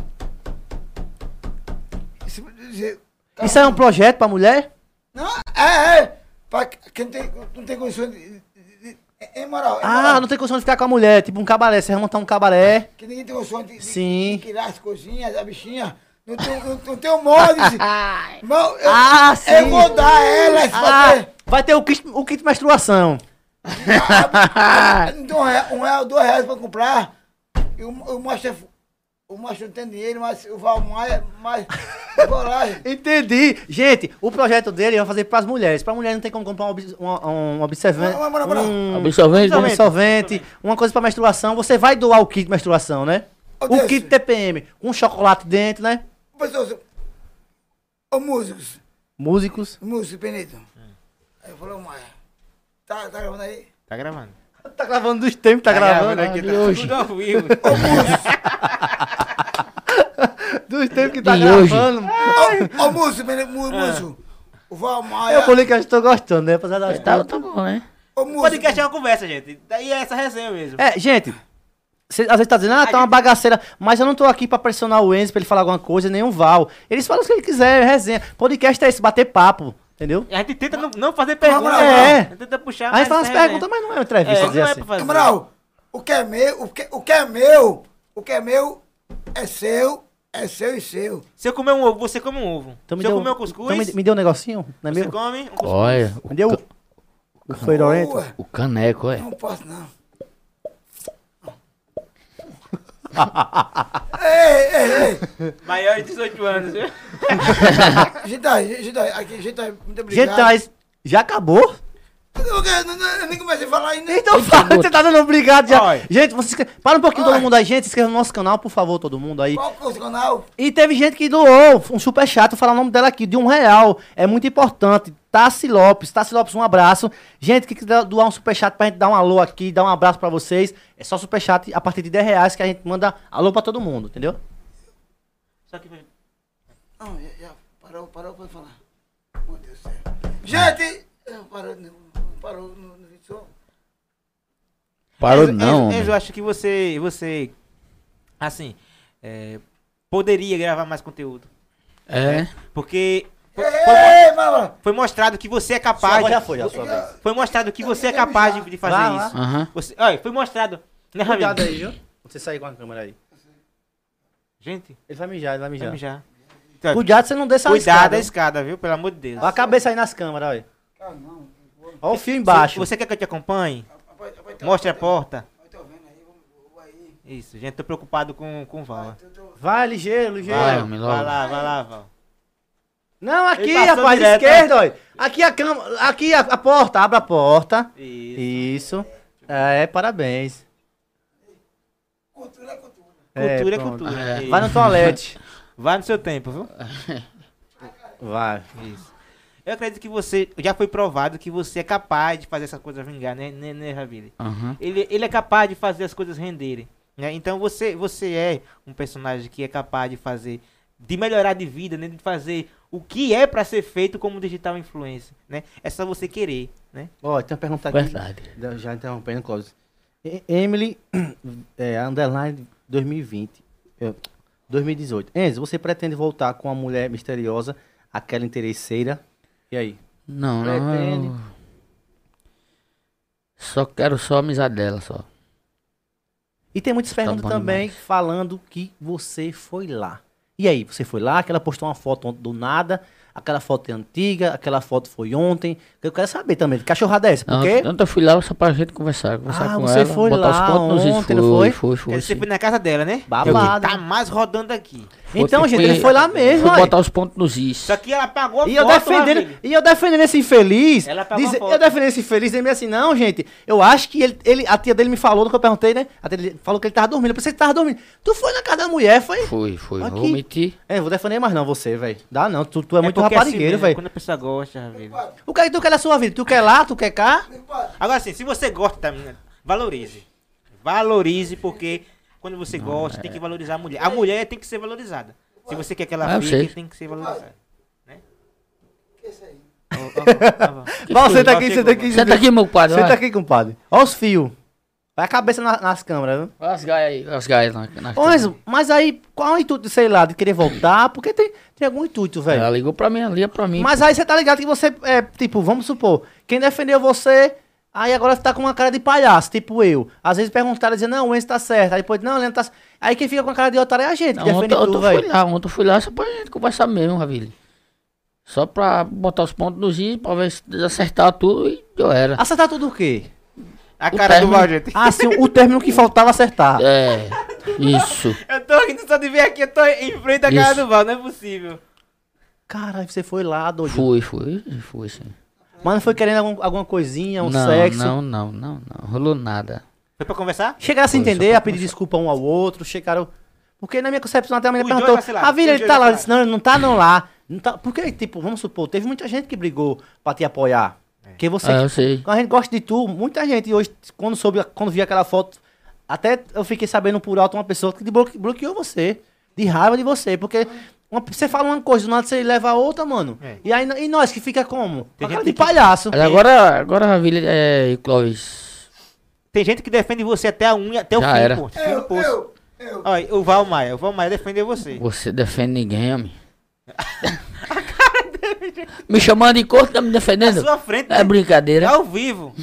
S5: Isso, isso- tá
S4: Então-
S2: Isso aí é um projeto pra mulher?
S5: Não, é, é. Pra quem tem, não tem condições de. de- de- é, é moral. É
S2: Ah,
S5: moral.
S2: não tem condição de ficar com a mulher. Tipo um cabaré. Você vai montar um cabaré.
S5: Que ninguém tem condições de, de-
S2: Sim.
S5: de criar as coisinhas, a bichinha. Não tem, não, não tem
S2: [laughs]
S5: o molde. Não, eu,
S2: Ah, sim.
S5: eu vou dar a elas pra
S2: Ah,
S5: ter.
S2: vai ter o kit, o kit menstruação. Ah.
S5: Não tem um real, um real, dois reais pra comprar. E o, o macho é. fu- O macho não tem dinheiro, mas o Valmaia, mas. eu Vou lá.
S2: [laughs] Entendi. Gente, o projeto dele vai fazer pras mulheres. Pra mulher não tem como comprar um, obs- uma- um observante.
S5: Bora, bora, bora.
S2: Um
S4: Absorvente,
S2: um
S4: né?
S2: absorvente, uma coisa pra menstruação. Você vai doar o kit de menstruação, né?
S5: Ô,
S2: O
S5: Deus.
S2: kit TPM, com chocolate dentro, né?
S5: Pessoas. Ô, músicos.
S2: Músicos.
S5: Músico, Benito.
S2: Hum.
S5: Aí eu falei, ô, Maia. Tá, tá gravando aí?
S3: Tá gravando.
S2: Tá gravando dos tempos, tá, gravando.
S3: aqui,
S4: de
S3: tá
S4: hoje.
S3: tudo ao vivo.
S2: Dos tempos que tá
S4: E hoje?
S2: gravando.
S5: Ô, ô músico, Benito, mú-
S3: É.
S5: músico. O Valmaia.
S2: Eu falei que eu tô gostando, né? Apesar das
S4: Tá, tá bom, né?
S5: Ô,
S3: O
S5: músico.
S3: podcast é uma conversa, gente. Daí é essa resenha mesmo.
S2: É, gente, cê, às vezes tá dizendo, ah, tá uma bagaceira, mas eu não tô aqui pra pressionar o Enzo pra ele falar alguma coisa, nem o Val. Eles falam o que ele quiser, é resenha. Podcast é esse, bater papo, entendeu?
S3: A gente tenta não, não fazer perguntas.
S2: É.
S3: A gente tenta puxar.
S2: Aí
S3: mas
S2: fala as
S3: essa resenha.
S2: perguntas, mas não é uma entrevista,
S3: É,
S2: dizer
S3: não é
S2: assim.
S3: pra fazer.
S5: Na moral, o que é meu, o que, o que é meu, o que é meu é seu, é seu e seu.
S3: Se eu comer um ovo, você come um ovo.
S2: Então me
S3: Se eu
S2: deu-
S3: comer um cuscuz,
S2: então me, me deu um negocinho, não é
S3: você
S2: meu?
S3: come um cuscuz.
S4: Olha, o,
S2: Me deu
S4: ca-
S2: o fedorento.
S5: Boa.
S4: o caneco, é.
S5: Não posso, não.
S3: Maior de 18 anos, viu?
S5: Gitai, Gitai, aqui, Gitai, muito obrigado.
S2: Gente, mas já acabou? [laughs]
S5: Eu, não- não- eu nem comecei a falar ainda.
S2: Então fala, você tá dando obrigado já.
S3: Olha.
S2: Gente, você inscreve... para um pouquinho
S5: Olha.
S2: todo mundo aí, gente, se inscreva no nosso canal, por favor, todo mundo aí.
S5: Qual que é o seu canal?
S2: E teve gente que doou um superchat, vou falar o nome dela aqui, de um real. É muito importante. Tassi Lopes, Tassi Lopes, um abraço. Gente que quiser doar um superchat pra gente dar um alô aqui, dar um abraço pra vocês, é só superchat a partir de 10 reais que a gente manda alô pra todo mundo, entendeu?
S3: Só que...
S5: Não, já, já parou, parou pra falar. Meu Deus do céu. Gente! eu- Parou, não, parou no, no vídeo só.
S4: Parou
S3: Enzo-
S4: não,
S3: Enzo,
S4: homem.
S3: Enzo, eu acho que você, você assim, é, poderia gravar mais conteúdo.
S4: É.
S3: Porque foi, foi-
S5: Ei, mano!
S3: foi mostrado que você é
S2: Sua
S3: capaz.
S2: voz
S3: de-
S2: já foi, já sua vez.
S3: foi mostrado que você é capaz de, de fazer
S2: Vai lá.
S3: isso.
S4: Aham.
S3: Você, olha, foi mostrado. Né,
S2: Cuidado
S3: Ramiro?
S2: aí, viu? Você sair com a câmera aí.
S3: Gente,
S2: Ele vai mijar, ele vai mijar.
S3: vamos já. Então, cuidado
S2: Cuidado, é você não desça a
S3: da
S2: escada, hein?
S3: escada, viu? Pelo amor de Deus.
S2: Olha a cabeça aí nas câmeras, olha.
S5: Ah, não.
S2: Olha o fio embaixo.
S3: Se Você quer que eu te acompanhe?
S5: Rapaz, rapaz, tá-
S3: Mostre a porta.
S5: Eu tô vendo aí, vou, vou aí.
S3: Isso, gente, tô preocupado com, com o Val.
S5: Eu tô-
S2: Vai, ligeiro, ligeiro.
S4: Vai, homem, logo.
S3: Vai lá, vai lá, Val.
S2: Não, aqui,
S3: Ele passou
S2: rapaz,
S3: direto,
S2: esquerda, olha. Aqui a cama, aqui a, a porta, abre a porta.
S3: Isso.
S2: Isso. É, parabéns.
S5: Cultura é cultura.
S2: É,
S3: Cultura é,
S2: pronto.
S3: cultura. Isso.
S2: Vai no
S3: [laughs]
S2: toalete.
S3: Vai no seu tempo, viu?
S2: Vai.
S3: Isso. Eu acredito que você já foi provado que você é capaz de fazer essas coisas vingar, né, né, né Ravili?
S4: Aham.
S3: Ele, ele é capaz de fazer as coisas renderem. Né? Então você, você é um personagem que é capaz de fazer, de melhorar de vida, né? de fazer o que é pra ser feito como digital influencer. Né? É só você querer. Né?
S2: Ó, tem uma pergunta aqui.
S4: Verdade.
S2: Já interrompendo, Clóvis. E- Emily, [clears throat] é, underline 2020. é, 2018. Enzo, você pretende voltar com a mulher misteriosa, aquela interesseira? E aí?
S4: Não, não.
S2: Pretende.
S4: Eu... Só quero só a amizade dela, só.
S2: E tem muitos perguntas
S4: bom
S2: também falando que você foi lá. E aí, você foi lá, que ela postou uma foto ontem do nada, aquela foto é antiga, aquela foto foi ontem. Eu quero saber também, que cachorrada é essa?
S4: Não,
S2: Por quê?
S4: Tanto eu fui lá só pra gente conversar. Conversar
S2: Ah,
S4: com
S2: você
S4: ela.
S2: foi
S4: botar
S2: lá
S4: os pontos nos is.
S2: ontem, não foi?
S4: Foi,
S3: Quer
S4: foi,
S3: dizer, Você
S4: sim.
S3: foi na casa dela, né?
S2: Babado.
S3: Tá mais rodando aqui.
S4: Foi
S2: Então,
S4: que
S2: gente,
S4: fui-
S2: ele foi lá mesmo,
S4: Fui
S2: olha.
S4: botar os pontos nos is.
S2: Tá
S3: Só que ela pagou a
S2: E eu
S3: foto,
S2: defendendo,
S3: Ravilho.
S2: e eu defendendo esse infeliz.
S3: Ela pagou
S2: Diz,
S3: a foto.
S2: eu defendendo esse infeliz, dizendo assim, não, gente, eu acho que ele, ele- a tia dele me falou, no que eu perguntei, né? A tia dele falou que ele tava dormindo, eu pensei que tava dormindo. Tu foi na casa da mulher, foi?
S4: Foi, foi. Não Vou
S2: Aqui.
S4: mentir.
S2: É, não vou defender mais não você, velho. Dá não, tu, tu é, muito
S3: porque assim
S2: raparigueiro,
S3: mesmo,
S2: velho.
S3: Quando a pessoa gosta, Ravilho.
S2: O que é que tu quer da sua vida? Tu quer lá, tu quer cá?
S3: Agora sim, se você gosta da menina, valorize. Valorize, porque quando você gosta,
S4: é.
S3: tem que valorizar a mulher. A mulher tem que ser valorizada. Se você quer que ela
S4: Ah, eu
S3: fique,
S4: sei.
S3: tem que ser valorizada. né?
S5: Que é isso aí?
S3: Ó, ó, ó, ó.
S2: Val,
S3: foi?
S2: senta
S3: Val,
S2: aqui,
S3: chegou,
S2: senta aqui.
S4: Senta aqui, meu padre.
S2: Senta
S4: vai.
S2: aqui, compadre. Olha os fios. Vai a cabeça na- nas câmeras, viu?
S4: Olha as gaias aí. Olha as gaias na, na
S2: Ô, Enzo, mas aí, qual é o intuito, sei lá, de querer voltar? Porque tem, tem algum intuito, velho.
S4: Ela ligou pra mim, ela liga pra mim.
S2: Mas aí você tá ligado que você, é, tipo, vamos supor, quem defendeu você, aí agora tá com uma cara de palhaço, tipo eu. Às vezes perguntaram, dizendo, não, o Enzo tá certo. Aí depois, não, o Leandro tá certo. Aí quem fica com a cara de otário é a gente,
S4: Não,
S2: que defende
S4: ontem, ontem
S2: tu,
S4: eu fui
S2: velho.
S4: lá, ontem eu fui lá só pra gente conversar mesmo, Ravili. Só pra botar os pontos nos is, pra ver se acertar tudo e eu era.
S2: Acertar tudo o quê?
S3: A
S4: O
S3: cara do
S4: término.
S3: Val, gente.
S2: Ah, sim, o término que faltava acertar.
S4: É, isso.
S3: Eu tô rindo só de ver aqui, eu tô em frente à cara
S4: Isso.
S3: do Val, não é possível.
S2: Caralho, você foi lá, doido.
S4: Fui, fui, fui sim.
S2: Mas não foi querendo algum- alguma coisinha, um
S4: não,
S2: sexo?
S4: não, não, não, não. Rolou nada.
S3: Foi pra conversar?
S2: Chegaram a se
S4: Foi, só
S2: entender,
S4: pra
S2: a pedir
S4: conversar.
S2: desculpa um ao outro, chegaram. Porque na minha concepção até a mulher
S3: Os dois
S2: perguntou,
S3: vacilaram,
S2: a vida ele
S3: os dois
S2: tá lá, eu
S3: vacilaram.
S2: disse, não, ele não tá não lá. Não tá... Porque, tipo, vamos supor, teve muita gente que brigou pra te apoiar.
S3: É.
S2: Porque você,
S4: Ah, eu sei.
S2: quando a gente gosta de tu, muita gente hoje, quando soube, quando vi aquela foto, até eu fiquei sabendo por alto uma pessoa que bloque- bloqueou você, de raiva de você, porque uma- você fala uma coisa, do nada você leva a outra, mano.
S3: É.
S2: E aí, e nós que fica como?
S3: Tem
S2: Uma cara
S3: gente
S2: de
S3: que-
S2: palhaço.
S4: Mas agora, agora Ravili é, e Clóvis.
S3: Tem gente que defende você até a unha, até o
S4: Já
S3: fim,
S4: era.
S3: do poço, fim do
S5: Eu,
S3: poço.
S5: eu, eu.
S3: Olha, o Val Maia, o Val Maia defendeu você.
S4: Você defende
S3: [laughs]
S4: ninguém, homem. me chamando de corno, tá me
S3: Na
S4: defendendo?
S3: sua frente,
S4: É
S3: né?
S4: brincadeira.
S3: ao vivo.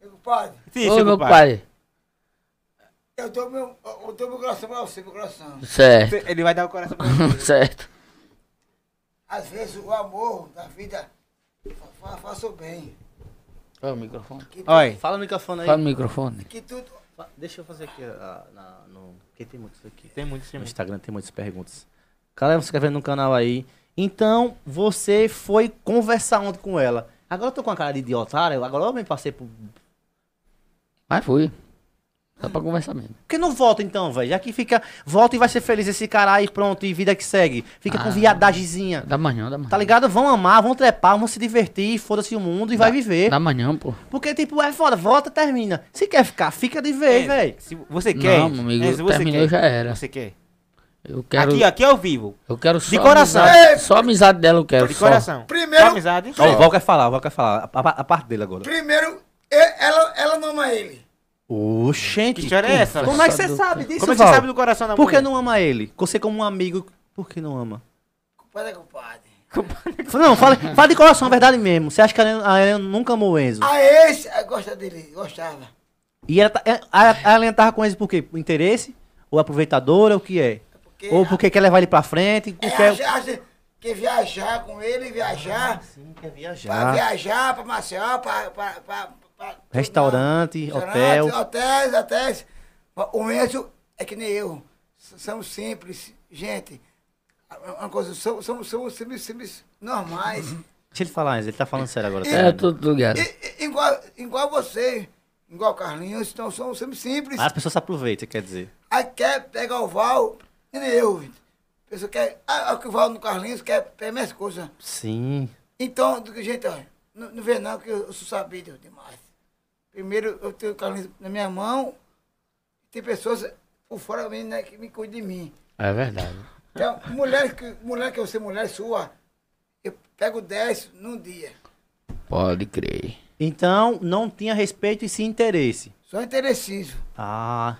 S5: Meu compadre,
S3: Sim,
S4: Ô,
S3: seu
S4: meu
S3: compadre.
S4: pai.
S5: eu dou meu, eu dou meu coração pra você, meu coração.
S4: Certo, [laughs]
S3: Cê- Ele vai dar o coração pra você.
S4: certo.
S5: Às vezes o amor da vida fa- faz o bem.
S4: Olha é o microfone.
S5: Que, tu-
S3: Olha,
S2: Fala no microfone aí.
S4: Fala no microfone.
S5: que tudo.
S2: Fa- Deixa eu fazer aqui ah, na- no. Porque tem muitos aqui.
S3: tem muito isso
S2: No Instagram tem muitas perguntas. Galera, se inscrevendo no canal aí. Então, você foi conversar ontem com ela. Agora eu tô com a cara de idiota, agora eu me passei por.
S4: Mas fui. Só pra conversar mesmo.
S2: Porque não volta então, velho. Já que fica. Volta e vai ser feliz esse cara aí, pronto, e vida que segue. Fica com
S4: Ah.
S3: É.
S2: viadagemzinha.
S4: Da manhã, da manhã.
S2: Tá ligado? Vão amar, vão trepar, vão se divertir, foda-se o mundo e vai viver.
S4: Da manhã, pô.
S2: Porque, tipo, é foda, volta, termina. Se quer ficar, fica de vez, velho.
S3: Se você quer.
S4: Não, meu amigo,
S3: Enzo, você
S4: terminou,
S3: quer.
S4: já era.
S3: Você quer.
S4: Eu quero.
S3: Aqui, ó, aqui ao vivo.
S4: Eu quero só.
S3: coração.
S4: amizade- só a amizade dela eu quero.
S3: De
S4: só.
S3: coração.
S5: Primeiro-
S3: Só amizade. é
S2: Ó, o Val quer falar, o Val quer falar. A, a- a parte dele agora.
S5: Primeiro, e- ela, ela mama ele.
S2: Oxente.
S3: Que história é essa?
S2: Como é que
S4: Só
S2: você
S4: do-
S2: sabe disso,
S3: Como é que você
S2: Val?
S3: sabe do coração da
S2: Por que
S3: mulher?
S2: não ama ele? Você como um amigo, por que não ama?
S5: Compadre, é compadre.
S2: Não, fala, fala de coração, a verdade mesmo. Você acha que a Helena, a Helena nunca amou o Enzo?
S5: A ex eh, gosta dele, gostava.
S2: E ela, tá- a, a Helena tava com o Enzo por quê? Por interesse? Ou aproveitadora? Ou o que é?
S5: Porque
S2: Ou porque quer levar ele pra frente?
S5: É,
S2: Porque...
S5: acha- acha que viajar com ele, viajar, pra
S2: Já.
S5: viajar pra Maceió, pra, pra, pra- pra-
S2: Restaurante,
S5: pra-
S2: hotel.
S5: Hotéis, hotéis. O Enzo é que nem eu. S- Somos simples, gente. Uma coisa, somos, somos, somos simples, simples normais.
S2: Deixa ele falar, Enzo. Ele tá falando sério agora.
S4: É,
S2: peraí.
S4: todo lugar.
S5: E- e- igual, igual você, igual o Carlinhos, então somos sempre simples.
S2: As pessoas se aproveitam, quer dizer.
S5: Aí quer pegar o Val, que nem eu. A pessoa quer. Ah, o que o Val no Carlinhos quer pegar minhas coisas.
S2: Sim.
S5: Então, do que gente, olha, não, não vê não que eu, eu sou sabido demais. Primeiro eu tenho o Carlinhos na minha mão, tem pessoas por fora mim, né, que me cuidam de mim.
S4: É verdade.
S5: Então, mulher que, mulher que eu sei, mulher sua, eu pego 10 num dia.
S4: Pode crer.
S2: Então, não tinha respeito e sim interesse.
S5: Só em Teresício.
S2: Ah.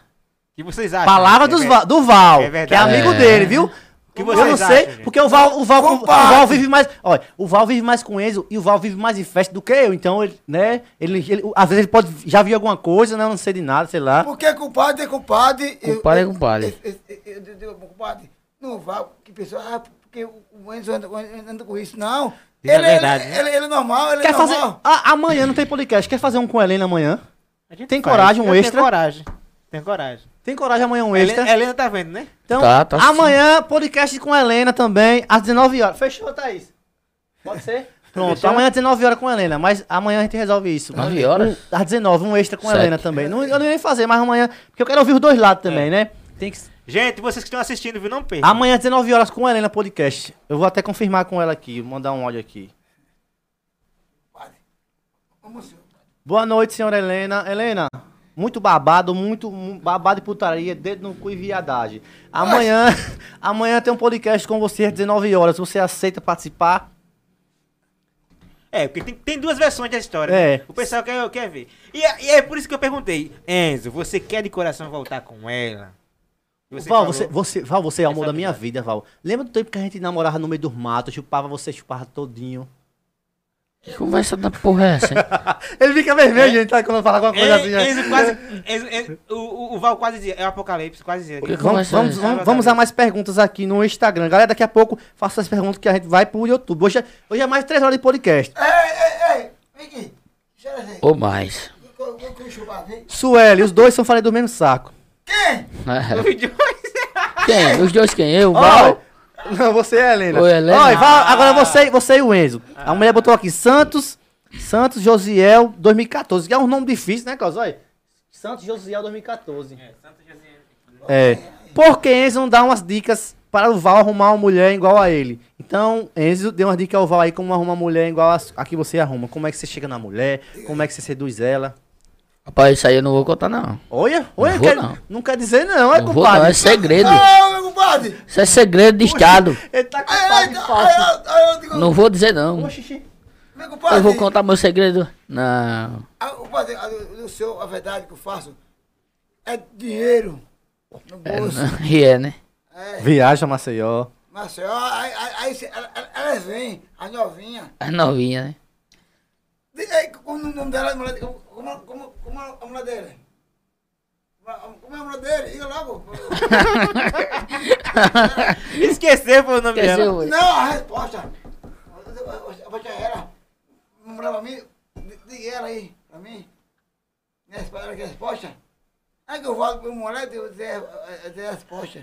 S3: que vocês acham?
S2: Palavra
S3: É
S2: dos
S3: ver-
S2: Va- do Val,
S3: É verdade.
S2: que é amigo
S4: É.
S2: dele, viu?
S3: que
S2: eu não
S3: vocês
S2: sei,
S3: acham, gente?
S2: porque o Val, o, Val, o,
S5: Compadre.
S2: Val vive mais. Olha, o Val vive mais com Enzo e o Val vive mais em festa do que eu. Então, ele, né? Ele, ele- às vezes ele pode já vir alguma coisa, né? Eu não sei de nada, sei lá.
S5: Porque compadre é compadre. eu-
S4: Compadre é
S5: eu-
S4: compadre.
S5: Eu, eu, eu, eu digo, compadre, não vá, que pessoa, ah, porque o Enzo anda, o Enzo anda com isso. Não.
S3: Diz a
S5: Ele,
S3: verdade,
S5: ele,
S3: né?
S5: ele, ele é normal, ele
S2: Quer
S5: é
S2: fazer.
S5: normal.
S2: a- amanhã não tem podcast. Quer fazer um com a Helena amanhã?
S3: A gente
S2: Tem coragem, um
S3: Eu
S2: extra?
S3: Tenho coragem. Tenho coragem.
S2: Tem coragem amanhã um extra?
S3: Helena, Helena tá vendo, né?
S2: Então,
S4: Tá, tá sim.
S2: amanhã, podcast com a Helena também, às 19 horas. Fechou, Thaís? Pode ser? Pronto,
S3: Fechou?
S2: amanhã às 19 horas com a Helena, mas amanhã a gente resolve isso.
S4: 9 horas?
S2: Um- Às 19, um extra com a
S4: Certo.
S2: Helena também. Não, eu não ia fazer, mas amanhã, porque eu quero ouvir os dois lados
S4: É.
S2: também, né? Tem que...
S3: Gente, vocês que estão assistindo, viu? Não percam.
S2: Amanhã às 19 horas com a Helena, podcast. Eu vou até confirmar com ela aqui, mandar um áudio aqui.
S5: Vamos, senhor.
S2: Boa noite, senhora Helena. Helena, muito babado, muito mu- babado e putaria, dedo no cu e viadagem. Amanhã, [laughs] amanhã tem um podcast com você às 19 horas. Você aceita participar?
S3: É, porque tem, tem duas versões da história.
S2: É.
S3: né? O pessoal quer, quer ver. E, é- e é por isso que eu perguntei. Enzo, você quer de coração voltar com ela? E
S2: Val,
S3: falou-
S2: você, você, Val, você é o amor
S3: Essa
S2: da minha
S3: habilidade.
S2: vida, Val. Lembra do tempo que a gente namorava no meio dos matos, chupava você, chupava todinho.
S4: Que conversa da porra é essa, hein?
S2: Ele fica vermelho, gente, tá? Quando eu falar alguma coisa
S3: Ei,
S2: assim, né?
S3: Enzo quase. Enzo- Enzo- o, o- o Val quase dizia. É o Apocalipse, quase dizia.
S4: Que
S2: Vamos,
S4: conversa é
S2: vamos,
S4: essa?
S2: vamos, vamos a mais perguntas aqui no Instagram. Galera, daqui a pouco faça as perguntas que a gente vai pro YouTube. Hoje é, hoje é mais três horas de podcast.
S5: Ei, ei, ei, vem aqui. Deixa eu ver.
S4: Ou
S3: [laughs]
S4: mais.
S5: Vou- vou- vou chupar, vem.
S2: Sueli, os dois são falei do mesmo saco.
S5: Quem?
S3: [laughs]
S4: É.
S3: Vídeo-
S4: Quem? Os dois quem? Eu,
S2: Val.
S4: Val?
S2: Não, você é a Helena.
S4: Oi, Helena.
S2: Oi, Val,
S5: Ah.
S2: agora você, você e o Enzo. A mulher botou aqui Santos, Santos Josiel 2014. Que é um nome difícil, né, Carlos? Olha. Santos Josiel 2014. É. Por que Enzo não dá umas dicas para o Val arrumar uma mulher igual a ele? Então, Enzo, deu umas dicas ao Val aí como arrumar uma mulher igual a, a que você arruma. Como é que você chega na mulher? Como é que você seduz ela?
S4: Rapaz, isso aí eu não vou contar, não.
S2: Olha, olha,
S4: vou,
S2: quer-
S4: não.
S2: não quer dizer não, é
S4: Não vou, não. É
S2: compadre.
S4: segredo.
S5: Não, Ah, meu compadre.
S4: Isso é segredo de Estado.
S2: Ele tá com
S5: Aí,
S2: pau
S5: aí,
S2: de falta.
S5: aí, aí, eu digo,
S4: Não vou dizer, não.
S2: Oxi,
S5: meu compadre.
S4: Eu vou contar meu segredo. Não. [laughs]
S5: Ah, compadre, a, do- do seu, a verdade que eu faço é dinheiro no
S4: É,
S5: bolso.
S4: não. E é, né?
S5: É,
S2: Viaja, Maceió.
S5: mas ó, aí, aí, aí cê- ela- ela- elas vêm, as novinhas.
S4: As novinhas, né?
S5: De- é, Como o nome dela, a mulher- como, como, como, como a mulher dele? Como é a mulher dele? Diga logo.
S3: Esqueceu foi o nome dela.
S4: Esqueceu,
S5: Não, a resposta. A resposta era. Uma mulher pra mim, di- diga ela aí, pra mim. Minha resposta, ela quer a resposta. Aí que eu falo pra mulher, eu dizer eu dizer a resposta.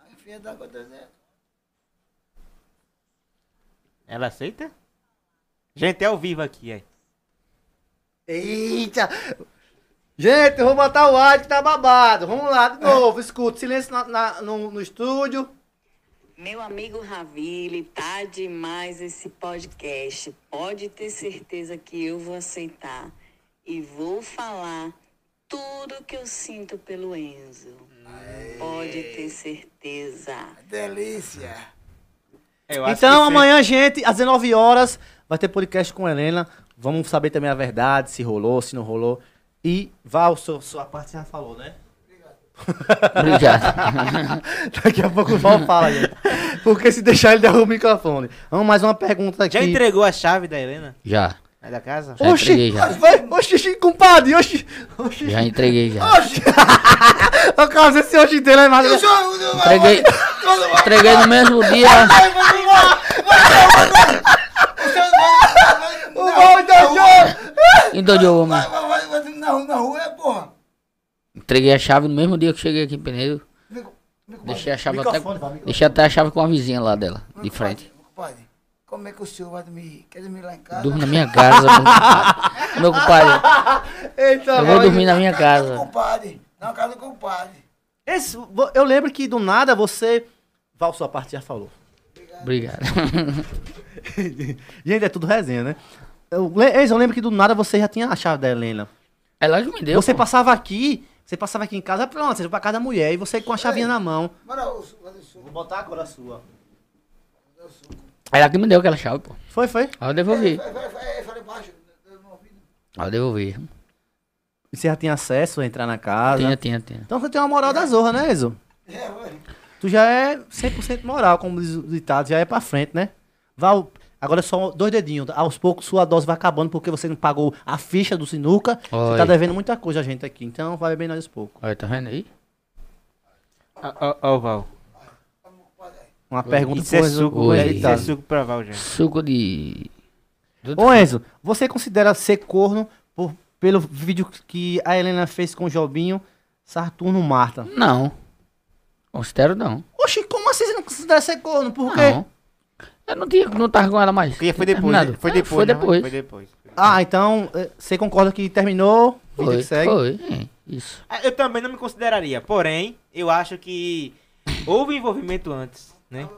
S5: Aí, filha da conta, né?
S3: Ela aceita? Gente, é ao vivo aqui, aí.
S2: Eita! Gente, eu vou botar o áudio que tá babado. Vamos lá,
S4: É.
S2: de novo. Escuta, silêncio na- na- no, no estúdio.
S6: Meu amigo Ravile, tá demais esse podcast. Pode ter certeza que eu vou aceitar e vou falar tudo que eu sinto pelo Enzo. Pode ter certeza.
S5: Delícia.
S3: É, Eu acho
S2: Então,
S3: que
S2: amanhã, gente, às 19 horas, vai ter podcast com a Helena. Vamos saber também a verdade, se rolou, se não rolou. E, Val, sua, sua parte já falou, né?
S4: Obrigado.
S2: [laughs] Daqui a pouco o Val fala, gente. Porque se deixar, ele derruba o microfone. Vamos mais uma pergunta
S3: você- Já
S2: aqui.
S3: entregou a chave da Helena?
S4: Já.
S3: É da casa?
S4: Já entreguei,
S2: Oxi,
S4: já.
S2: vai, oxi, compadre, oxi, oxi.
S4: Já entreguei, já.
S2: Oxi! Ô, Carlos, esse oxi dele é mais.
S4: Entreguei. Entreguei no mesmo dia.
S2: O
S4: é
S2: gol
S4: tá
S2: deixou!
S4: Endoidou, homem.
S5: Na rua, na rua é porra.
S4: Entreguei a chave no mesmo dia que cheguei aqui em Penedo.
S5: Meu- meu compadre,
S4: Deixei a chave até.
S2: Microfone, vai, microfone.
S4: Deixei até a chave com a vizinha lá dela,
S5: meu
S4: de frente.
S5: compadre, Compadre, como é que o senhor vai dormir? Quer dormir lá em casa?
S4: Durmo na minha casa, meu compadre. Meu compadre,
S2: Eita,
S4: eu vou
S2: vai.
S4: dormir na minha
S5: Na casa do
S4: casa.
S5: compadre. Na casa do compadre.
S2: Esse- vo- eu lembro que do nada você. Val, sua parte já falou.
S4: Obrigado. [laughs]
S2: Gente, é tudo resenha, né? Eu, le- Enzo, eu lembro que do nada você já tinha a chave da Helena.
S4: Ela que me deu.
S2: você
S4: pô.
S2: passava aqui, você passava aqui em casa, pronto, você ia pra casa da mulher e você com a chavinha na mão.
S5: Bora, o suco, o suco,
S2: Vou botar agora a sua.
S5: o suco.
S4: Ela que me deu aquela chave, pô.
S2: Foi, foi.
S4: Aí eu devolvi.
S5: Vai, vai, vai, fala embaixo. eu não ouvi.
S4: Aí eu devolvi.
S2: E você já tinha acesso a entrar na
S3: Ah,
S2: casa.
S4: Tinha, tinha, tinha.
S2: Então você tem uma moral da zorra, né, Enzo?
S5: É, olha.
S2: Tu já é 100% moral, como diz o ditado, já é pra frente, né? Val, agora é só dois dedinhos. Aos poucos sua dose vai acabando porque você não pagou a ficha do sinuca. Você
S4: Oi.
S2: tá devendo muita coisa a gente aqui. Então vai bem nós pouco.
S4: Olha, tá vendo aí?
S3: É. Ó, ó, ó, Val.
S2: Uma pergunta
S3: Isso é
S2: pro Enzo.
S3: suco,
S4: Oi.
S2: pro
S3: velho.
S2: Enzo
S3: Isso é
S2: ditado.
S3: suco pra Val, gente.
S4: Suco de. do-
S2: Ô Enzo, você considera ser corno por- pelo vídeo que a Helena fez com o Jobinho, Saturno Marta?
S4: Não. Considero não.
S2: Oxi, como assim você não considera ser corno? Por quê?
S4: Não. Eu não tinha, não tava com ela mais.
S3: Porque foi
S4: Tinha
S3: depois,
S4: terminado.
S3: né? Foi
S4: É,
S3: depois,
S4: Foi
S3: né?
S4: depois.
S3: Foi depois.
S2: Ah, então eh, você concorda que terminou? Vida
S4: Foi,
S2: que segue.
S4: foi, é, isso.
S3: Ah, Eu também não me consideraria, porém, eu acho que houve envolvimento antes, né?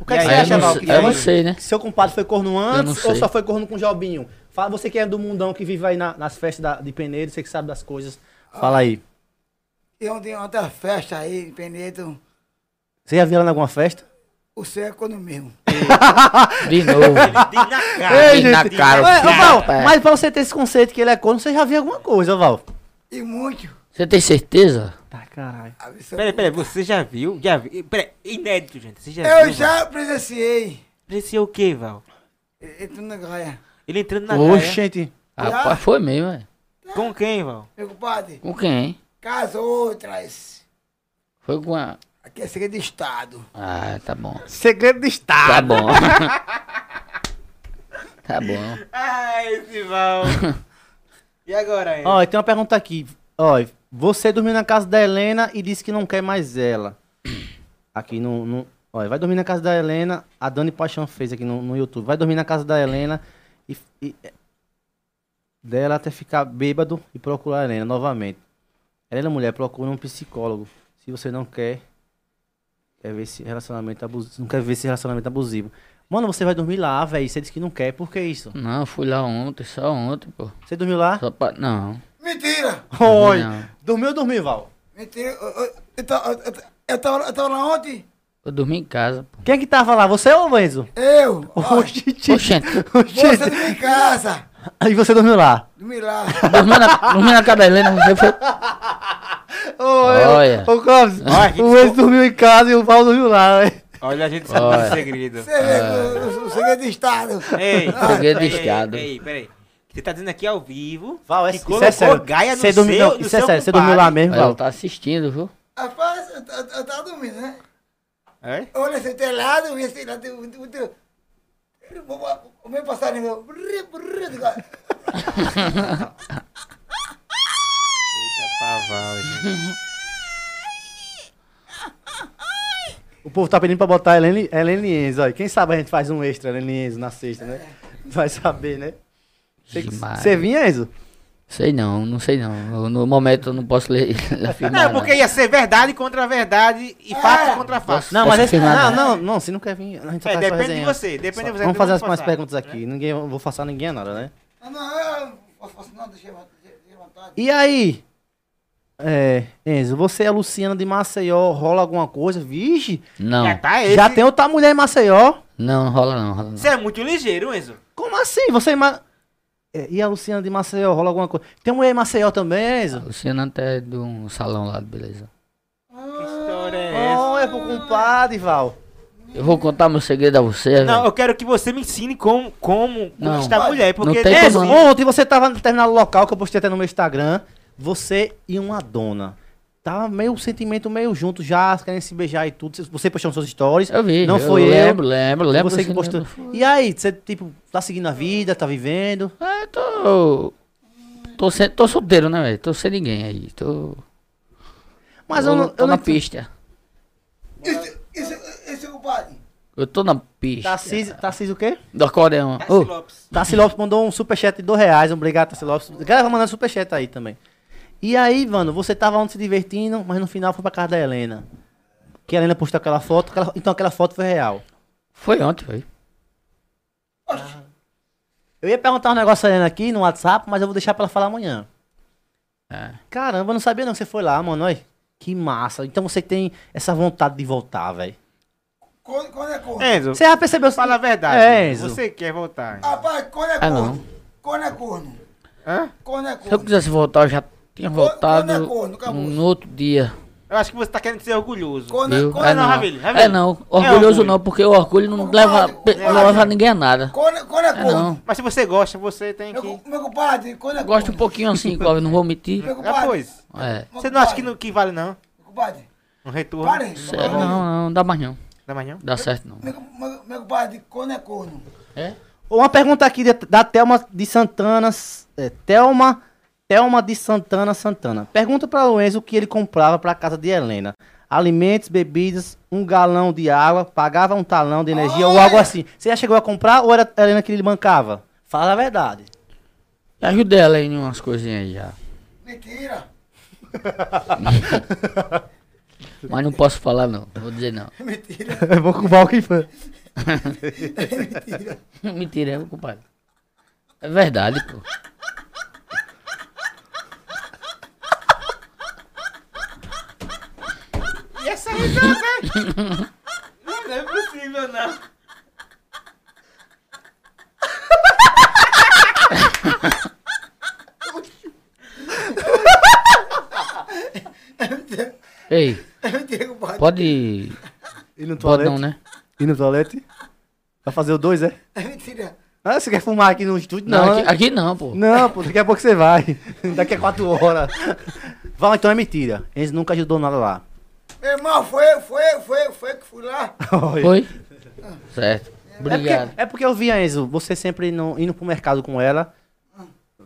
S2: O que, é que
S3: E
S2: você
S3: aí,
S4: Aí
S2: acha,
S4: eu,
S2: Val?
S4: não,
S2: que
S4: sei- eu não
S2: foi-
S4: sei, né?
S2: Seu compadre foi corno
S4: Eu não
S2: antes
S4: sei.
S2: ou só foi corno com o Jobinho? Fala, você que é do mundão, que vive aí na- nas festas da- de Peneiro, você que sabe das coisas. Fala aí.
S5: E ontem, ontem a festa aí, em Penedo,
S2: Você já viu ela em alguma festa?
S5: o céu é economismo.
S4: De
S3: [laughs]
S4: novo.
S3: Ele tem na
S2: Tá
S3: cara.
S4: Ei, na
S3: ele-
S4: cara,
S2: Ué,
S4: filho
S2: ô, Val,
S4: da pé.
S2: mas pra você ter esse conceito que ele é corno, você já viu alguma coisa, Val.
S5: E muito.
S4: Você tem certeza?
S2: Tá, caralho.
S3: Peraí, peraí, você já viu? Já viu? Peraí, inédito, gente. Você já viu?
S5: Eu
S3: Val?
S5: já presenciei.
S3: Parecia o quê, Val?
S5: Entro na gaia.
S3: Ele entrando na cara.
S2: Oxente.
S3: Ah.
S4: Rapaz, foi mesmo, é.
S3: Com quem, Val?
S5: Meu compadre,
S4: Com quem?
S5: casou outras.
S4: Foi com a.
S5: Aqui é segredo de Estado.
S4: Ah, tá bom.
S2: Segredo de
S4: Tá
S2: Estado. [laughs]
S4: bom. tá bom.
S3: Ah, esse Val. [laughs] e agora, hein?
S2: Ó, e tem uma pergunta aqui. Ó, você dormiu na casa da Helena e disse que não quer mais ela. [clears throat] Aqui no. no ó, vai dormir na casa da Helena. A Dani Paixão fez aqui no, no YouTube. Vai dormir na casa da Helena e. e- dela até ficar bêbado e procurar a Helena novamente. Helena, mulher, procura um psicólogo. Se você não quer. Quer ver esse relacionamento abusivo. Não quer ver esse relacionamento abusivo. Mano, você vai dormir lá, velho. Você disse que não quer. Por que isso?
S4: Não, fui lá ontem, só ontem, pô.
S2: Você dormiu lá?
S4: Só pra. Não.
S5: Mentira!
S2: Oi.
S4: Não.
S2: Dormiu ou dormiu, Val?
S5: Mentira. Eu, eu, eu, ta- eu, ta- eu, tava, eu tava lá ontem.
S4: Eu dormi em casa, pô.
S2: Quem é que tava lá? Você ou o Enzo?
S5: Eu. ó,
S4: Oxente,
S5: Você
S2: Oxente.
S5: dormiu em casa.
S2: Aí você dormiu lá.
S5: Dormi lá.
S4: dormi na, dormi na casa da Helena, você foi. Olha.
S2: Ô, ô, Clóvis,
S3: Olha, que
S2: o Enzo dormiu em casa e o Val dormiu lá, né?
S3: Olha, a gente sabe
S4: Olha.
S3: do segredo.
S5: Você vê que o, o segredo de Estado.
S4: [laughs]
S3: Ei,
S4: Segredo
S3: peraí,
S4: de Estado.
S3: Ei, peraí. Você tá dizendo aqui ao vivo.
S2: Val,
S3: que
S2: isso
S3: colocou
S2: é sério.
S3: Gaia no
S2: Você dormiu,
S3: seu,
S2: não,
S3: no
S2: isso é
S3: seu
S2: sério. Você
S3: compadre.
S2: dormiu lá mesmo,
S4: Ela
S2: Val?
S4: tá assistindo, viu?
S5: Rapaz, eu, eu, eu tava dormindo, né?
S3: É?
S5: Olha esse telado, esse telado. o- o- o teu- O meu passarinho. né? brrr, brrr, digo,
S3: Eita, pavão, gente.
S2: O povo tá pedindo pra botar Helene, Helene Enzo. Olha. Quem sabe a gente faz um extra Helene Enzo na sexta, né? [laughs] Vai saber, né?
S4: Demais.
S2: Você vinha, Enzo?
S4: Sei não, não sei não. Eu, no momento eu não posso ler, [laughs] afirmar.
S3: Não, porque ia ser verdade contra verdade e fato contra fato.
S2: Não, mas
S4: Posso
S2: esse, não,
S4: afirmar, né?
S2: não, não, se não quer vir, a gente só faz
S3: É,
S2: só
S3: depende de
S2: resenha.
S3: você, depende de você,
S2: Vamos fazer
S3: então vamos
S2: as- umas
S3: passar,
S2: perguntas aqui, ninguém, eu não vou forçar ninguém a nada, né?
S5: Ah, não, eu não posso fazer nada, deixa eu vontade.
S2: E aí? É, Enzo, você é a Luciana de Maceió, rola alguma coisa? Vixe,
S4: Não,
S3: Já tá esse.
S2: já tem outra mulher em Maceió?
S4: não, rola não, rola não.
S3: Você é muito ligeiro, Enzo.
S2: Como assim? Você ima... É, e a Luciana de Maceió, rola alguma coisa? Tem mulher em Maceió também, Enzo?
S4: Luciana até é de um salão lá, beleza.
S3: Que história é essa?
S2: Oh, é pro compadre, Val.
S4: Eu vou contar meu segredo a você,
S3: Não,
S4: velho.
S3: eu quero que você me ensine como, como
S4: Não.
S3: conquistar a mulher. Porque
S4: Não tem
S3: Enzo,
S2: Enzo,
S4: como-
S2: ontem você tava no determinado local que eu postei até no meu Instagram. Você e uma dona. Tava meio um sentimento meio junto já, querendo se beijar e tudo. Você postou suas stories.
S4: Eu vi,
S2: Não
S4: eu
S2: foi eu.
S4: lembro, lembro, lembro.
S2: você que
S4: do
S2: postou.
S4: segredo.
S2: E aí, você, tipo, tá seguindo a vida, tá vivendo?
S4: Ah, eu tô... Tô, sem, tô solteiro, né, velho? Tô sem ninguém aí, tô...
S2: Mas
S4: tô,
S2: eu, não-
S4: tô
S2: eu
S4: na
S2: não...
S4: pista.
S5: Isso, isso, isso, compadre.
S4: Eu tô na pista.
S2: Tarcísio,
S3: É.
S2: Tarcísio o quê?
S4: Do acordeão.
S3: Darcy
S4: Ô,
S3: Lopes.
S2: Tarsi Lopes mandou um superchat de dois reais. Obrigado, Tarsi Lopes. Galera, vai mandando superchat aí também. E aí, mano, você tava ontem se divertindo, mas no final foi pra casa da Helena. Que a Helena postou aquela foto, aquela- então aquela foto foi real.
S4: foi ontem, foi.
S2: Eu ia perguntar um negócio a Helena aqui no WhatsApp, mas eu vou deixar pra ela falar amanhã.
S4: É.
S2: Caramba, eu não sabia não que você foi lá, mano. Olha, que massa. Então você tem essa vontade de voltar, velho.
S5: Quando, quando é corno?
S3: Enzo,
S2: Você já percebeu... assim?
S3: fala a verdade.
S2: É, Enzo.
S5: Ah,
S3: Você quer voltar. Enzo.
S5: Rapaz, quando é
S4: Ah, não.
S5: corno? Quando é corno?
S3: Hã?
S5: Corno é corno.
S4: Se eu quisesse voltar, eu já tinha
S5: Corno-
S4: voltado
S5: corno é corno, acabou.
S4: no outro dia.
S3: Eu acho que você tá querendo ser orgulhoso.
S5: Corno
S4: Viu?
S5: é
S4: É
S5: corno.
S4: não,
S3: Ravile, Ravile.
S4: é não.
S3: É
S4: Orgulhoso
S3: orgulho.
S4: não, porque o orgulho É não leva, pe- não leva ninguém a nada.
S5: Corno é corno. é
S4: É
S5: corno.
S4: não.
S3: Mas se você gosta, você tem que.
S5: Meu cu- Meu compadre, corno é corno.
S4: Gosto um pouquinho [laughs] assim, Clóvis, não vou mentir.
S5: Meu
S3: Ah,
S5: compadre.
S3: pois.
S4: É.
S5: meu
S3: Você não acha que,
S5: compadre,
S3: não, que vale, não?
S5: Meu compadade.
S3: Um retorno? é
S5: Parem.
S4: Sério, é, não, não, não dá mais não.
S3: Da manhã?
S4: Dá certo não.
S5: Meu, meu, meu compadre, corno é corno.
S4: É?
S2: Uma pergunta aqui de- da Thelma de Santana. S- É, Thelma, Thelma de Santana Santana. Pergunta para o Enzo o que ele comprava para casa de Helena. Alimentos, bebidas, um galão de água, pagava um talão de energia ou algo assim. Você já chegou a comprar ou era a Helena que lhe bancava? Fala a verdade.
S4: Já ajudei ela aí em umas coisinhas aí já.
S5: Mentira.
S4: Mas não posso falar não, vou dizer não.
S5: Mentira.
S2: [laughs] Vou comprar o que foi.
S5: Mentira.
S4: [laughs] Mentira, é, compadre. É verdade, pô.
S3: E essa né? risada? hein? não, não é possível, não.
S4: Ei,
S5: Mentira, compadre.
S4: pode.
S2: E no
S4: Pode
S2: toalete?
S4: não, né?
S2: E no toalete? Vai fazer o dois, é?
S5: É mentira.
S2: Ah, você quer fumar aqui no estúdio?
S4: Não,
S2: Não, né?
S4: aqui, aqui não, pô.
S2: Não, pô, daqui a pouco você vai. [laughs] Daqui a quatro horas. Val, então é mentira. Eles nunca ajudou nada lá.
S5: Meu irmão, foi eu, foi eu, foi eu, foi eu que fui lá.
S4: Foi? Certo.
S2: É
S4: Obrigado.
S2: porque, é porque eu via, Enzo, você sempre indo, indo pro mercado com ela.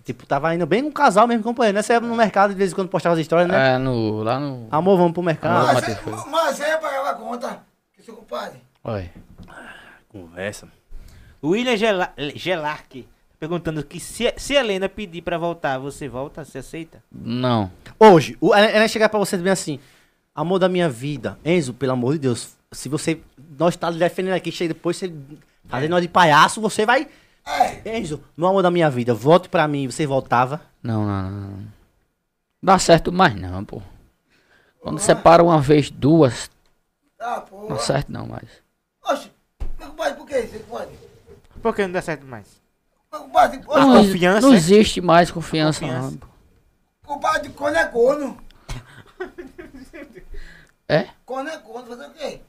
S2: Tipo, tava indo bem com um casal mesmo, companheiro. Né? Você ia no mercado de vez em quando postava as histórias, né?
S4: É, no, lá no.
S2: Amor, vamos pro mercado.
S4: Ah,
S5: mas,
S4: Matheus,
S5: é-
S4: foi.
S5: mas é pagava a conta. Que seu compadre.
S4: Oi.
S2: Conversa.
S3: William Gela- Gelarque tá perguntando que se, se Helena pedir pra voltar, você volta? Você aceita?
S4: Não.
S2: Hoje, o- ela, ela chegar pra você bem assim: Amor da minha vida, Enzo, pelo amor de Deus, se você. Nós tá defendendo aqui, chega depois, você.
S4: É.
S2: Fazendo nós de palhaço, você vai.
S5: É.
S2: Enzo, meu amor da minha vida, volte pra mim. Você voltava.
S4: Não, não, não, não. Dá certo mais não, pô. Quando separa uma vez, duas,
S5: Ah, porra.
S4: dá certo não mais.
S5: Oxe, meu compadre, por que isso, compadre?
S3: Por que não dá certo mais?
S5: Meu compadre, oxe,
S4: Não, exi-
S3: confiança,
S4: não
S3: é?
S4: existe mais confiança,
S3: Confiança.
S4: não. pô.
S5: compadre, corno é corno.
S4: É?
S5: Corno é corno, fazer o quê?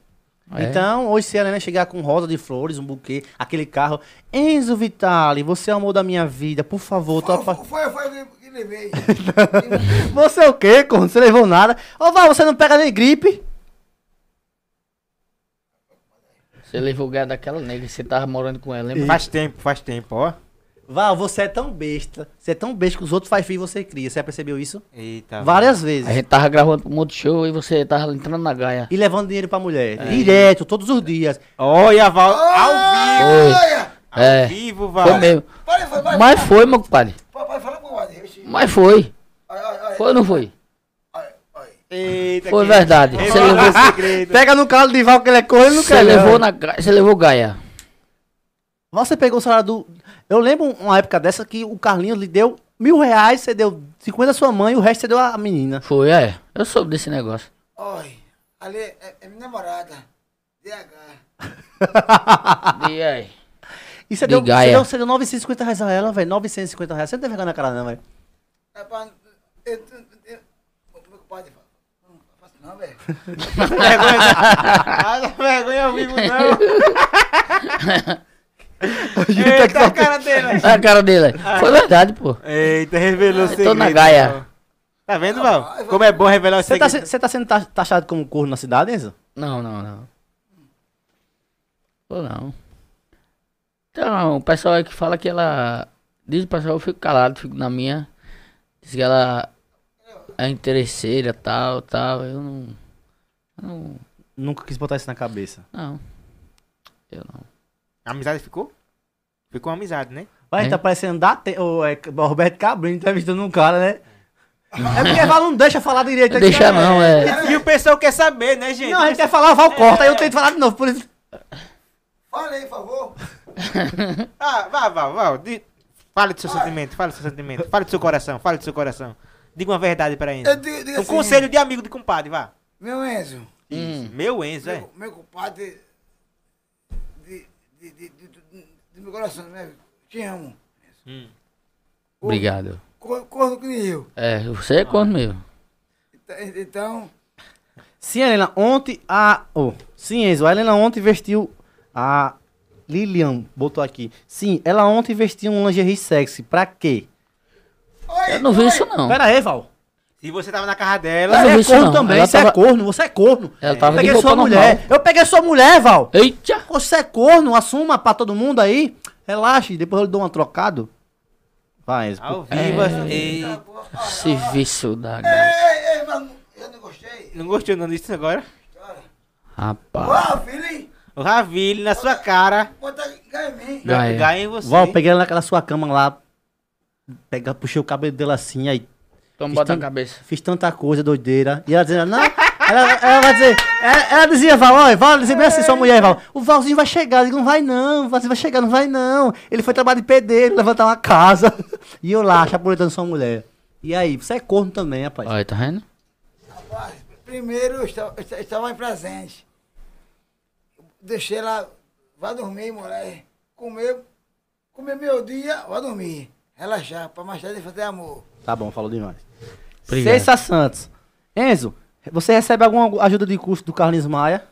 S4: É.
S2: Então, hoje se a Helena chegar com rosa de flores, um buquê, aquele carro, Enzo Vitale, você é o amor da minha vida, por favor,
S5: Foi,
S2: topa.
S5: foi, foi eu que- que levei.
S2: [laughs] Você é o quê, corno? Você levou nada. Ô, Val, você não pega nem gripe?
S4: Você levou o gado daquela negra que você tava morando com ela, lembra?
S3: Faz tempo, faz tempo, ó.
S2: Val, você é tão besta. Você é tão besta que os outros faz filho e você cria. Você já percebeu isso?
S3: Eita.
S2: Várias
S4: Ah, A
S2: vezes.
S4: gente tava gravando pro Monte Show e você tava entrando na gaia.
S2: E levando dinheiro pra mulher.
S4: É.
S2: Direto, todos os dias.
S3: Olha, Val. Ao vivo.
S4: Oi.
S5: Olha!
S4: É,
S3: Ao vivo,
S4: foi
S3: Val.
S4: mesmo.
S5: Ah, Olha, foi, vai.
S4: Mas foi, meu compadre.
S5: Papai, fala com o compadre. Oxi.
S4: Mas foi.
S5: Olha, olha, olha.
S4: Foi ou não foi?
S5: Olha, olha.
S3: Eita,
S4: Foi
S3: que-
S4: verdade.
S3: Ei,
S4: Você
S3: Val,
S4: levou,
S3: segredo.
S2: Pega no calo de Val que ele é corno, não
S4: você
S2: quer. não.
S4: levou na gaia. Você levou gaia.
S2: Você pegou o salário do. Eu lembro uma época dessa que o Carlinhos lhe deu mil reais, você deu 50 a sua mãe e o resto você deu a menina.
S4: Foi, é. Eu soube desse
S2: [laughs]
S4: negócio.
S5: Olha, ali é, é minha namorada. DH.
S4: E aí?
S2: E você deu, você
S4: Bigaia.
S2: deu, você deu 950 reais a ela, velho. 950 reais. Você não tem vergonha na cara, não, velho.
S5: É pra. Eu, eu, eu, meu compadre fala. Não faço não, velho.
S3: Ah, é não vergonha ao vivo, não.
S2: que
S3: Eita, a cara dele.
S4: Olha a cara dele. aí. Foi verdade, pô.
S3: Eita, revelou o segredo.
S4: tô na gaia.
S3: Val. Tá vendo, Val? Como é bom revelar o
S2: Você tá,
S3: segredo.
S2: se- você tá sendo ta- taxado como corno na cidade, Enzo?
S4: Não, não, não. Ou não. Então, o pessoal aí que fala que ela. Diz o pessoal, eu fico calado, fico na minha. Diz que ela é interesseira, tal, tal. Eu não. Eu não.
S2: Nunca quis botar isso na cabeça.
S4: Não. Eu não.
S3: A amizade ficou? Ficou uma amizade, né?
S2: Vai,
S4: É.
S2: tá parecendo da te... o, é, o Roberto Cabrinho entrevistando um cara, né? É porque Val não deixa falar direito. aqui,
S4: Deixa
S2: né?
S4: não, é.
S3: E o pessoal quer saber, né, gente?
S2: Não, é- a gente quer falar, Val corta. Aí eu tento falar de novo. Por isso.
S5: Fala aí, por favor.
S3: Ah, Val, Val, Val. di- Fale do seu sentimento, fale do seu sentimento. Fale do seu coração, fale do seu coração. Diga uma verdade pra Enzo.
S5: Eu digo- digo
S3: um
S5: assim,
S3: conselho de amigo de compadre, vá.
S5: Meu Enzo.
S4: Hum,
S3: Meu Enzo, é.
S5: Meu, meu compadre. De, de, de, de- do- do meu coração, né? Te amo.
S3: Hum.
S4: Obrigado.
S5: Corno corno que nem eu.
S4: É, você é corno mesmo.
S5: Então- Então,
S2: Sim, Helena, ontem a. Oh, sim, Enzo, a Helena ontem vestiu. A Lilian botou aqui. Sim, ela ontem vestiu um lingerie sexy. Pra quê?
S5: Oi,
S4: Eu não vi
S5: oi.
S4: isso não.
S2: Pera aí, Val.
S3: Se você tava na casa dela,
S4: Ela
S2: Você
S4: não
S2: é
S4: viu isso,
S2: corno
S4: não.
S2: também,
S4: Ela
S2: você é
S4: tava-
S2: corno, você é corno.
S4: Ela
S2: Eu
S4: tava de
S2: peguei
S4: roupa
S2: sua mulher.
S4: normal.
S2: Eu peguei sua mulher, Val.
S4: Eita!
S2: Você é corno, assuma pra todo mundo aí. Relaxe, depois eu lhe dou uma trocado. Vai, Enzo.
S3: ao
S2: pô. É.
S3: vivo. assim. Ei,
S4: Serviço da gata.
S5: Ei, ei, mas eu não gostei.
S3: não gostou não disso agora?
S4: Rapaz.
S5: Ó, filho,
S3: O Ravile na sua cara.
S5: bota cá em mim.
S4: Não, é.
S3: Ganha em você.
S2: Val, eu peguei ela naquela sua cama lá. Pega, puxei o cabelo dela assim, aí
S4: Toma, bota
S2: Estão-
S4: na cabeça.
S2: fiz tanta coisa doideira. E ela dizendo, não. Ela, ela vai dizer, ela, ela dizia, Val, olha, Val, dizia bem assim, sua mulher, Val. O Valzinho vai chegar, eu digo, não vai não, o Valzinho vai chegar, não vai não. Ele foi trabalhar de pedreiro, levantar uma casa. [laughs] E eu lá, chapuletando sua mulher. E aí, você é corno também, rapaz.
S4: Olha, tá vendo?
S5: Rapaz, primeiro eu estava, eu esta- estava em presente. Deixei ela, vai dormir, mulher. Comeu, comeu meu dia, vai dormir. Relaxar, para mais tarde fazer amor.
S2: Tá bom, falou demais.
S4: Obrigado.
S2: Cessa Santos. Enzo, você recebe alguma ajuda de custo do Carlinhos Maia?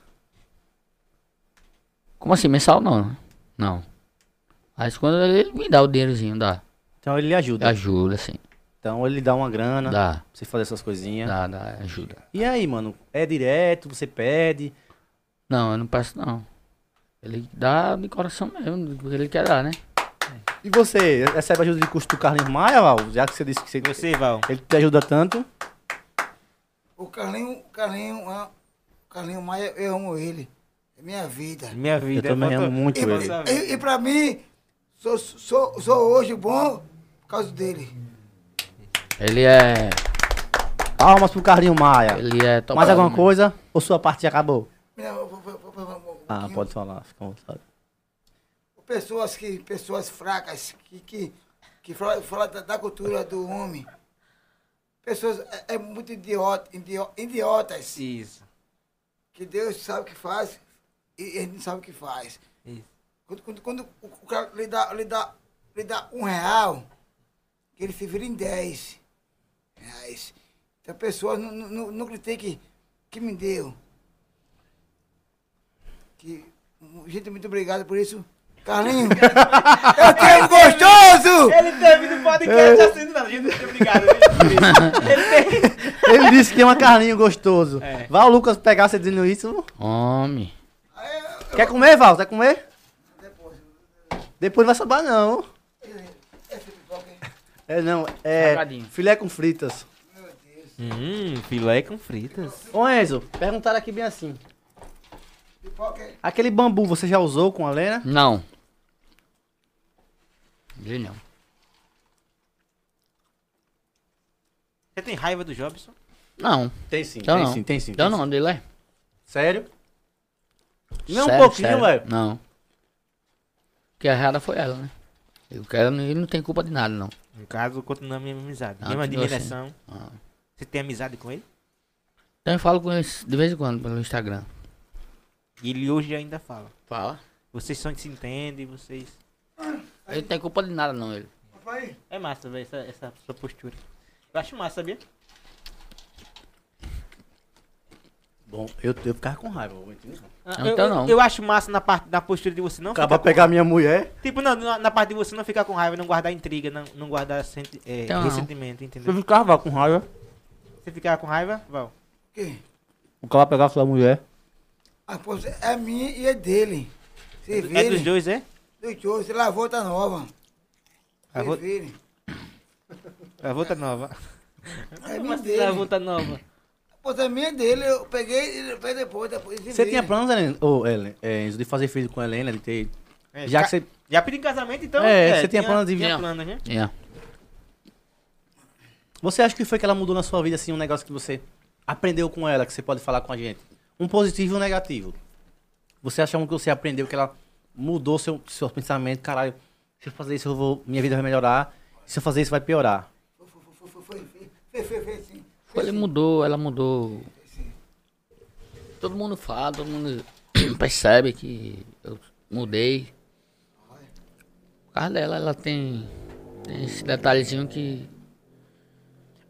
S4: Como assim? Mensal não, né? Não. Mas quando ele me dá o dinheirozinho, dá.
S2: Então ele lhe ajuda.
S4: Ajuda, assim.
S2: Então ele lhe dá uma grana pra
S4: Dá.
S2: você fazer essas coisinhas.
S4: Dá, dá, ajuda.
S2: E aí, mano? É direto, você pede.
S4: Não, eu não peço não. Ele dá de coração mesmo, porque ele quer dar, né?
S2: E você recebe ajuda de custo do Carlinhos Maia, Val? Já que você disse que você,
S3: Você, Val.
S2: ele te ajuda tanto.
S5: O Carlinho, o Carlinho, ah, o Carlinho Maia, eu amo ele. É minha vida.
S3: Minha vida.
S2: Eu também
S3: volta-
S2: amo muito
S5: E,
S2: ele.
S3: Nossa vida.
S5: e, para mim, sou, sou, sou hoje bom por causa dele.
S4: Ele é.
S2: Palmas pro Carlinhos Maia.
S4: Ele é top.
S2: Mais alguma coisa? Ou sua parte já acabou?
S5: Não, vou- vou- vou- vou- vou- vou-
S2: Ah,
S5: pouquinho.
S2: pode falar, fica à vontade.
S5: pessoas que pessoas fracas que que que fala, fala da, da cultura do homem pessoas é, é muito idiota idio- idiotas
S3: Isso.
S5: que Deus sabe o que faz e ele não sabe o que faz
S3: Isso.
S5: quando, quando, quando o o cara lhe dá lhe dá lhe dá um real ele se vira em dez reais então pessoas não não, não, não critiquem que me deu que gente muito obrigado por isso
S3: [laughs]
S5: Carlinhos, eu tenho um gostoso!
S3: Ele teve no podcast
S2: É.
S3: assim, não, gente, muito obrigado. Ele teve.
S2: Ele disse que é um carlinho gostoso.
S3: É.
S2: Val Lucas pegar você dizendo isso.
S4: Homem.
S2: Quer comer, Val? Quer comer? Depois não vai sobrar, não. É, não. É
S4: Salgadinho.
S2: filé com fritas.
S3: [laughs] Hum, filé com fritas.
S2: Ô, Enzo, perguntaram aqui bem assim.
S5: Pipoca,
S2: Aquele bambu você já usou com a Lena?
S4: Não. Ele não.
S3: Você tem raiva do Jobson?
S4: Não.
S2: Tem sim,
S4: Então
S2: tem
S4: não.
S2: sim, tem sim.
S4: Então
S2: tem
S4: não, dele é.
S2: sim. Sério? Nem um
S4: Sério,
S2: pouquinho,
S4: sério.
S2: velho.
S4: Não. Porque a errada foi ela, né? Eu quero, ele não tem culpa de nada, não.
S3: No caso, continua a minha amizade.
S4: Ah,
S3: Mesma
S4: continua assim.
S3: admiração.
S4: Ah.
S3: Você tem amizade com ele?
S4: Então eu falo com eles de vez em quando pelo Instagram.
S3: E ele hoje ainda fala.
S4: Fala.
S3: Vocês só se entendem, vocês.
S4: Ele não tem culpa de nada, não, ele.
S5: papai.
S3: É massa, velho, essa, essa sua postura. Eu acho massa, sabia?
S2: Bom, eu, eu ficava com raiva. eu vou entender.
S3: Ah,
S4: Então
S3: eu, eu-
S4: não.
S3: eu acho massa na parte da postura de você não
S2: Acaba
S3: com
S2: pegar minha mulher.
S3: raiva. Tipo, não, na, na parte de você não ficar com raiva, não guardar intriga, não, não guardar senti- é,
S4: Então não.
S3: ressentimento, entendeu?
S2: Eu ficava com raiva.
S3: Você ficar com raiva, Val.
S5: Que?
S2: O cara pegava sua mulher.
S5: A força é minha e é dele. Se
S3: É dos
S5: virem,
S3: dois, é?
S5: do tio, se lavou, tá nova.
S3: Ah,
S5: Se
S3: vou-
S5: virem.
S3: A volta nova.
S5: É minha
S3: Como
S5: e
S3: assim a
S5: dele.
S3: volta nova?
S5: A força é minha e dele, eu peguei e levei depois, depois se
S2: Você
S5: virem.
S2: tinha planos, Helen, ou, Helen, é, Enzo, de fazer filho com a Helena, de ter.
S3: É,
S2: já
S3: ca-
S2: que você.
S3: Já pediu em casamento, então?
S2: É, você tinha plano de-
S3: Tinha
S4: Tinha.
S3: plano, né?
S2: É.
S4: Yeah.
S2: Você acha que foi que ela mudou na sua vida, assim, um negócio que você aprendeu com ela, que você pode falar com a gente? Um positivo e um negativo. Você acha um que você aprendeu que ela mudou seu, seu pensamento, caralho, se eu fazer isso, eu vou, minha vida vai melhorar, se eu fazer isso, vai piorar.
S5: Foi, foi, foi, foi, foi, foi, foi, foi, sim.
S4: Foi, Ele mudou, ela mudou. Todo mundo fala, todo mundo [clears throat] percebe que eu mudei. Por causa dela, ela tem Tem esse detalhezinho que.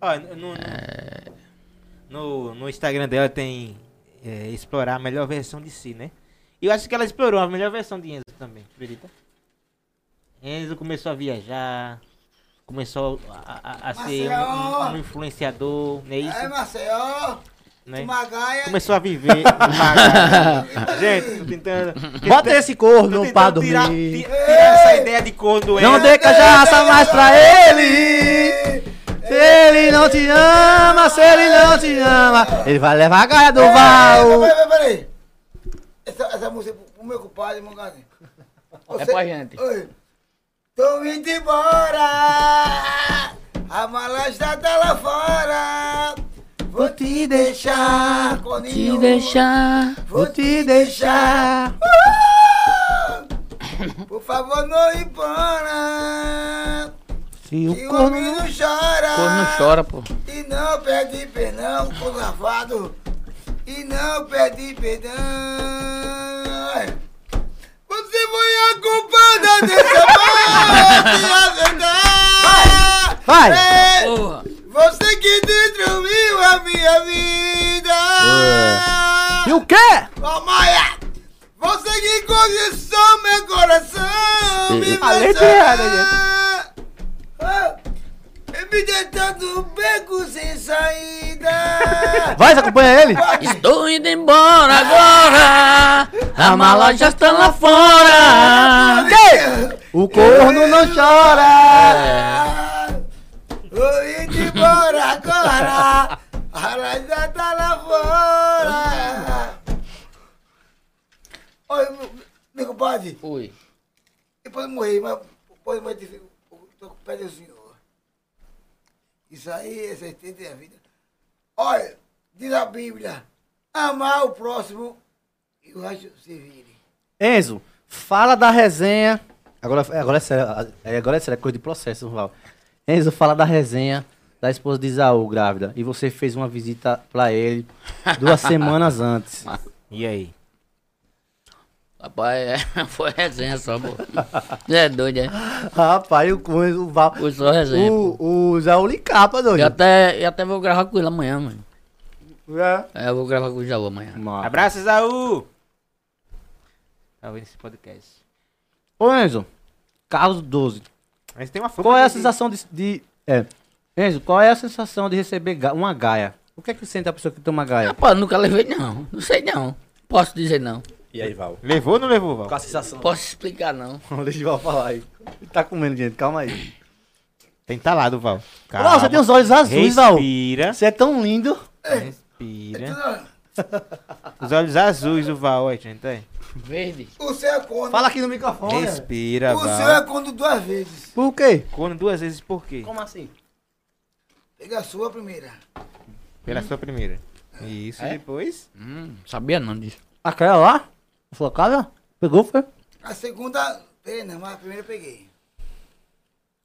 S3: Ó, no, no- no, no Instagram dela tem é, explorar a melhor versão de si, né? E eu acho que ela explorou a melhor versão de Enzo também, acredita? Enzo começou a viajar, começou a, a- a ser um, um- um influenciador, não é isso?
S5: É, Maceió,
S3: né?
S5: Magaia.
S3: Começou a viver. [laughs] devagar. Gente, tô tentando.
S2: Bota esse
S3: tô
S2: corno
S3: tentando
S2: pra
S3: tirar, ti-
S2: dormir.
S3: tirar essa ideia de cor do
S2: Não
S3: Enzo.
S2: dê cachaça mais pra ele. Se ele não te ama, se ele não te ama, ele vai levar a galha
S3: É.
S2: do
S5: Ei,
S2: Val.
S5: É, Peraí, peraí, peraí. Essa, essa música é pro meu compadre, Mangani.
S4: É pra gente.
S5: Oi. Tô indo embora, a mala já tá lá fora. Vou te deixar, com
S4: Te
S5: nenhum-
S4: deixar.
S5: Vou te deixar. Por favor, não ir embora.
S2: Se
S5: Que o homem não chora.
S4: Corno não chora, pô.
S5: E não pede perdão, com lavado. E não pede perdão. Você foi a culpada dessa morte, a verdade.
S2: Vai.
S5: É,
S4: Porra.
S5: você que destruiu a minha vida.
S2: É. E o quê?
S5: Ô Maia, você que condição meu coração, me
S2: A letra é errada,
S5: gente. Eu me dei tanto beco sem saída.
S2: Vai, você acompanha ele?
S4: Estou indo embora agora. A mala já está lá fora.
S2: O corno não chora.
S5: Vou indo embora agora, a hora já tá lá fora. Olha, meu- meu compadre.
S4: Oi.
S5: E pode morrer, mas pode morrer, eu tô com o pé do senhor. Isso aí é certeza da vida. Olha, diz a Bíblia, amar o próximo e o resto se vire.
S2: Enzo, fala da resenha. Agora, agora, é sério, agora é sério, é coisa de processo, Val. Enzo, fala da resenha da esposa de Isaú, grávida. E você fez uma visita pra ele [laughs] duas semanas antes.
S3: E aí?
S4: Rapaz, é, [laughs] foi resenha só, pô. Você é doido, é?
S2: Rapaz, o, Enzo- o Val.
S4: Foi só resenha. pô.
S2: O, o Isaú lhe capa, doido.
S4: Eu até, eu até vou gravar com ele amanhã, mano.
S2: É.
S4: É, eu vou gravar com o Jaú amanhã.
S2: Mano.
S3: Abraço, Isaú! Tá ouvindo esse podcast.
S2: Ô, Enzo, Carlos 12.
S3: Mas tem uma fama
S2: Qual é a
S3: de-
S2: sensação de. de- é. Enzo, qual é a sensação de receber ga- uma gaia? O que é que sente a pessoa que toma gaia?
S4: Rapaz, nunca levei não. Não sei não. Posso dizer não.
S2: E aí, Val?
S3: Levou ou não levou, Val?
S2: Qual a sensação?
S4: Posso explicar não.
S2: Deixa o Val falar aí. Ele tá comendo, gente, calma aí.
S3: Tem talado, Val.
S2: tá Val, você tem os olhos azuis, Val.
S3: Respira,
S2: Você é tão lindo.
S3: respira. Os olhos azuis do Val, aí, gente. aí.
S4: Verde.
S5: O seu é corno,
S2: Fala aqui no microfone.
S3: Respira,
S5: o seu é
S3: Val.
S5: corno duas vezes.
S2: Por quê?
S3: Corno duas vezes por quê?
S2: é- Como assim?
S5: Pega a sua primeira.
S3: Pela sua primeira. Isso,
S2: É?
S3: depois.
S4: Hum, sabia não disso.
S2: Aquela lá? Na sua casa? Pegou, foi?
S5: A segunda, peguei não, mas a primeira eu peguei.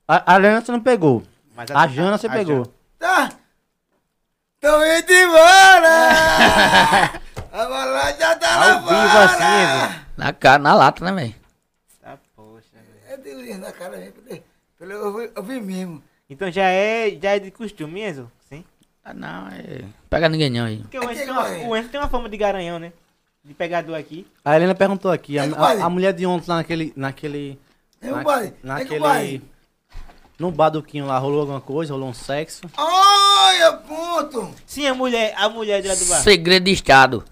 S2: A, a Helena você não pegou.
S3: Mas
S2: A Jana você
S3: a
S2: pegou.
S3: Jana-
S5: Tá? Tô indo embora. A balada já tá lá
S3: Ao vivo assim,
S5: fora.
S3: né?
S4: Na cara, na lata, né, velho?
S3: Tá, poxa, velho.
S5: Eu tenho isso É na cara, né? Pelo- pelo- eu, vi, eu vi mesmo.
S3: Então já é, já é de costume, Enzo? Sim.
S4: Ah, não, é... Pega ninguém não aí.
S3: Porque o
S2: É
S3: Enzo,
S5: Aquele
S3: tem uma,
S5: corre.
S3: o Enzo tem uma fama de garanhão, né? De pegador aqui.
S2: A Helena perguntou aqui. A,
S5: Pega o baile.
S2: a- a mulher de ontem lá naquele. naquele
S5: Tem um
S2: na-
S5: baile, tem um
S2: Naquele.
S5: baile.
S2: No baduquinho lá, rolou alguma coisa, rolou um sexo.
S5: Olha, ponto!
S3: Sim, a mulher, a mulher de lá do bar.
S4: Segredo de Estado.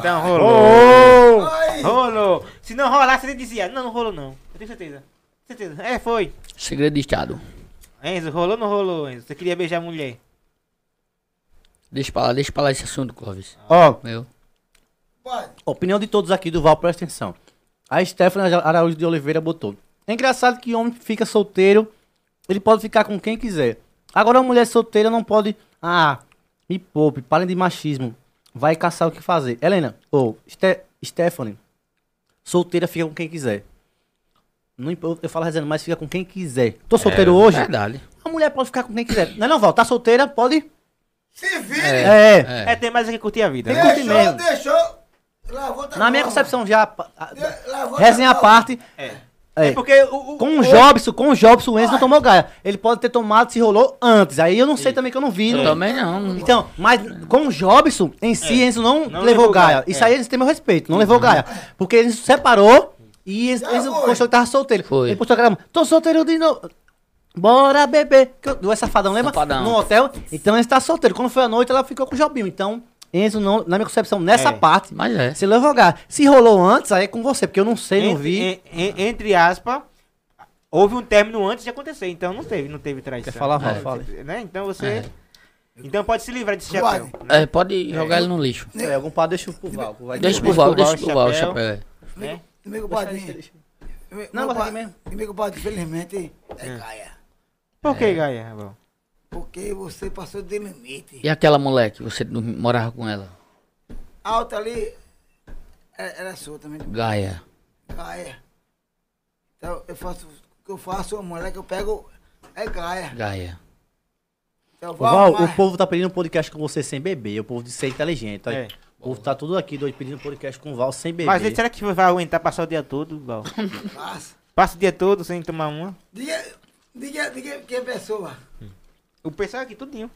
S3: Então rolou.
S5: Ai,
S3: Rolou. Se não rolasse, ele dizia, não, não rolou não. Eu tenho certeza. Certeza. É, foi.
S4: Segredo de Estado.
S3: Enzo, rolou ou não rolou, Enzo? Você queria beijar a mulher.
S4: Deixa pra lá, deixa pra lá esse assunto, Clóvis.
S2: Ó,
S4: Meu.
S5: pai,
S2: Opinião de todos aqui do Val, presta atenção. A Stephanie Araújo de Oliveira botou. É engraçado que homem que fica solteiro, ele pode ficar com quem quiser. Agora, uma mulher solteira não pode. Ah, me poupe, parem de machismo. Vai caçar o que fazer. Helena, ou Ste- Stephanie, solteira fica com quem quiser. Não, impo- eu falo rezando, mas fica com quem quiser. Tô solteiro hoje?
S4: É Verdade.
S2: A mulher pode ficar com quem quiser. Não é não, Val? Tá solteira? Pode?
S5: se
S2: É.
S5: vire!
S3: É, tem mais é que curtir a vida. né?
S2: Tem curte
S5: deixou,
S2: mesmo.
S5: deixou. Lavou tá
S2: Na minha
S5: bom.
S2: concepção já.
S5: De- lavou tá
S2: Resenha à
S5: bom.
S2: parte.
S3: É. É,
S2: É.
S3: porque o. o-
S2: Com
S3: o-
S2: o Jobson, com o Jobson, o Enzo não tomou gaia. Ele pode ter tomado, se rolou antes. Aí eu não sei também que eu não vi.
S4: Eu
S2: né?
S4: também não.
S2: Então, mas com o Jobson, em si, Enzo não,
S3: Não levou
S2: levou gaia.
S3: Gaia,
S2: Isso
S3: é.
S2: aí eles têm meu respeito, não levou gaia. Porque eles separou e Enzo,
S5: Já
S2: Enzo
S5: foi.
S2: postou que tava solteiro.
S4: Foi.
S2: Ele postou que era, tô solteiro de novo. Bora beber. Que eu- Do Safadão, lembra?
S4: Safadão.
S2: No hotel. Então Enzo tá solteiro. Quando foi à noite, ela ficou com o Jobinho. Então, Enzo, não, na minha concepção, nessa
S3: É.
S2: parte,
S4: Mas é.
S2: se levou gaia. Se rolou antes, aí é com você, porque eu não sei, não
S3: entre,
S2: vi.
S3: en- en- entre aspas, houve um término antes de acontecer, então não teve, não teve traição.
S2: Quer falar,
S3: né?
S2: Rafa? Fala.
S3: Né? Então você.
S4: É.
S3: Então pode se livrar desse
S5: Vai.
S3: chapéu. né?
S4: É, pode jogar ele no lixo.
S2: É, algum par deixa pro Val. que vai
S4: Deixa
S2: ter.
S4: pro
S3: Val,
S4: Val, deixa
S3: o
S4: pro Val o
S3: chapéu.
S4: É. chapéu. é.
S5: Meu, meu
S2: Deixa ele,
S5: compadre.
S2: deixa ele.
S5: meu-
S2: Não,
S5: meu
S2: bota aqui
S5: pa-
S2: mesmo.
S5: Meu compadre, infelizmente, é gaia.
S3: Por que, Gaia? Rafael?
S5: Porque você passou de limite.
S4: E aquela moleque, você não morava com ela?
S5: A Alta ali era, era sua também.
S4: Gaia.
S5: Gaia. Então eu faço o que eu faço, a mulher que eu pego é Gaia.
S4: Gaia.
S5: Então,
S2: Ô, Val,
S5: vai.
S2: o povo tá pedindo um podcast com você sem beber. O povo de ser inteligente. Tá?
S3: É.
S2: O povo tá tudo aqui doido pedindo podcast com o Val sem beber.
S3: Mas é- gente, será que vai aguentar passar o dia todo, Val?
S5: Faço.
S3: Passa o dia todo sem tomar uma?
S5: Diga, diga, diga que é pessoa.
S3: O pessoal aqui, tudinho.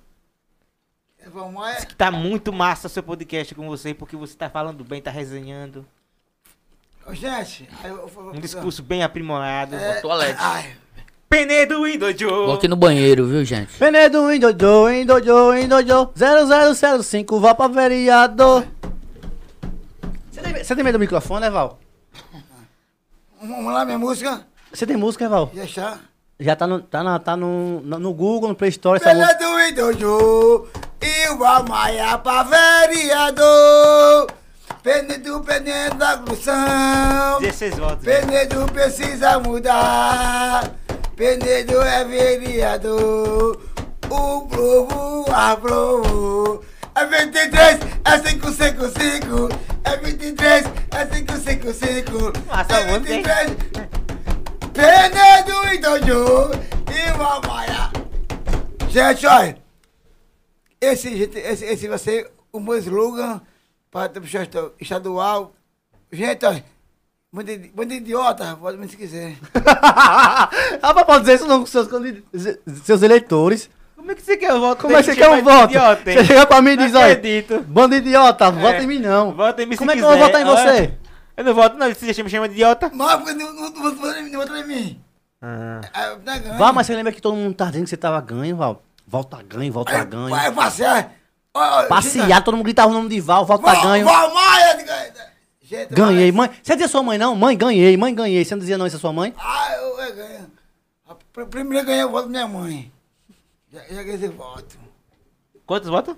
S5: É Valmaia.
S3: Tá muito massa seu podcast com você, porque você tá falando bem, tá resenhando.
S5: Ô, Gente, aí eu falo.
S3: Um
S2: é.
S3: discurso bem aprimorado.
S4: Toalete.
S5: Ai,
S3: Penedo e Dojo.
S4: Vou aqui no banheiro, viu, gente?
S2: Penedo, Indojo, Indojo, Indojo, 0005, vá pra vereador. Você tem- Você tem medo do microfone, né, Val?
S5: vamos lá, minha música.
S2: Você tem música, né, Val?
S5: Já está.
S2: Já tá no, tá na, tá no, na- no Google, no Play Store. Essa
S5: Pelé
S2: música. [laughs]
S5: do Idojo e o Valmaia pra vereador. Penedo, penedo da agrução.
S3: 16 votos.
S5: Penedo precisa mudar. Penedo é vereador. O povo aprovou. É 23, é 555. É 23, é 555.
S3: Nossa,
S5: É
S3: música, hein?
S5: 23. Penedo e Dojo e Mamaya. Gente, olha. Esse, gente, esse, esse vai ser o meu slogan para a televisão esta- estadual. Gente, olha. Bando de- bando de idiota, pode me se quiser.
S2: Ah, mas pode dizer isso não com seus, candid- seus eleitores.
S3: Como é que você quer o voto?
S2: Como é que você
S3: Tem
S2: quer um
S3: chamar de
S2: voto?
S3: idiota, hein?
S2: Você chega pra mim e
S3: Não
S2: diz, olha,
S3: acredito. É,
S2: bando idiota, vota em mim não.
S3: Vota em mim se
S2: Como é que eu
S3: quiser.
S2: vou votar em
S3: Olha,
S2: você?
S3: Eu não voto, não. Você me chama de idiota?
S5: Mas porque não, não, não, não, não entra em mim.
S2: Ah.
S5: Aí eu tá ganho.
S2: Val, mas você lembra que todo mundo tá dizendo que você tava ganho, Val? Volta ganho,
S5: Aí
S2: volta
S5: eu-
S2: ganho.
S5: Aí eu passear. Ó, ó, gente,
S2: Passear, todo mundo gritava o nome de Val, volta
S5: Val-
S2: ganho.
S5: Valmaia de ganho. Gente,
S2: Ganhei,
S5: mas-
S2: mãe. Você dizia sua mãe, não? Mãe, ganhei, mãe, ganhei. Você não dizia não isso é sua mãe?
S5: Ah, eu, eu ganho. A pr- Primeiro eu ganhei o voto da minha mãe. Já, já ganhei esse voto.
S3: Quantos votos?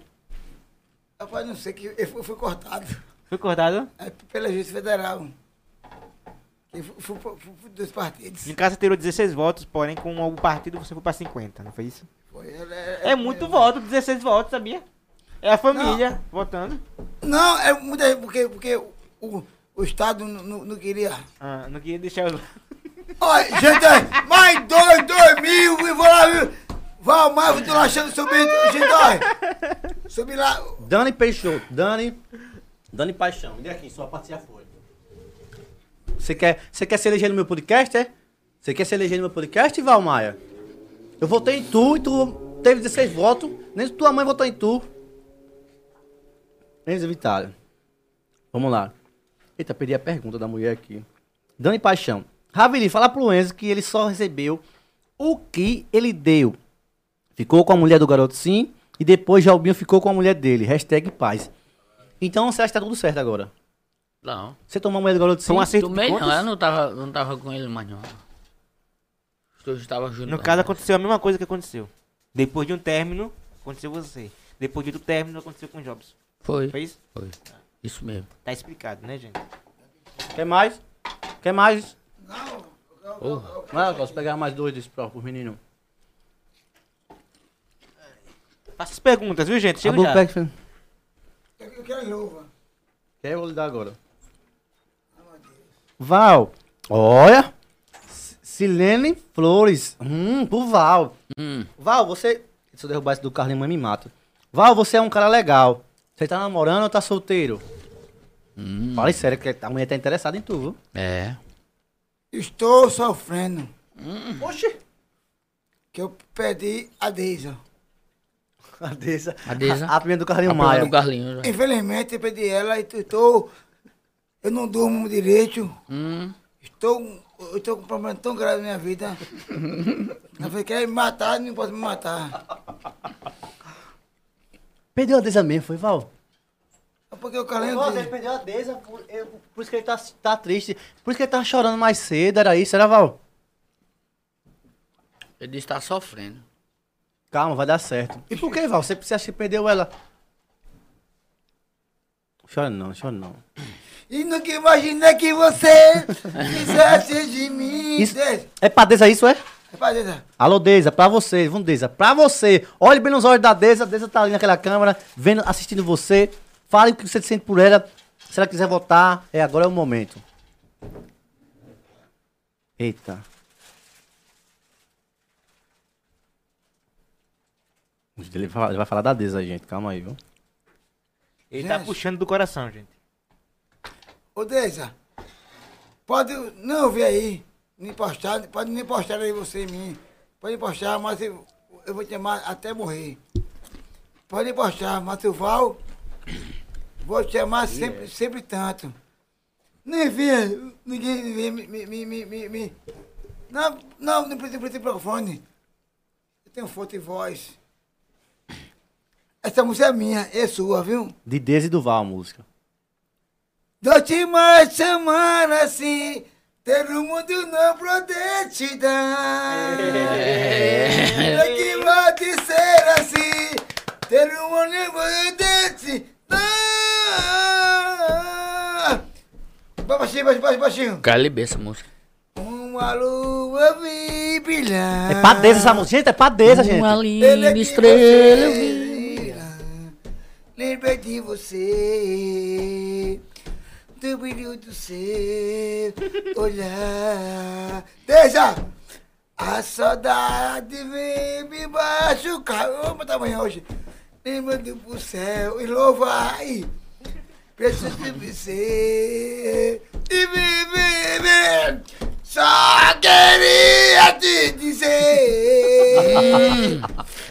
S5: Rapaz, não sei que eu fui, fui cortado.
S3: Foi acordado?
S5: É pela Justiça Federal. Eu fui, fui, fui, fui dos partidos.
S3: Em casa tirou 16 votos, porém com o partido você foi pra 50, não foi isso?
S5: Foi, ela- ela-
S3: É muito voto, 16 votos, sabia? É a família votando.
S5: Não, é muita porque, porque o, o Estado não, não- não queria.
S3: Ah, não queria deixar os...
S5: Olha, gente, mais dois, dois mil, e vou lá, viu? Vai, mais, eu tô lá achando subir, gente, olha. Subi lá.
S2: Dani Peixoto, Dani. Dani Paixão. Vem aqui, sua parte já foi. Você quer, você quer se eleger no meu podcast, é? Você quer se eleger no meu podcast, Val Maia? Eu votei em tu e tu teve 16 votos. Nem tua mãe votou em tu. Enzo Vitória. Vamos lá. Eita, perdi a pergunta da mulher aqui. Dani Paixão. Ravili, fala pro Enzo que ele só recebeu o que ele deu. Ficou com a mulher do garoto sim, e depois Jalbinho ficou com a mulher dele. Hashtag paz. Então você acha que tá tudo certo agora?
S4: Não.
S2: Você tomou a mulher do garoto sim?
S3: Foi um acerto de
S4: Tomei não,
S3: contas.
S4: ela não tava, não tava com ele mais não. Os dois estavam juntos.
S3: No caso aconteceu a mesma coisa que aconteceu. Depois de um término, aconteceu você. Depois de outro término, aconteceu com o Jobs.
S4: Foi.
S3: Foi isso?
S4: Foi. Isso mesmo.
S3: Tá explicado, né, gente?
S2: Quer mais? Quer mais?
S4: Porra.
S2: Ah, eu posso pegar mais dois desse próprio menino.
S3: Faça as perguntas, viu, gente? Chega já.
S5: Eu, eu quero luva.
S2: Quer eu vou lhe dar agora? Val. Olha. S- Silene Flores. Hum, pro Val.
S4: Hum.
S2: Val, você. Se eu derrubar esse do Carlinhos, mãe me mata. Val, você é um cara legal. Você tá namorando ou tá
S4: Hum.
S2: solteiro? Fala sério, que a mulher tá interessada em tu, viu?
S4: É.
S5: Estou sofrendo.
S3: Oxi!
S5: Que eu perdi a Deisa.
S2: A Deza.
S4: A Deza.
S2: A, a primeira do
S4: A
S2: Carlinho
S4: prova
S2: Maia.
S4: do Carlinhos. velho.
S5: Infelizmente, eu perdi ela e estou. Eu não durmo direito.
S4: Hum,
S5: Estou, eu estou com um problema tão grave na minha vida. Eu falei, quer me matar, não posso me matar.
S2: Perdeu a Deza mesmo, foi, Val?
S5: É porque o Carlinhos
S2: Nossa, ele
S5: diz,
S2: perdeu a Deza, por, eu- por isso que ele tá, tá triste. Por isso que ele tá chorando mais cedo, era isso, era, Val?
S4: ele disse que tá sofrendo.
S2: Calma, vai dar certo. E por que, Val? Você você acha que perdeu ela? Chora não, chora não.
S5: E nunca imaginei que você fizesse de mim.
S2: Isso-
S5: Deus.
S2: É pra Deza isso, é?
S5: Rapaz, Deus,
S2: Alô, Deza, pra você, vamos, Deza, pra você. Olhe bem nos olhos da Deza, a Deza tá ali naquela câmera, vendo, assistindo você. Fale o que você sente por ela. Se ela quiser votar, é agora é o momento. Eita. Ele vai ele vai falar da Deza, gente, calma aí, viu?
S3: Ele tá
S5: Gente.
S3: puxando do coração, gente.
S5: Ô, Deisa, pode não ver aí, me postar, pode me postar aí você em mim. Pode me postar, mas eu, eu vou te amar até morrer. Pode me postar, mas eu Val, vou te amar sempre, sempre tanto. Nem via, ninguém via me, me, me, me, me, me. Não, não, não precisa, precisa de microfone. Eu tenho forte voz. Essa música é minha, é sua, viu?
S2: De Deza e Duval a música.
S5: Dou te mais chamar assim, ter o mundo não tá? poder te dar. Pra que pode ser assim, ter o mundo não tá? poder te dar. Vai Baixinho, baixinho, baixinho, baixinho.
S4: KLB essa música.
S5: Uma lua vi brilhar.
S2: É pra Deza essa música, gente, é pra Deza, gente.
S4: Uma
S5: Ele é
S4: linda
S5: que
S4: estrela eu vi.
S5: você irá. Lembrei de você, do brilho do seu olhar. Deixa! A saudade vem me machucar. Ô, meu tamanho hoje. Lembrando pro céu e louvai. Preciso de você e viver. Só queria te [laughs] dizer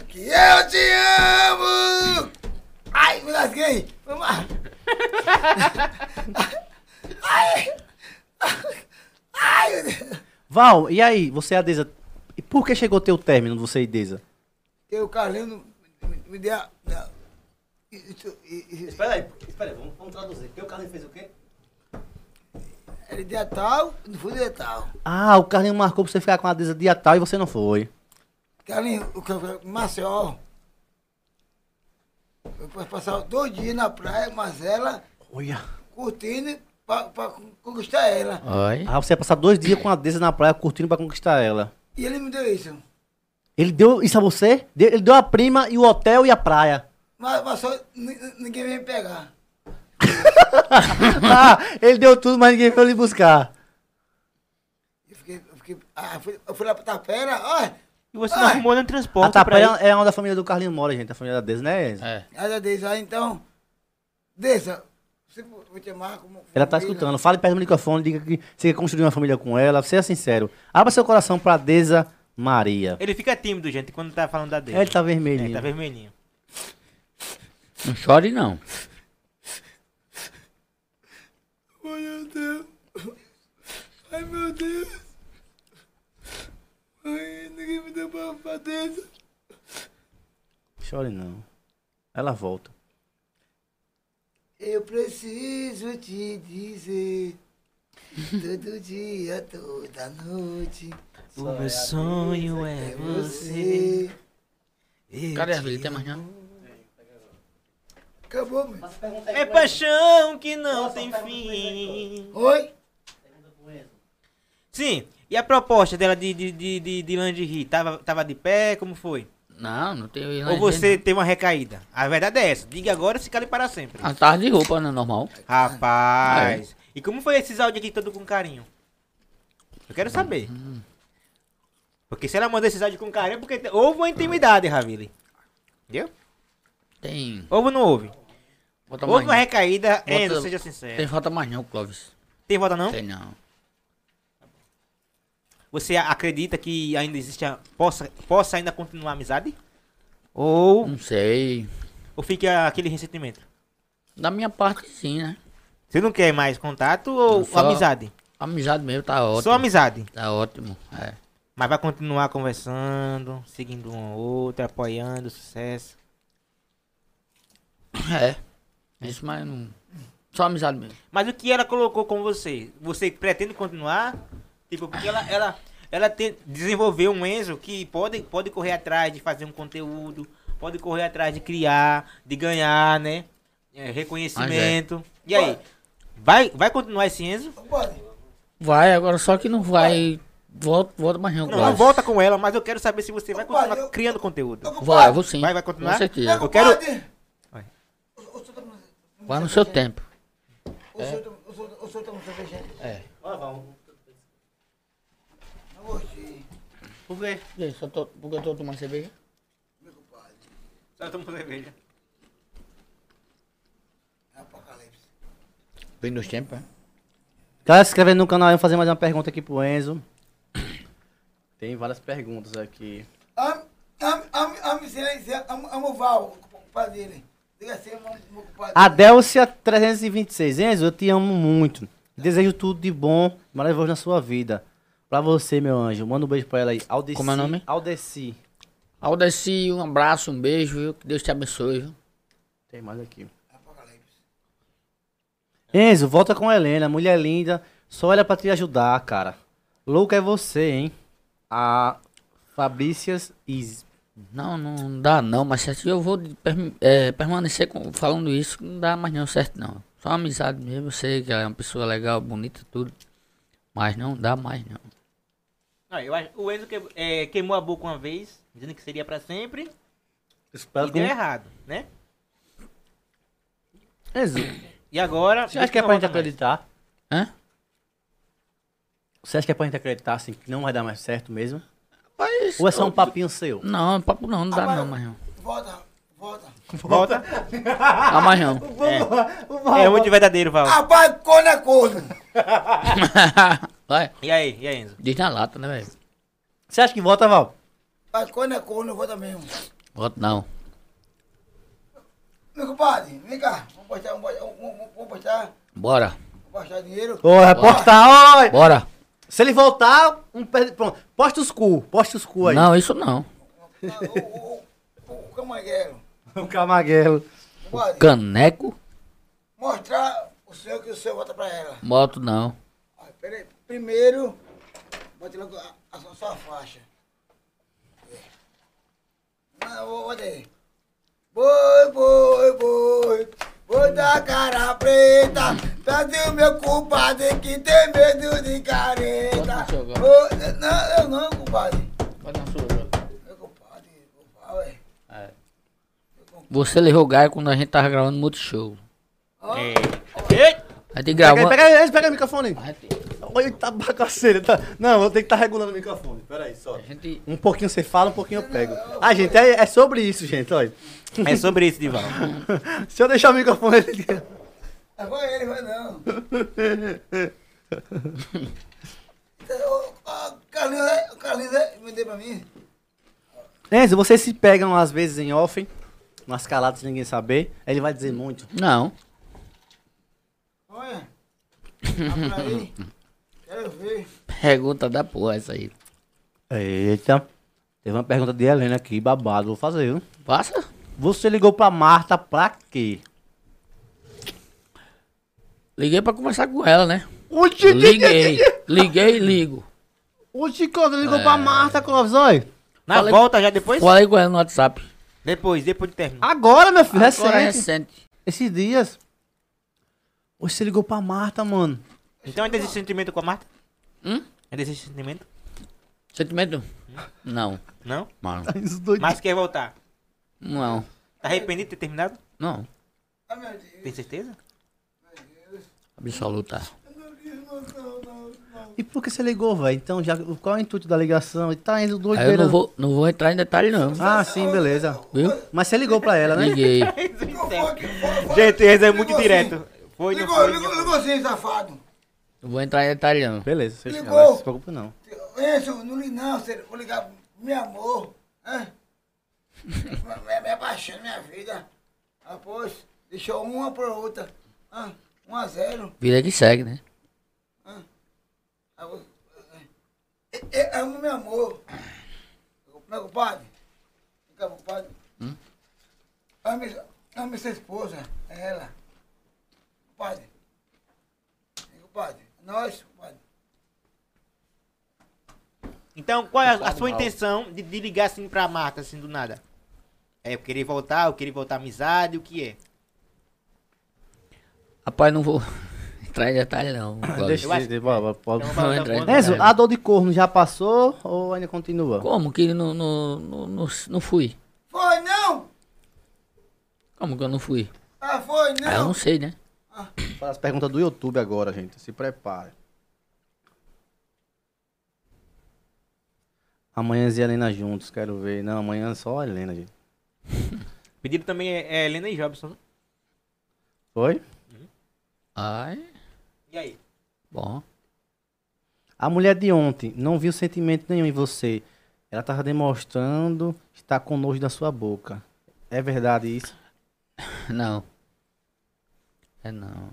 S5: que eu te amo. Ai, me lasquei. Vamos lá. Ai. Ai, meu Deus.
S2: Val, e aí, você e a Deza, e por que chegou teu término, você e Deza?
S5: Porque o Carlinho me, me deu. a- não. Isso- isso- isso-
S2: Espera aí, espera aí, vamos, traduzir. Porque o Carlinhos fez o quê?
S5: Ele deu a tal, não fui de tal.
S2: Ah, o Carlinhos marcou pra você ficar com a Deza dia tal e você não foi.
S5: Carlinhos, o ca- o Maceió. Eu posso passar dois dias na praia, mas ela
S2: Olha.
S5: curtindo pra, pra con- conquistar ela.
S4: Olha.
S2: Ah, você ia passar dois dias com a Deza na praia curtindo pra conquistar ela.
S5: E ele me deu isso.
S2: Ele deu isso a você? Deu- Ele deu a prima e o hotel e a praia. [laughs]
S5: Mas, mas só ni- ni- ninguém veio me pegar.
S2: ah, ele deu tudo, mas ninguém foi lhe buscar.
S5: Eu fiquei, eu fiquei, ah, eu fui, eu fui lá pra Tapera, olha,
S3: E você não
S5: Ah.
S3: arrumou nem
S2: A
S3: transporte pra
S2: Tapera
S3: ele.
S2: é onde a família do Carlinhos mora, gente. A família da Deza, né? Enzo?
S4: É.
S5: olha Deisa, ah, então, Deisa, você vou vou te amar como...
S2: Ela tá
S5: família.
S2: escutando. Fale perto do microfone, diga que você quer construir uma família com ela. Seja sincero. Abra seu coração pra Deza Maria.
S3: Ele fica tímido, gente, quando tá falando da dele.
S2: Ele tá
S3: É,
S2: vermelhinho.
S3: tá vermelhinho.
S4: Não chore não.
S5: Ai, meu Deus. Ai, meu Deus. Ai, ninguém me deu pra, pra Deisa.
S2: Chore não. Ela volta.
S5: Eu preciso te dizer todo dia, toda noite.
S3: O meu sonho é você.
S5: Você
S4: Cadê a vida? Tem mais não?
S5: acabou, meu.
S3: É paixão que não tem fim.
S5: Oi?
S3: Sim, e a proposta dela de, de, de, de, de lingerie? Tava, tava de pé? Como foi?
S4: Não, não tem.
S3: Ou você teve uma recaída? A verdade é essa. Diga agora se cale para sempre.
S4: A tarde de roupa, né? Normal.
S3: Rapaz. E como foi esses áudios aqui todo com carinho? Eu quero saber.
S4: Hum.
S3: Porque se ela mandou esses áudios com carinho, é porque te- houve uma intimidade, Ravili. Entendeu?
S4: Tem.
S3: Houve ou não houve?
S4: Bota
S3: Houve uma
S4: mais
S3: recaída,
S4: Bota-
S3: Enzo, seja
S4: não.
S3: sincero.
S4: Tem falta mais não, Clóvis.
S3: Tem volta não?
S4: Tem não.
S3: Você acredita que ainda existe a, possa, possa ainda continuar a amizade? Ou,
S4: Não sei.
S3: ou fica aquele ressentimento?
S4: Da minha parte, sim, né?
S3: Você não quer mais contato ou
S4: Só-
S3: amizade?
S4: Amizade mesmo tá ótimo.
S3: Só amizade.
S4: Tá ótimo. É.
S3: Mas vai continuar conversando, seguindo um ao outro, apoiando o sucesso.
S4: É. Isso, mas não. Só amizade mesmo.
S3: Mas o que ela colocou com você? Você pretende continuar? Tipo, porque ela, ela, ela tem, desenvolveu um Enzo que pode, pode correr atrás de fazer um conteúdo, pode correr atrás de criar, de ganhar, né? É, reconhecimento. E aí? Vai, vai continuar esse Enzo?
S5: Pode.
S4: Vai, agora só que não vai. Volta, volta mais não,
S3: Não,
S4: quase.
S3: não volta com ela, mas eu quero saber se você vai
S5: Opa,
S3: continuar
S5: eu-
S3: criando conteúdo.
S4: Vai, vou sim.
S3: Vai, vai continuar?
S4: Com certeza.
S3: Eu quero- Vai.
S5: Vai. O
S4: Vai no seu tempo.
S5: senhor tá um está muito cervejante.
S4: É.
S5: Não gostei.
S2: Por quê?
S4: E aí, só tô, porque eu tô tomando cerveja?
S3: Só toma cerveja.
S5: Apocalipse.
S4: Vem nos tempos, é?
S2: Galera, Tá se inscrevendo no canal, eu vou fazer mais uma pergunta aqui pro Enzo. Tem várias perguntas aqui.
S5: Amo, amo, amo, amo, amo, amo, amo o Val, o compadre dele. Diga assim, amo o meu compadre.
S2: Ah. Adélcia 326. Enzo, eu te amo muito. Desejo tudo de bom, maravilhoso na sua vida. Pra você, meu anjo. Manda um beijo pra ela aí. Aldeci.
S4: Como é o nome?
S2: Aldeci.
S4: Aldeci, um abraço, um beijo, viu? Que Deus te abençoe, viu?
S2: Tem mais aqui.
S5: Apocalipse.
S2: Enzo, volta com a Helena. Mulher linda. Só ela pra te ajudar, cara. Louca é você, hein? A Fabrícias Is.
S4: Não, não dá não, mas se eu vou de perm- é, permanecer com- falando isso, não dá mais não certo não. Só amizade mesmo, eu sei que ela é uma pessoa legal, bonita, tudo. Mas não dá mais não.
S3: Não, eu acho, o Enzo que, é, queimou a boca uma vez, dizendo que seria pra sempre,
S2: Espero
S3: e
S2: que...
S3: deu errado, né?
S2: Enzo,
S3: E agora.
S2: você acha que é pra gente acreditar?
S4: Hã?
S2: Você acha que é pra gente acreditar, assim, que não vai dar mais certo mesmo?
S4: Mas,
S2: Ou é só um papinho seu?
S4: Não, papo não, não dá não mais não.
S5: Volta, volta.
S3: Volta.
S4: Dá mais não. [laughs]
S3: É muito verdadeiro, Val.
S5: Rapaz, cone é corno.
S4: Vai,
S3: E aí, e aí, Enzo?
S4: diz na lata, né, velho?
S2: Você acha que volta, Val?
S5: Rapaz, cone é corno, volta mesmo.
S4: Voto não.
S5: Meu compadre, vem cá. Vamos postar, vamos postar, vamos- vamos- vamos postar,
S4: Bora,
S5: vamos postar dinheiro.
S2: Ô, reportar, oi!
S4: bora.
S2: Se ele voltar, um pe- pronto. Posta os cu, posta os cu aí.
S4: [laughs] Não, isso não.
S5: Ah, O, o, o, o camangueiro.
S2: O Camaguelo.
S5: Compadre,
S4: Caneco,
S5: mostrar o senhor que o senhor volta pra ela.
S4: moto não.
S5: Olha, peraí, Primeiro, bote logo a, a sua- sua faixa. É. Não, vou- bota aí. Boi, boi, boi, boi da cara preta, trazer o meu compadre que tem medo de careta.
S4: Bota no seu lugar.
S5: Boi- não, eu não, compadre. é
S4: Vai na sua,
S5: Meu compadre, compadre.
S4: Você levou gaia quando a gente tava gravando muito show.
S3: É.
S4: A gente
S2: Pega aí,
S4: gravou.
S2: pega aí, Enzo, pega aí o microfone.
S4: A gente,
S2: Olha, tá bagaceiro. Tá... Não, vou ter que estar regulando o microfone. Pera aí, só.
S4: a gente
S2: Um pouquinho você fala, um pouquinho eu pego. Ah, gente, é, é sobre isso, gente, olha. [laughs]
S3: É sobre isso, Dival.
S2: Se eu deixar o microfone... ele-
S5: Não vai É ele, vai não. O Carlinhos, é- o Carlinhos é- vendeu pra mim.
S2: [laughs] Enzo, vocês se pegam às vezes em off, umas caladas sem ninguém saber. Aí ele vai dizer muito.
S4: Não.
S5: Olha. Abra aí. Quero ver.
S4: Pergunta da porra essa aí.
S2: Eita. Teve uma pergunta de Helena aqui, babado. Vou fazer, viu?
S4: Passa?
S2: Você ligou pra Marta pra quê?
S4: Liguei pra conversar com ela, né?
S2: Oxi, [laughs]
S4: Liguei. É. Liguei e ligo.
S2: O Chicote ligou pra Marta, Clóvis, olha.
S3: Na
S4: Falei-
S3: volta já depois?
S4: Falei com ela no WhatsApp.
S3: Depois, depois de terminar.
S2: Agora, meu filho,
S4: Agora é
S2: recente.
S4: recente.
S2: Esses dias. Hoje você ligou pra Marta, mano.
S5: Ah,
S3: Então ainda existe sentimento com a Marta?
S4: Hum?
S3: Ainda existe sentimento?
S4: Sentimento? Não.
S3: Não?
S4: Mano.
S2: Isso doido.
S3: Mas quer voltar.
S4: Não.
S3: Tá arrependido de ter terminado?
S4: Não.
S5: Ah, meu Deus,
S3: Tem certeza?
S4: Absoluta.
S5: meu Deus, não, não, não, não.
S2: E por que você ligou, velho? Então, já, qual é o intuito da ligação? Ele tá indo doido
S4: Aí eu não vou, não vou entrar em detalhe, não.
S2: Ah, sim, beleza.
S4: Viu?
S2: Mas você ligou pra ela, né?
S4: Liguei.
S5: Não foi que foi, foi.
S3: Gente, esse é muito
S5: Ligou assim.
S3: direto. Foi, não
S5: Ligou,
S3: foi.
S5: ligou, ligou sim, safado.
S4: Não vou entrar em detalhe, não.
S2: Beleza, você
S5: Ligou.
S2: ela não se preocupa, não.
S5: Enzo, não li não, sério. Vou ligar pro meu amor. Hã? Minha- minha, minha paixão, minha vida. Rapaz, deixou uma pra outra. Hã? Um a zero.
S4: Vida que segue, né?
S5: Aí eu- Eu eu amo meu amor. Meu compadre. Fica, compadre. Ame, ame sua esposa. É ela. Compadre. Meu Compadre. Nós, compadre.
S3: Então, qual é a- a, sua intenção de, de ligar assim pra Marta, assim, do nada? É eu querer voltar, eu querer voltar à amizade, o que é?
S4: Rapaz, não vou [laughs] entrar em detalhe, não.
S2: Deixa
S3: acho-
S2: eu... Bora, bora, bora.
S3: Então,
S4: Não
S3: vamos-
S4: entra em
S3: vamos-
S2: Enzo, É, ah. a dor de corno já passou ou ainda continua?
S4: Como que não, não, não, não, não fui?
S5: Foi não?
S4: Como que eu não fui?
S5: Ah, foi
S4: Ah, eu
S5: não?
S4: não sei, né?
S2: Faz as perguntas do YouTube agora, gente. Se prepare. Amanhã Zé e Helena juntos, quero ver. Não, amanhã é só a Helena, gente.
S3: Pedido também é, é Helena e Jobson. né?
S2: Foi?
S4: Ai,
S3: E aí?
S4: bom.
S2: A mulher de ontem não viu sentimento nenhum em você. Ela tava demonstrando estar com nojo da sua boca. É verdade isso?
S4: Não. É não.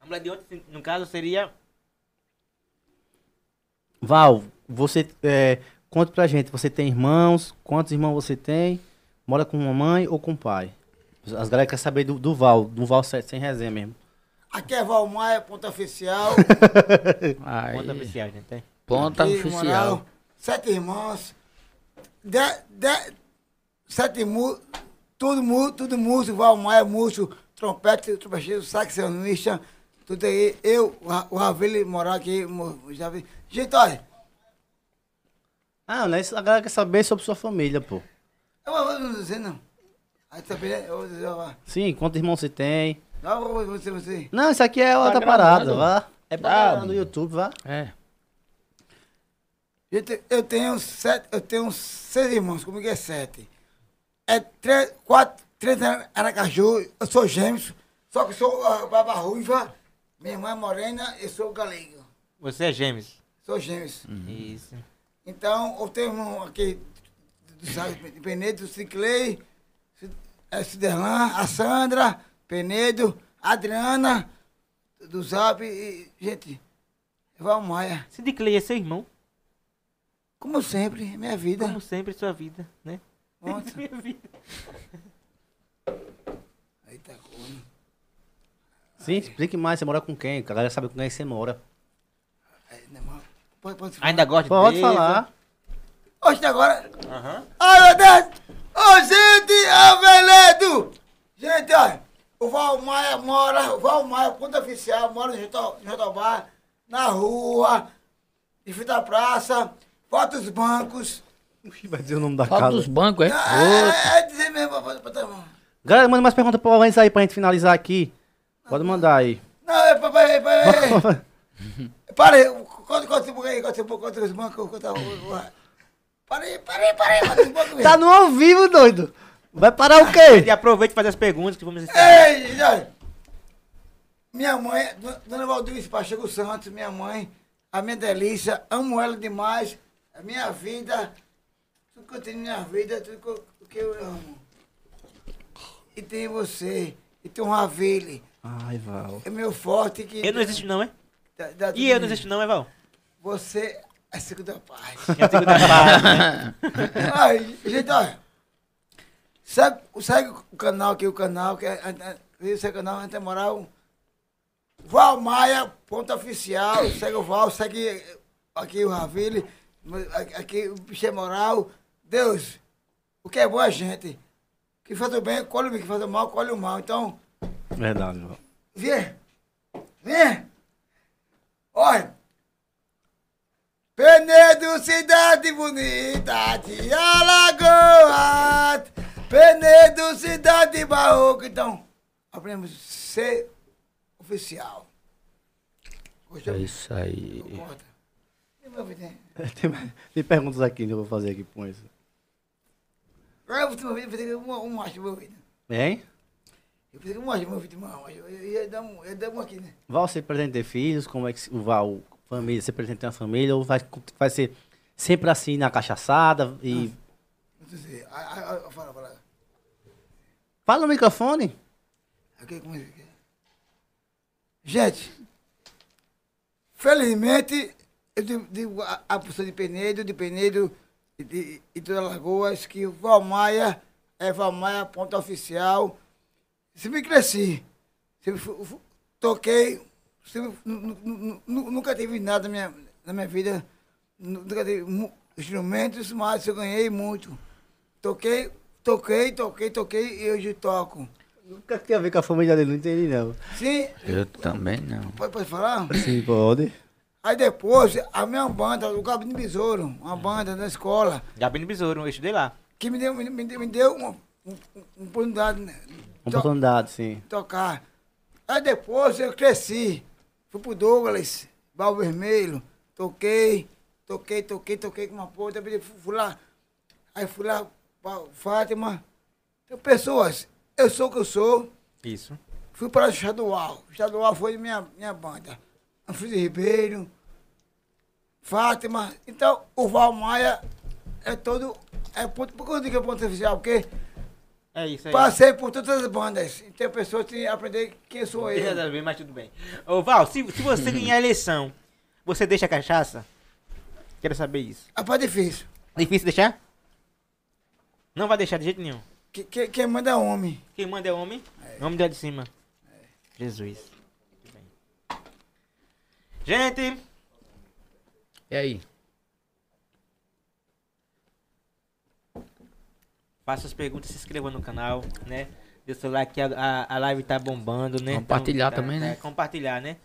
S3: A mulher de ontem, no caso, seria
S2: Val, você. É, conta pra gente, você tem irmãos? Quantos irmãos você tem? Mora com uma mãe ou com um pai? As galera querem saber do, do Val, do Val sem sem resenha mesmo.
S5: Aqui é Valmaia, ponto oficial.
S4: Ai,
S3: conta oficial, gente. tem?
S4: ponta
S5: Aqui,
S4: oficial.
S5: Moral, sete irmãos. De, de, sete mu, tudo, mu, tudo músico, Valmaia, músico, trompete, trompetista, saxonista, tudo aí. Eu, o Ra- o Ravili Moral aqui, mo- já vi. Gente, olha,
S2: Ah, né? isso A galera quer saber sobre sua família, pô.
S5: eu não vou dizer não. Aí também, eu vou dizer, ó,
S2: Sim, quantos irmãos você tem?
S5: não, eu vou dizer você.
S2: Não, isso aqui é outra parada,
S4: gravado.
S2: vá. É pra
S4: Tá,
S2: galera no YouTube, vá.
S4: É.
S3: Tá
S5: Gente, eu tenho sete, eu tenho seis irmãos, comigo é sete. É três, quatro, três ara- Aracaju, eu sou gêmeos, só que eu sou ah, barba ruiva, minha irmã é morena, eu sou galego,
S3: Você é gêmeos.
S5: sou gêmeos.
S3: Hum.
S2: Uhum.
S3: Isso.
S5: Então, eu tenho um aqui do Sá- de Penedo, Ciclei, Ci- eh, Ciderlan, a Sandra, Penedo, Adriana, do Zap, e, e, gente, Val Maia,
S3: Sid Clay é seu irmão,
S5: como sempre, minha vida.
S3: como sempre, sua vida, né? [laughs]
S5: Ontem.
S3: Minha vida.
S5: Eita, corno.
S2: Sim, explique mais, você mora com quem? A galera sabe com quem você mora.
S5: Aí, não, mas Pode, pode falar.
S3: Ainda gosta né?
S2: Pode
S3: dele?
S2: falar.
S5: Hoje agora.
S3: Aham.
S5: Ai, meu Deus! Ô, gente, aveledo! Gente, olha, o Valmaia mora, o Valmaia, conta oficial, mora em Jotó- em Jotobá, na rua, em frente à praça, volta os bancos.
S2: Ih, Vai dizer o nome da
S4: Fala dos
S2: casa.
S4: bancos, é?
S3: Ah!
S5: É, é dizer mesmo, pra- pra- pra-
S2: Galera, manda mais perguntas pro Lorenzo aí pra gente finalizar aqui. Pode mandar aí.
S5: Não, é, papai, é, papai. é. Para aí, conta conta esse banco aí, conta esse banco, conta os bancos, conta o- o. Para aí, para aí, para aí, conta os bancos mesmo.
S2: [laughs] Tá no ao vivo, doido. Vai parar o
S3: E
S2: quê?
S3: aproveite e faz as perguntas que vamos...
S5: Ei, olha. Minha mãe, Dona- Dona Valdir Pacheco Santos, minha mãe, a minha delícia, amo ela demais, a minha vida, tudo que eu tenho na minha vida, tudo que eu, o que eu amo. E tem você, e tem o Ravile,
S2: Ai, Val.
S5: é meu forte que.
S3: Eu não existo não, é?
S5: dá- dá
S3: E
S5: tudo
S3: eu não
S5: em mim.
S3: existo não, é, Val?
S5: Você é a segunda parte.
S3: É
S2: [laughs]
S3: a segunda parte, né?
S5: [laughs] Ai, gente, olha. Segue, segue o canal aqui, o canal, que é, é, é, esse é o canal Ante Moral. Val Maia, ponto oficial. Segue o Val, segue eh, aqui o Ravile, a- aqui o Biché Moral. Deus, o que é bom é gente. O Que faz o bem, colhe o bem, o que faz o mal, colhe o mal. Então,
S2: Verdade, Val.
S5: Vem! Vem! Olha! Penedo, cidade bonita de Alagoas! Penedo, cidade barroca! Então, aprendemos ser oficial.
S4: É isso aí.
S5: Conta.
S2: [laughs] Tem, mais- tem perguntas aqui que eu vou fazer aqui com isso.
S5: Agora você vai fazer uma, uma acho meu vídeo.
S2: Hein?
S5: Eu pensei que uma acho meu vídeo, uma acho. Eu ia dar um, eu ia dar um aqui, né?
S2: Val sempre pretende ter filhos? Como é que se- o Val família, você pretende ter uma família, ou vai, vai ser sempre assim na cachaçada e.
S5: Não sei. Ah, ah, ah, Fala, fala.
S2: Fala no microfone.
S5: Aqui, como é que é? Gente, felizmente, eu digo- digo a, a pessoa de Penedo, de Penedo e de, e toda Lagoas, que o Valmaia é Valmaia, ponto oficial. Se me cresci, se me fu- fu- toquei, se me- nu- nu- nu- nunca tive nada na minha, na minha vida, nu- nunca tive mu- instrumentos, mas eu ganhei muito. Toquei, toquei, toquei, toquei e hoje toco.
S2: Nunca tem a ver com a família dele, não entendi não.
S5: Sim,
S4: Eu também não.
S5: pode, pode falar?
S2: Sim, pode.
S5: Aí depois, a minha banda, o Gabinho Besouro, uma banda da escola,
S3: Gabino Besouro, eu estudei lá.
S5: que me deu, me, me deu, me deu uma, um- um- uma oportunidade né, de to-
S2: Oportunidade, sim.
S5: tocar. Aí depois eu cresci, fui pro Douglas, Val Vermelho, toquei, toquei, toquei, toquei com uma porta, depois eu fui, fui lá, aí fui lá pra Fátima. Então, pessoas, eu sou o que eu sou,
S3: Isso.
S5: fui para o estadual. O estadual foi minha, minha banda. Anfísio Ribeiro, Fátima. Então, o Val Maia é todo. É ponto, por que eu digo que é ponto oficial? Porque
S3: É isso aí.
S5: passei por todas as bandas. Então, a pessoa tem que aprender quem sou
S3: Deixa
S5: eu.
S3: eu ver, mas tudo bem. Ô, Val, se,
S2: [laughs]
S3: se você ganhar a eleição, você deixa a cachaça? Quero saber isso.
S5: Rapaz, é difícil.
S3: Difícil deixar? Não vai deixar de jeito nenhum.
S5: Que- que- Quem manda é homem.
S3: Quem manda é homem. Homem de lá de cima. Jesus. Muito bem. Gente,
S4: E aí?
S3: faça as perguntas, se inscreva no canal, né? Dê seu like, que a, a, a live tá bombando, né?
S4: Compartilhar
S3: Então, tá-
S4: também,
S3: tá-
S4: né?
S3: Compartilhar, né?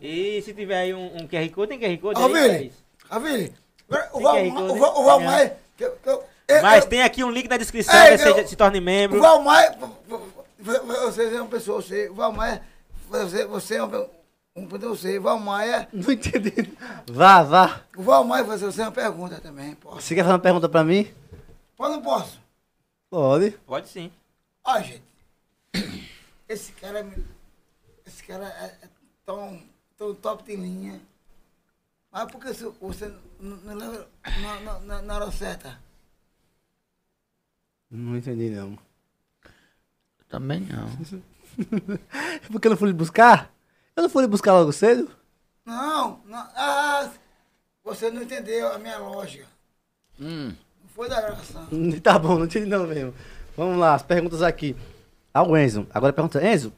S3: E se tiver aí um, um QR Code, tem QR Code aí,
S5: Alvile,
S3: Thaís?
S5: Alvile, o
S3: é Tem que
S5: Val, Ma-
S3: arreglar,
S5: o Val, o Val
S3: né?
S5: Maia. eu- eu- eu-
S3: Mas
S5: eu-
S3: tem aqui um link na descrição,
S5: Ei,
S3: né? Seja-
S5: eu-
S3: se torne
S5: O
S3: membro.
S5: Valmar, você é uma pessoa, você, o Valmar, você, você é uma, um, você, o Valmar é,
S2: Não entendi. Vá, vá.
S5: o Valmar, você, você é uma pergunta também, posso?
S2: Você quer fazer uma pergunta pra mim?
S5: Pode ou não posso?
S2: Pode.
S3: Pode sim.
S5: Ó, gente, [coughs] esse cara, me- esse cara é, é tão, tão top de linha, mas por que se você não, não leva na, na- na- na hora certa?
S2: Não entendi não.
S4: Eu também não.
S2: É Porque eu não fui lhe buscar? Eu não fui lhe buscar logo cedo?
S5: Não, não, ah, você não entendeu a minha lógica,
S4: Hum,
S5: não foi da graça.
S2: Hum, [laughs] Tá bom, não entendi não mesmo. Vamos lá, as perguntas aqui. Ao Enzo. Agora pergunta, é, Enzo,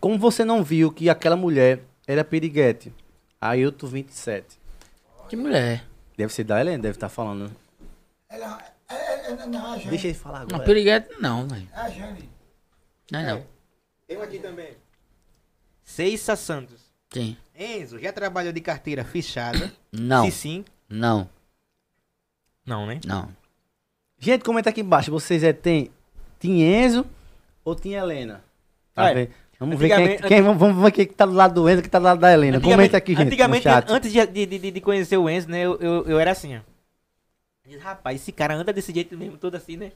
S2: como você não viu que aquela mulher era piriguete? Ailton 27.
S4: que mulher. é?
S2: Deve ser da Helena, deve estar falando. né?
S5: Ela, ela, ela, ela, ela,
S3: É.
S5: ela,
S2: Deixa ele falar
S4: Não,
S2: agora.
S4: piriguete não, velho.
S5: Ah, Jane.
S4: Não é não.
S3: Tem um aqui também. Seissa Santos.
S4: Quem?
S3: Enzo, já trabalhou de carteira fechada?
S4: Não.
S3: Se sim.
S4: Não.
S3: Não, né?
S4: Não.
S2: Gente, comenta aqui embaixo. Vocês é, tem, tinha Enzo ou tinha Helena? Tá
S3: Vai.
S2: vendo? Vamos ver quem, é que-
S3: Antigamente-
S2: quem- vamos, vamos ver quem que tá do lado do Enzo e quem tá do lado da Helena. Comenta aqui, gente. no
S3: Antigamente,
S2: chat.
S3: antes de, de- de- de conhecer o Enzo, né? Eu, eu, eu era assim, ó. Diz, Rapaz, esse cara anda desse jeito mesmo, todo assim, né?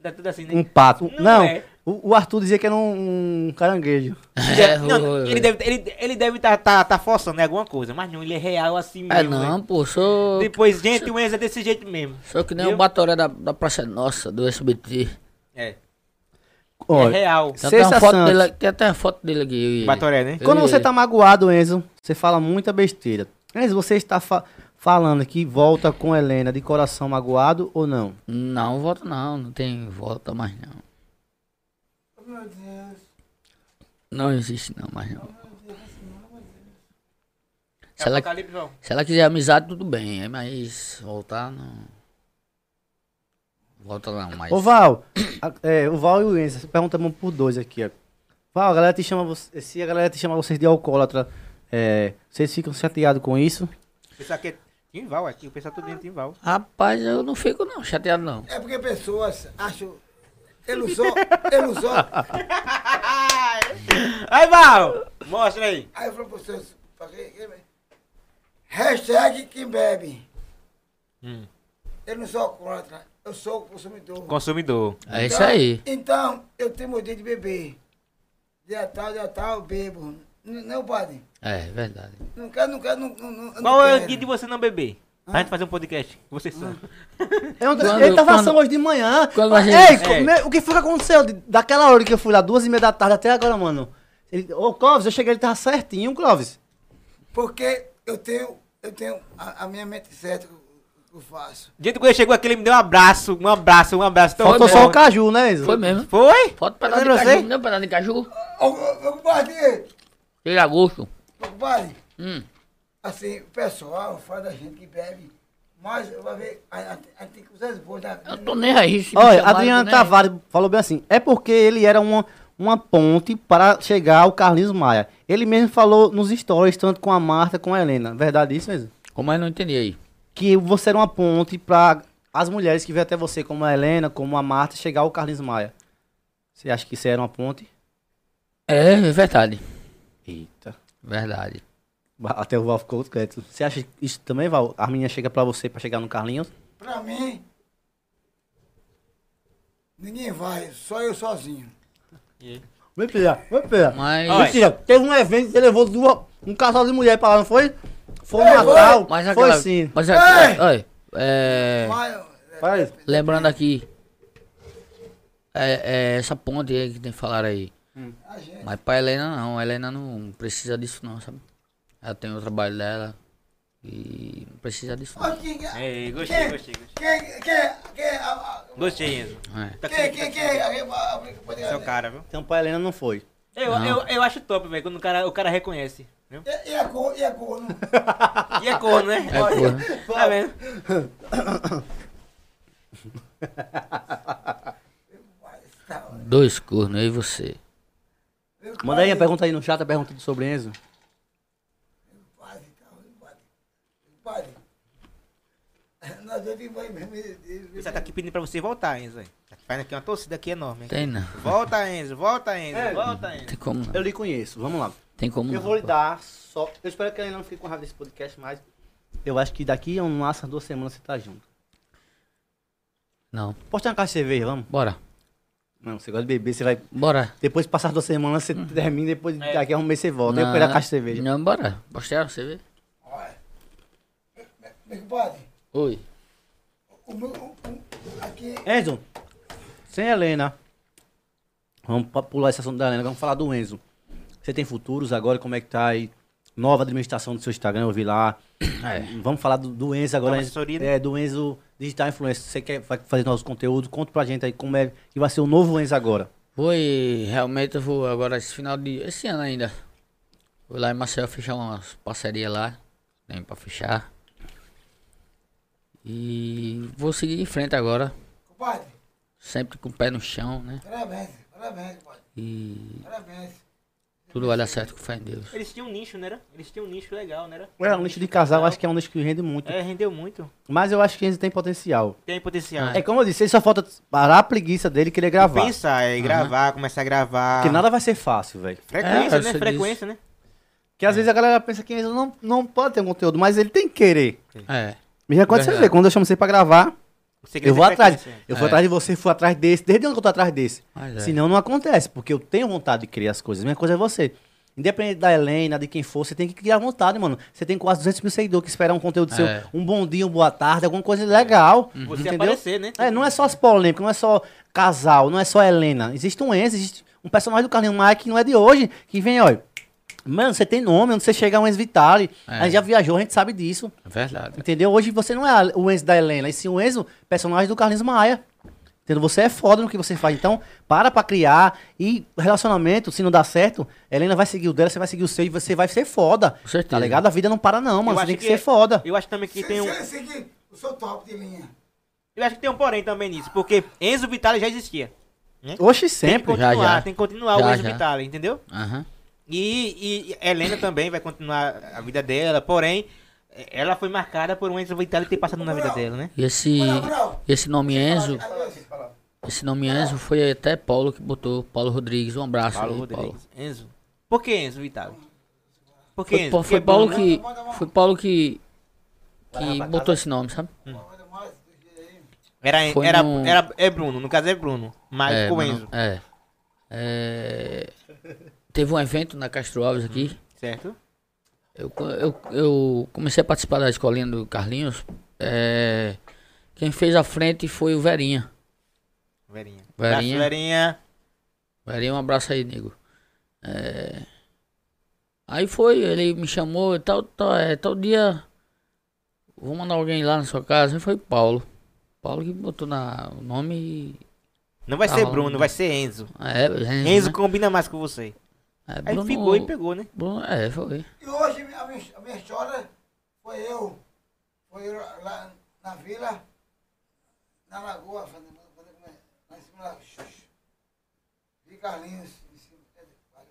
S3: Anda tudo assim, né?
S2: Um pato.
S3: Não
S2: Não,
S3: é.
S2: o, o Arthur dizia que era um, um caranguejo.
S4: É,
S3: Não, não,
S4: ô,
S3: ele deve ele, ele deve tá, tá, tá forçando né, alguma coisa, mas não, ele é real assim mesmo.
S4: é não, pô. Sou,
S3: né? Depois, gente, o Enzo é desse jeito mesmo.
S4: sou que nem
S3: Viu?
S4: o Batoré da, da Praça Nossa, do SBT.
S3: É, é
S2: Olha,
S3: real.
S4: Tem até, uma foto
S2: Santos.
S4: dele, tem até uma foto dele aqui. eu e ele. é.
S3: Batoré, né?
S2: Quando
S4: Ei.
S2: você tá magoado, Enzo, você fala muita besteira. Enzo, você está fa- falando que volta com Helena de coração magoado ou não?
S4: Não, volta não. Não tem volta mais não.
S5: Oh, Meu Deus. Oh,
S4: Não existe não mais não.
S5: assim,
S4: Se ela,
S3: Apocalipse, João.
S4: se ela quiser amizade, tudo bem. é, Mas voltar não. Volta não, mas.
S2: Ô Val, a- é, o Val e o Enzo, pergunta um por dois aqui, ó. Val, a galera te chama você, se a galera te chama vocês de alcoólatra, é, vocês ficam chateados com isso?
S3: O pessoal aqui é Tim Val aqui, o pessoal todo dentro de Tim Val.
S4: Rapaz, eu não fico não, chateado não.
S5: É porque pessoas acham. Ele usou, ele usou.
S3: Aí, Val! Mostra aí.
S5: Aí eu falei para vocês, pra quem- quem bebe? hashtag quem bebe.
S3: Hum.
S5: Eu não sou alcoólatra, eu sou consumidor.
S3: Consumidor.
S4: É isso aí.
S5: Então, eu tenho meu dia de beber. Dia tal, dia tal, eu bebo. N- Não, padre?
S4: É, verdade.
S5: Não quero, não quero, não, não, não
S3: Qual
S5: não
S3: é o
S5: quero.
S3: dia de você não beber? Pra gente fazer um podcast. Você sabe.
S2: Eu,
S4: Quando-
S2: É um ele tava
S4: quando-
S2: ação hoje de manhã.
S4: Quando a
S2: Ei,
S4: gente-
S2: co-
S3: É.
S2: me- o que foi que aconteceu? De- Daquela hora que eu fui lá, duas e meia da tarde até agora, mano. Ele, ô, Clóvis, eu cheguei, ele tava certinho, Clóvis.
S5: Porque eu tenho, eu tenho a, a minha mente certa que eu- que eu faço.
S3: Gente, quando ele chegou aqui, ele me deu um abraço, um abraço, um abraço. Então,
S2: Faltou
S4: mesmo.
S2: só o caju, né, Enzo?
S4: Foi mesmo.
S3: Foi?
S4: Falta pedaço de
S3: Lembra
S4: caju,
S3: você?
S4: não pedaço de caju.
S5: Ô, ô, ô, compadre,
S4: Cheiro a gosto.
S5: ô, compadre,
S4: Hum.
S5: assim, o pessoal fala da gente que bebe, mas vai ver, a, a, a, tem coisas boas. né?
S4: Eu tô nem aí. é se me
S2: Olha,
S4: chamarem,
S2: Adriano
S4: tô nem aí.
S2: Tavares falou bem assim. É porque ele era uma, uma ponte para chegar ao Carlinhos Maia. Ele mesmo falou nos stories, tanto com a Marta, com a Helena. Verdade isso mesmo?
S4: Como é, não entendi aí.
S2: Que você era uma ponte para as mulheres que vêm até você, como a Helena, como a Marta, chegar ao Carlinhos Maia. Você acha que você era uma ponte?
S4: É, é verdade.
S2: Eita.
S4: Verdade.
S2: Até o Val ficou quieto. Você acha isso também, Val? A menina chega pra você pra chegar no Carlinhos?
S5: Pra mim, ninguém vai, só eu sozinho.
S2: Vem pegar, vem pegar.
S4: Mas-
S2: Mentira, teve um evento que levou duas, um casal de mulher pra lá, não foi? Foi no
S5: Levou.
S2: Natal?
S4: Mas
S2: foi
S4: aquela.
S2: sim.
S4: Mas aquela.
S5: Ei!
S4: Olha, é.
S5: Mas,
S2: Faz.
S4: Lembrando aqui. É, é essa ponte aí que tem que falar aí.
S2: Hum.
S5: a gente,
S4: Mas pra Helena não, a Helena não precisa disso não, sabe? Ela tem o trabalho dela e não precisa disso
S5: Ó, quem,
S3: É, gostei, gostei, gostei.
S5: quem, quem, quem, a- a-
S3: Gostei, Enzo.
S4: não. É.
S3: Tá com
S5: quem,
S3: seu-
S5: quem, quem, alguém-
S3: seu cara, viu?
S2: Então pra Helena não foi.
S3: é? Eu,
S4: Não.
S3: eu, eu acho top, velho, quando o cara, o cara reconhece. [laughs] viu?
S5: E e a cor, e a cor, não?
S3: E é corno, né?
S4: É, porra.
S3: [laughs] Tá vendo?
S4: Dois cornos, eu e você.
S2: Manda aí a pergunta aí no chat, a pergunta do sobre Enzo.
S5: Padre, calma, padre. Padre. Nós dois vamos mesmo. ele- ele-
S3: Você tá aqui pedindo pra você voltar, Enzo. velho. Tá fazendo aqui uma torcida aqui enorme. hein?
S4: Tem não.
S3: Volta, Enzo, volta, Enzo, volta, Enzo.
S4: Tem como
S2: Eu
S4: não.
S2: lhe conheço, vamos lá.
S4: Tem como
S2: Eu
S4: não.
S2: vou lhe
S4: pô.
S2: dar só. Eu espero que a Helena não fique com raiva desse podcast, mas eu acho que daqui a um massa, duas semanas você tá junto.
S4: Não.
S2: Posta uma caixa de cerveja, vamos?
S4: Bora.
S2: Não, você gosta de beber, você vai.
S4: Bora.
S2: Depois de passar duas semanas, você termina, depois daqui a um mês você volta. Eu
S4: Não,
S2: pego a caixa de cerveja.
S4: Não, bora. Postaram, você vê?
S5: Olha. Meu- Meu compadre,
S4: Oi.
S5: o meu. o- o- Aqui.
S2: Enzo, sem Helena. Vamos pa- pular esse assunto da Helena, vamos falar do Enzo. Você tem futuros agora, como é que tá aí? Nova administração do seu Instagram, eu vi lá. Vamos falar do, do Enzo agora.
S3: Nova
S2: Enzo-
S3: assessoria, né?
S2: é, do Enzo Digital Influencer. Você quer fa- fazer novos conteúdos? Conta pra gente aí como é que vai ser o novo Enzo agora.
S4: Foi, realmente eu vou agora esse final de. esse ano ainda. Vou lá em Marcel fechar umas parcerias lá. Tem pra fechar. E vou seguir em frente agora.
S5: Compadre,
S4: Sempre com o pé no chão, né?
S5: parabéns. Parabéns, compadre.
S4: E
S5: Parabéns.
S4: tudo vai dar certo com fé em Deus.
S3: Eles tinham um nicho, né? era? Eles tinham um nicho legal, né? era?
S2: É um nicho de casal, eu acho que é um nicho que rende muito.
S3: É, rendeu muito.
S2: Mas eu acho que o Enzo tem potencial.
S3: Tem potencial.
S2: É como eu disse, ele só falta parar a preguiça dele e querer gravar.
S3: Pensar, é gravar, começar a gravar.
S2: Porque nada vai ser fácil, velho.
S3: Frequência,
S4: É,
S3: né?
S4: você
S3: Frequência, né?
S2: Porque às vezes a galera pensa que Enzo não, não pode ter um conteúdo, mas ele tem que querer.
S4: É.
S2: Me recorda você
S4: Verdade.
S2: ver, quando eu chamo você pra gravar,
S3: Você quer
S2: eu vou
S3: dizer
S2: atrás.
S3: frequência.
S2: Eu fui
S4: É.
S2: atrás de você, fui atrás desse. Desde onde eu tô atrás desse?
S4: Mas é.
S2: Senão não acontece, porque eu tenho vontade de criar as coisas. Minha coisa é você. Independente da Helena, de quem for, você tem que criar vontade, mano. Você tem quase 200 mil seguidores que esperam um conteúdo seu.
S4: É. Uhum.
S2: Um bom dia, uma boa tarde, alguma coisa legal.
S3: Você
S2: Uhum. entendeu?
S3: aparecer, né?
S2: É, não é só as polêmicas, não é só casal, não é só Helena. Existe um Enzo, existe um personagem do Carlinhos Maia que não é de hoje, que vem, olha. Mano, você tem nome, onde você chega é um Enzo Vitale.
S4: É.
S2: A gente já viajou, a gente sabe disso.
S4: É verdade.
S2: Entendeu? Hoje você não é a- o Enzo da Helena, e sim o Enzo, personagem do Carlinhos Maia. Entendeu? Você é foda no que você faz. Então, para pra criar. E relacionamento, se não dá certo, Helena vai seguir o dela, você vai seguir o seu e você vai ser foda.
S4: Com certeza.
S2: Tá ligado? A vida não para, não,
S3: Eu
S2: mano. Você
S3: acho
S2: tem que,
S3: que-
S2: ser foda.
S3: Eu acho também que tem um.
S5: Sei- sei que eu sou top de linha.
S3: Eu acho que tem um porém também nisso, porque Enzo Vitale já existia.
S2: Oxe,
S3: Tem que
S2: sempre.
S3: continuar,
S4: já.
S3: tem que continuar o
S4: Já,
S3: Enzo
S4: já.
S3: Vitale, entendeu?
S4: Aham.
S3: E, e Helena também vai continuar a vida dela, porém, ela foi marcada por um Enzo Vitale ter passado na vida dela, né?
S4: E esse.
S5: Moral, moral.
S4: Esse nome Enzo.
S5: Aí você fala,
S4: Esse nome Enzo foi até Paulo que botou. Paulo Rodrigues. Um abraço
S3: Paulo
S4: aí, Paulo.
S3: Rodrigues. Enzo. Por que Enzo Vitale? Por que
S4: Foi,
S3: Enzo?
S4: Pa-
S3: Porque
S4: foi
S3: é bom,
S4: Paulo
S3: né?
S4: que. Foi Paulo que. Que botou esse nome, sabe?
S3: Era,
S4: foi
S3: era,
S4: no-
S3: era, é Bruno, no caso é Bruno, mas
S4: é,
S3: ficou
S4: mas não-
S3: Enzo,
S4: é. É, Teve um evento na Castro Alves aqui.
S3: certo?
S4: Eu, co- eu, eu comecei a participar da escolinha do Carlinhos. é, quem fez a frente foi o Verinha.
S3: Verinha.
S4: Verinha.
S3: Verinha. Verinha.
S4: Verinha, um abraço aí, nego. É, Aí foi, ele me chamou e tal, tal, é, tal dia. Vou mandar alguém lá na sua casa. E foi Paulo. Paulo que botou na, o nome e.
S3: Não vai
S4: Tá
S3: ser
S4: rolando.
S3: Bruno, vai ser Enzo.
S4: É,
S3: Enzo
S4: né?
S3: combina mais com você.
S4: É,
S3: Aí
S4: Bruno-
S3: ficou e pegou, né?
S4: Bruno- é, foi.
S5: E hoje a minha, a minha história foi eu. Foi eu lá na vila, na lagoa, fazendo, fazendo como é, lá em cima da. Vi Carlinhos em cima. É, cadê?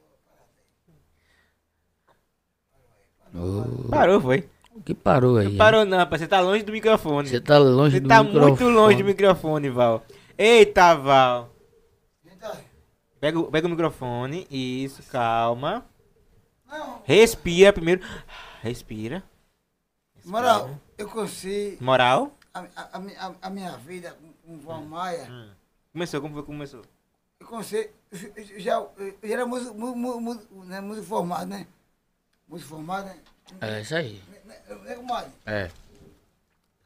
S5: Parou, parou aí.
S3: Parou, foi.
S4: Que parou aí.
S3: Parou não, rapaz. Você tá longe do microfone.
S4: Você tá longe
S3: Você
S4: do
S3: tá
S4: microfone.
S3: muito longe do microfone, Val. Eita, Val.
S5: Gente, olha,
S3: Pega, o- pega o microfone. Isso, calma.
S5: não,
S3: Respira primeiro. Respira.
S5: moral, eu conheci
S3: Moral.
S5: a, a- a mi- a- a minha vida com, com o Val Maia.
S3: Começou, como foi? que Começou.
S5: Eu comecei, eu- eu já, eu já era músico, mu- mu- mu- né, músico formado, né? Músico formado, né?
S4: É isso aí.
S5: Né, né, comadre?
S4: É.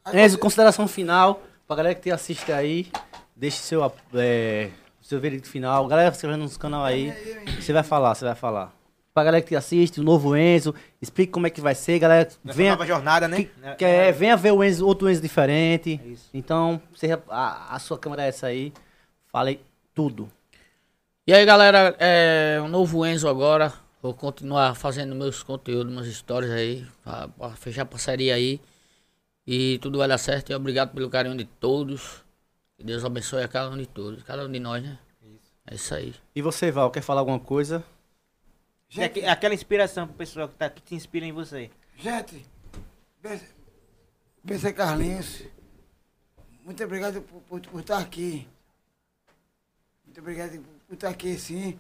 S5: Aí
S2: Enzo, consideração final. Pra galera que te assiste aí, deixe seu, ap- é, seu veredito final. Galera que se inscreve nos canal aí, você vai falar, você vai falar. Pra galera que te assiste, o novo Enzo, explique como é que vai ser, galera.
S3: Nessa
S2: Venha,
S3: nova jornada, né?
S2: que- que é, venha ver o Enzo, outro Enzo diferente.
S3: isso.
S2: Então, seja, a, a sua câmera é essa aí. Fale tudo.
S4: E aí, galera, é um novo Enzo agora. Vou continuar fazendo meus conteúdos, minhas histórias aí, pra, pra fechar parceria aí. E tudo vai dar certo. E obrigado pelo carinho de todos. Que Deus abençoe a cada um de todos, cada um de nós, né? É isso aí.
S2: E você, Val, quer falar alguma coisa?
S3: É aque- é aquela inspiração pro pessoal que, tá, que te inspira em você.
S5: Gente, Bessa- Bessa Carlinhos, muito obrigado por, por- por estar aqui. Muito obrigado por, por estar aqui, sim.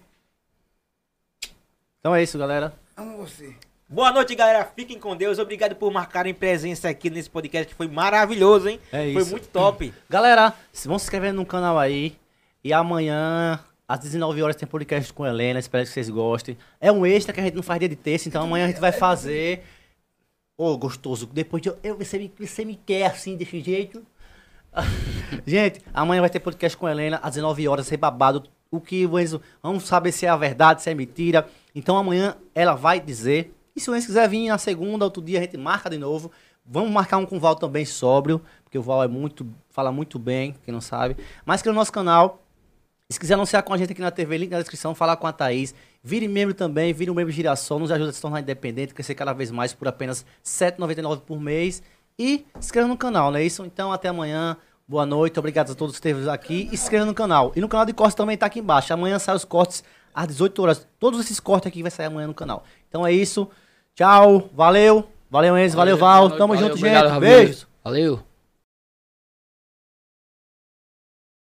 S2: Então é isso, galera.
S5: Amo você.
S3: Boa noite, galera. Fiquem com Deus. Obrigado por marcarem presença aqui nesse podcast que foi maravilhoso, hein?
S2: É
S3: Foi
S2: isso.
S3: muito top.
S2: Galera, se vão se inscrevendo no canal aí. E amanhã, às 19 horas, tem podcast com a Helena. Espero que vocês gostem. É um extra que a gente não faz dia de terça, então amanhã a gente vai fazer. Ô, gostoso. Depois de. Eu, você, me, você me quer assim, desse jeito? gente, amanhã vai ter podcast com a Helena, às 19 horas, ser babado. O que o Enzo. Vamos saber se é a verdade, se é mentira. Então amanhã ela vai dizer. E se o Enzo quiser vir na segunda, outro dia, a gente marca de novo. Vamos marcar um com o Val também sóbrio, porque o Val é muito. fala muito bem, quem não sabe. Mas que no nosso canal. Se quiser anunciar com a gente aqui na TV, link na descrição, falar com a Thaís. Vire membro também, vire um membro de Girassol, nos ajuda a se tornar independente, crescer cada vez mais por apenas R$ 7,99 por mês. E se inscreva no canal, não é isso? Então, até amanhã. Boa noite, obrigado a todos que esteve aqui. E se inscreva no canal. E no canal de cortes também tá aqui embaixo. Amanhã saem os cortes às 18 horas. Todos esses cortes aqui vai sair amanhã no canal. Então é isso. Tchau, valeu. Valeu, Enzo, valeu, Val.
S4: Boa noite,
S2: Tamo
S4: valeu,
S2: junto,
S4: obrigado,
S2: gente.
S4: Ravel.
S2: Beijos.
S4: Valeu.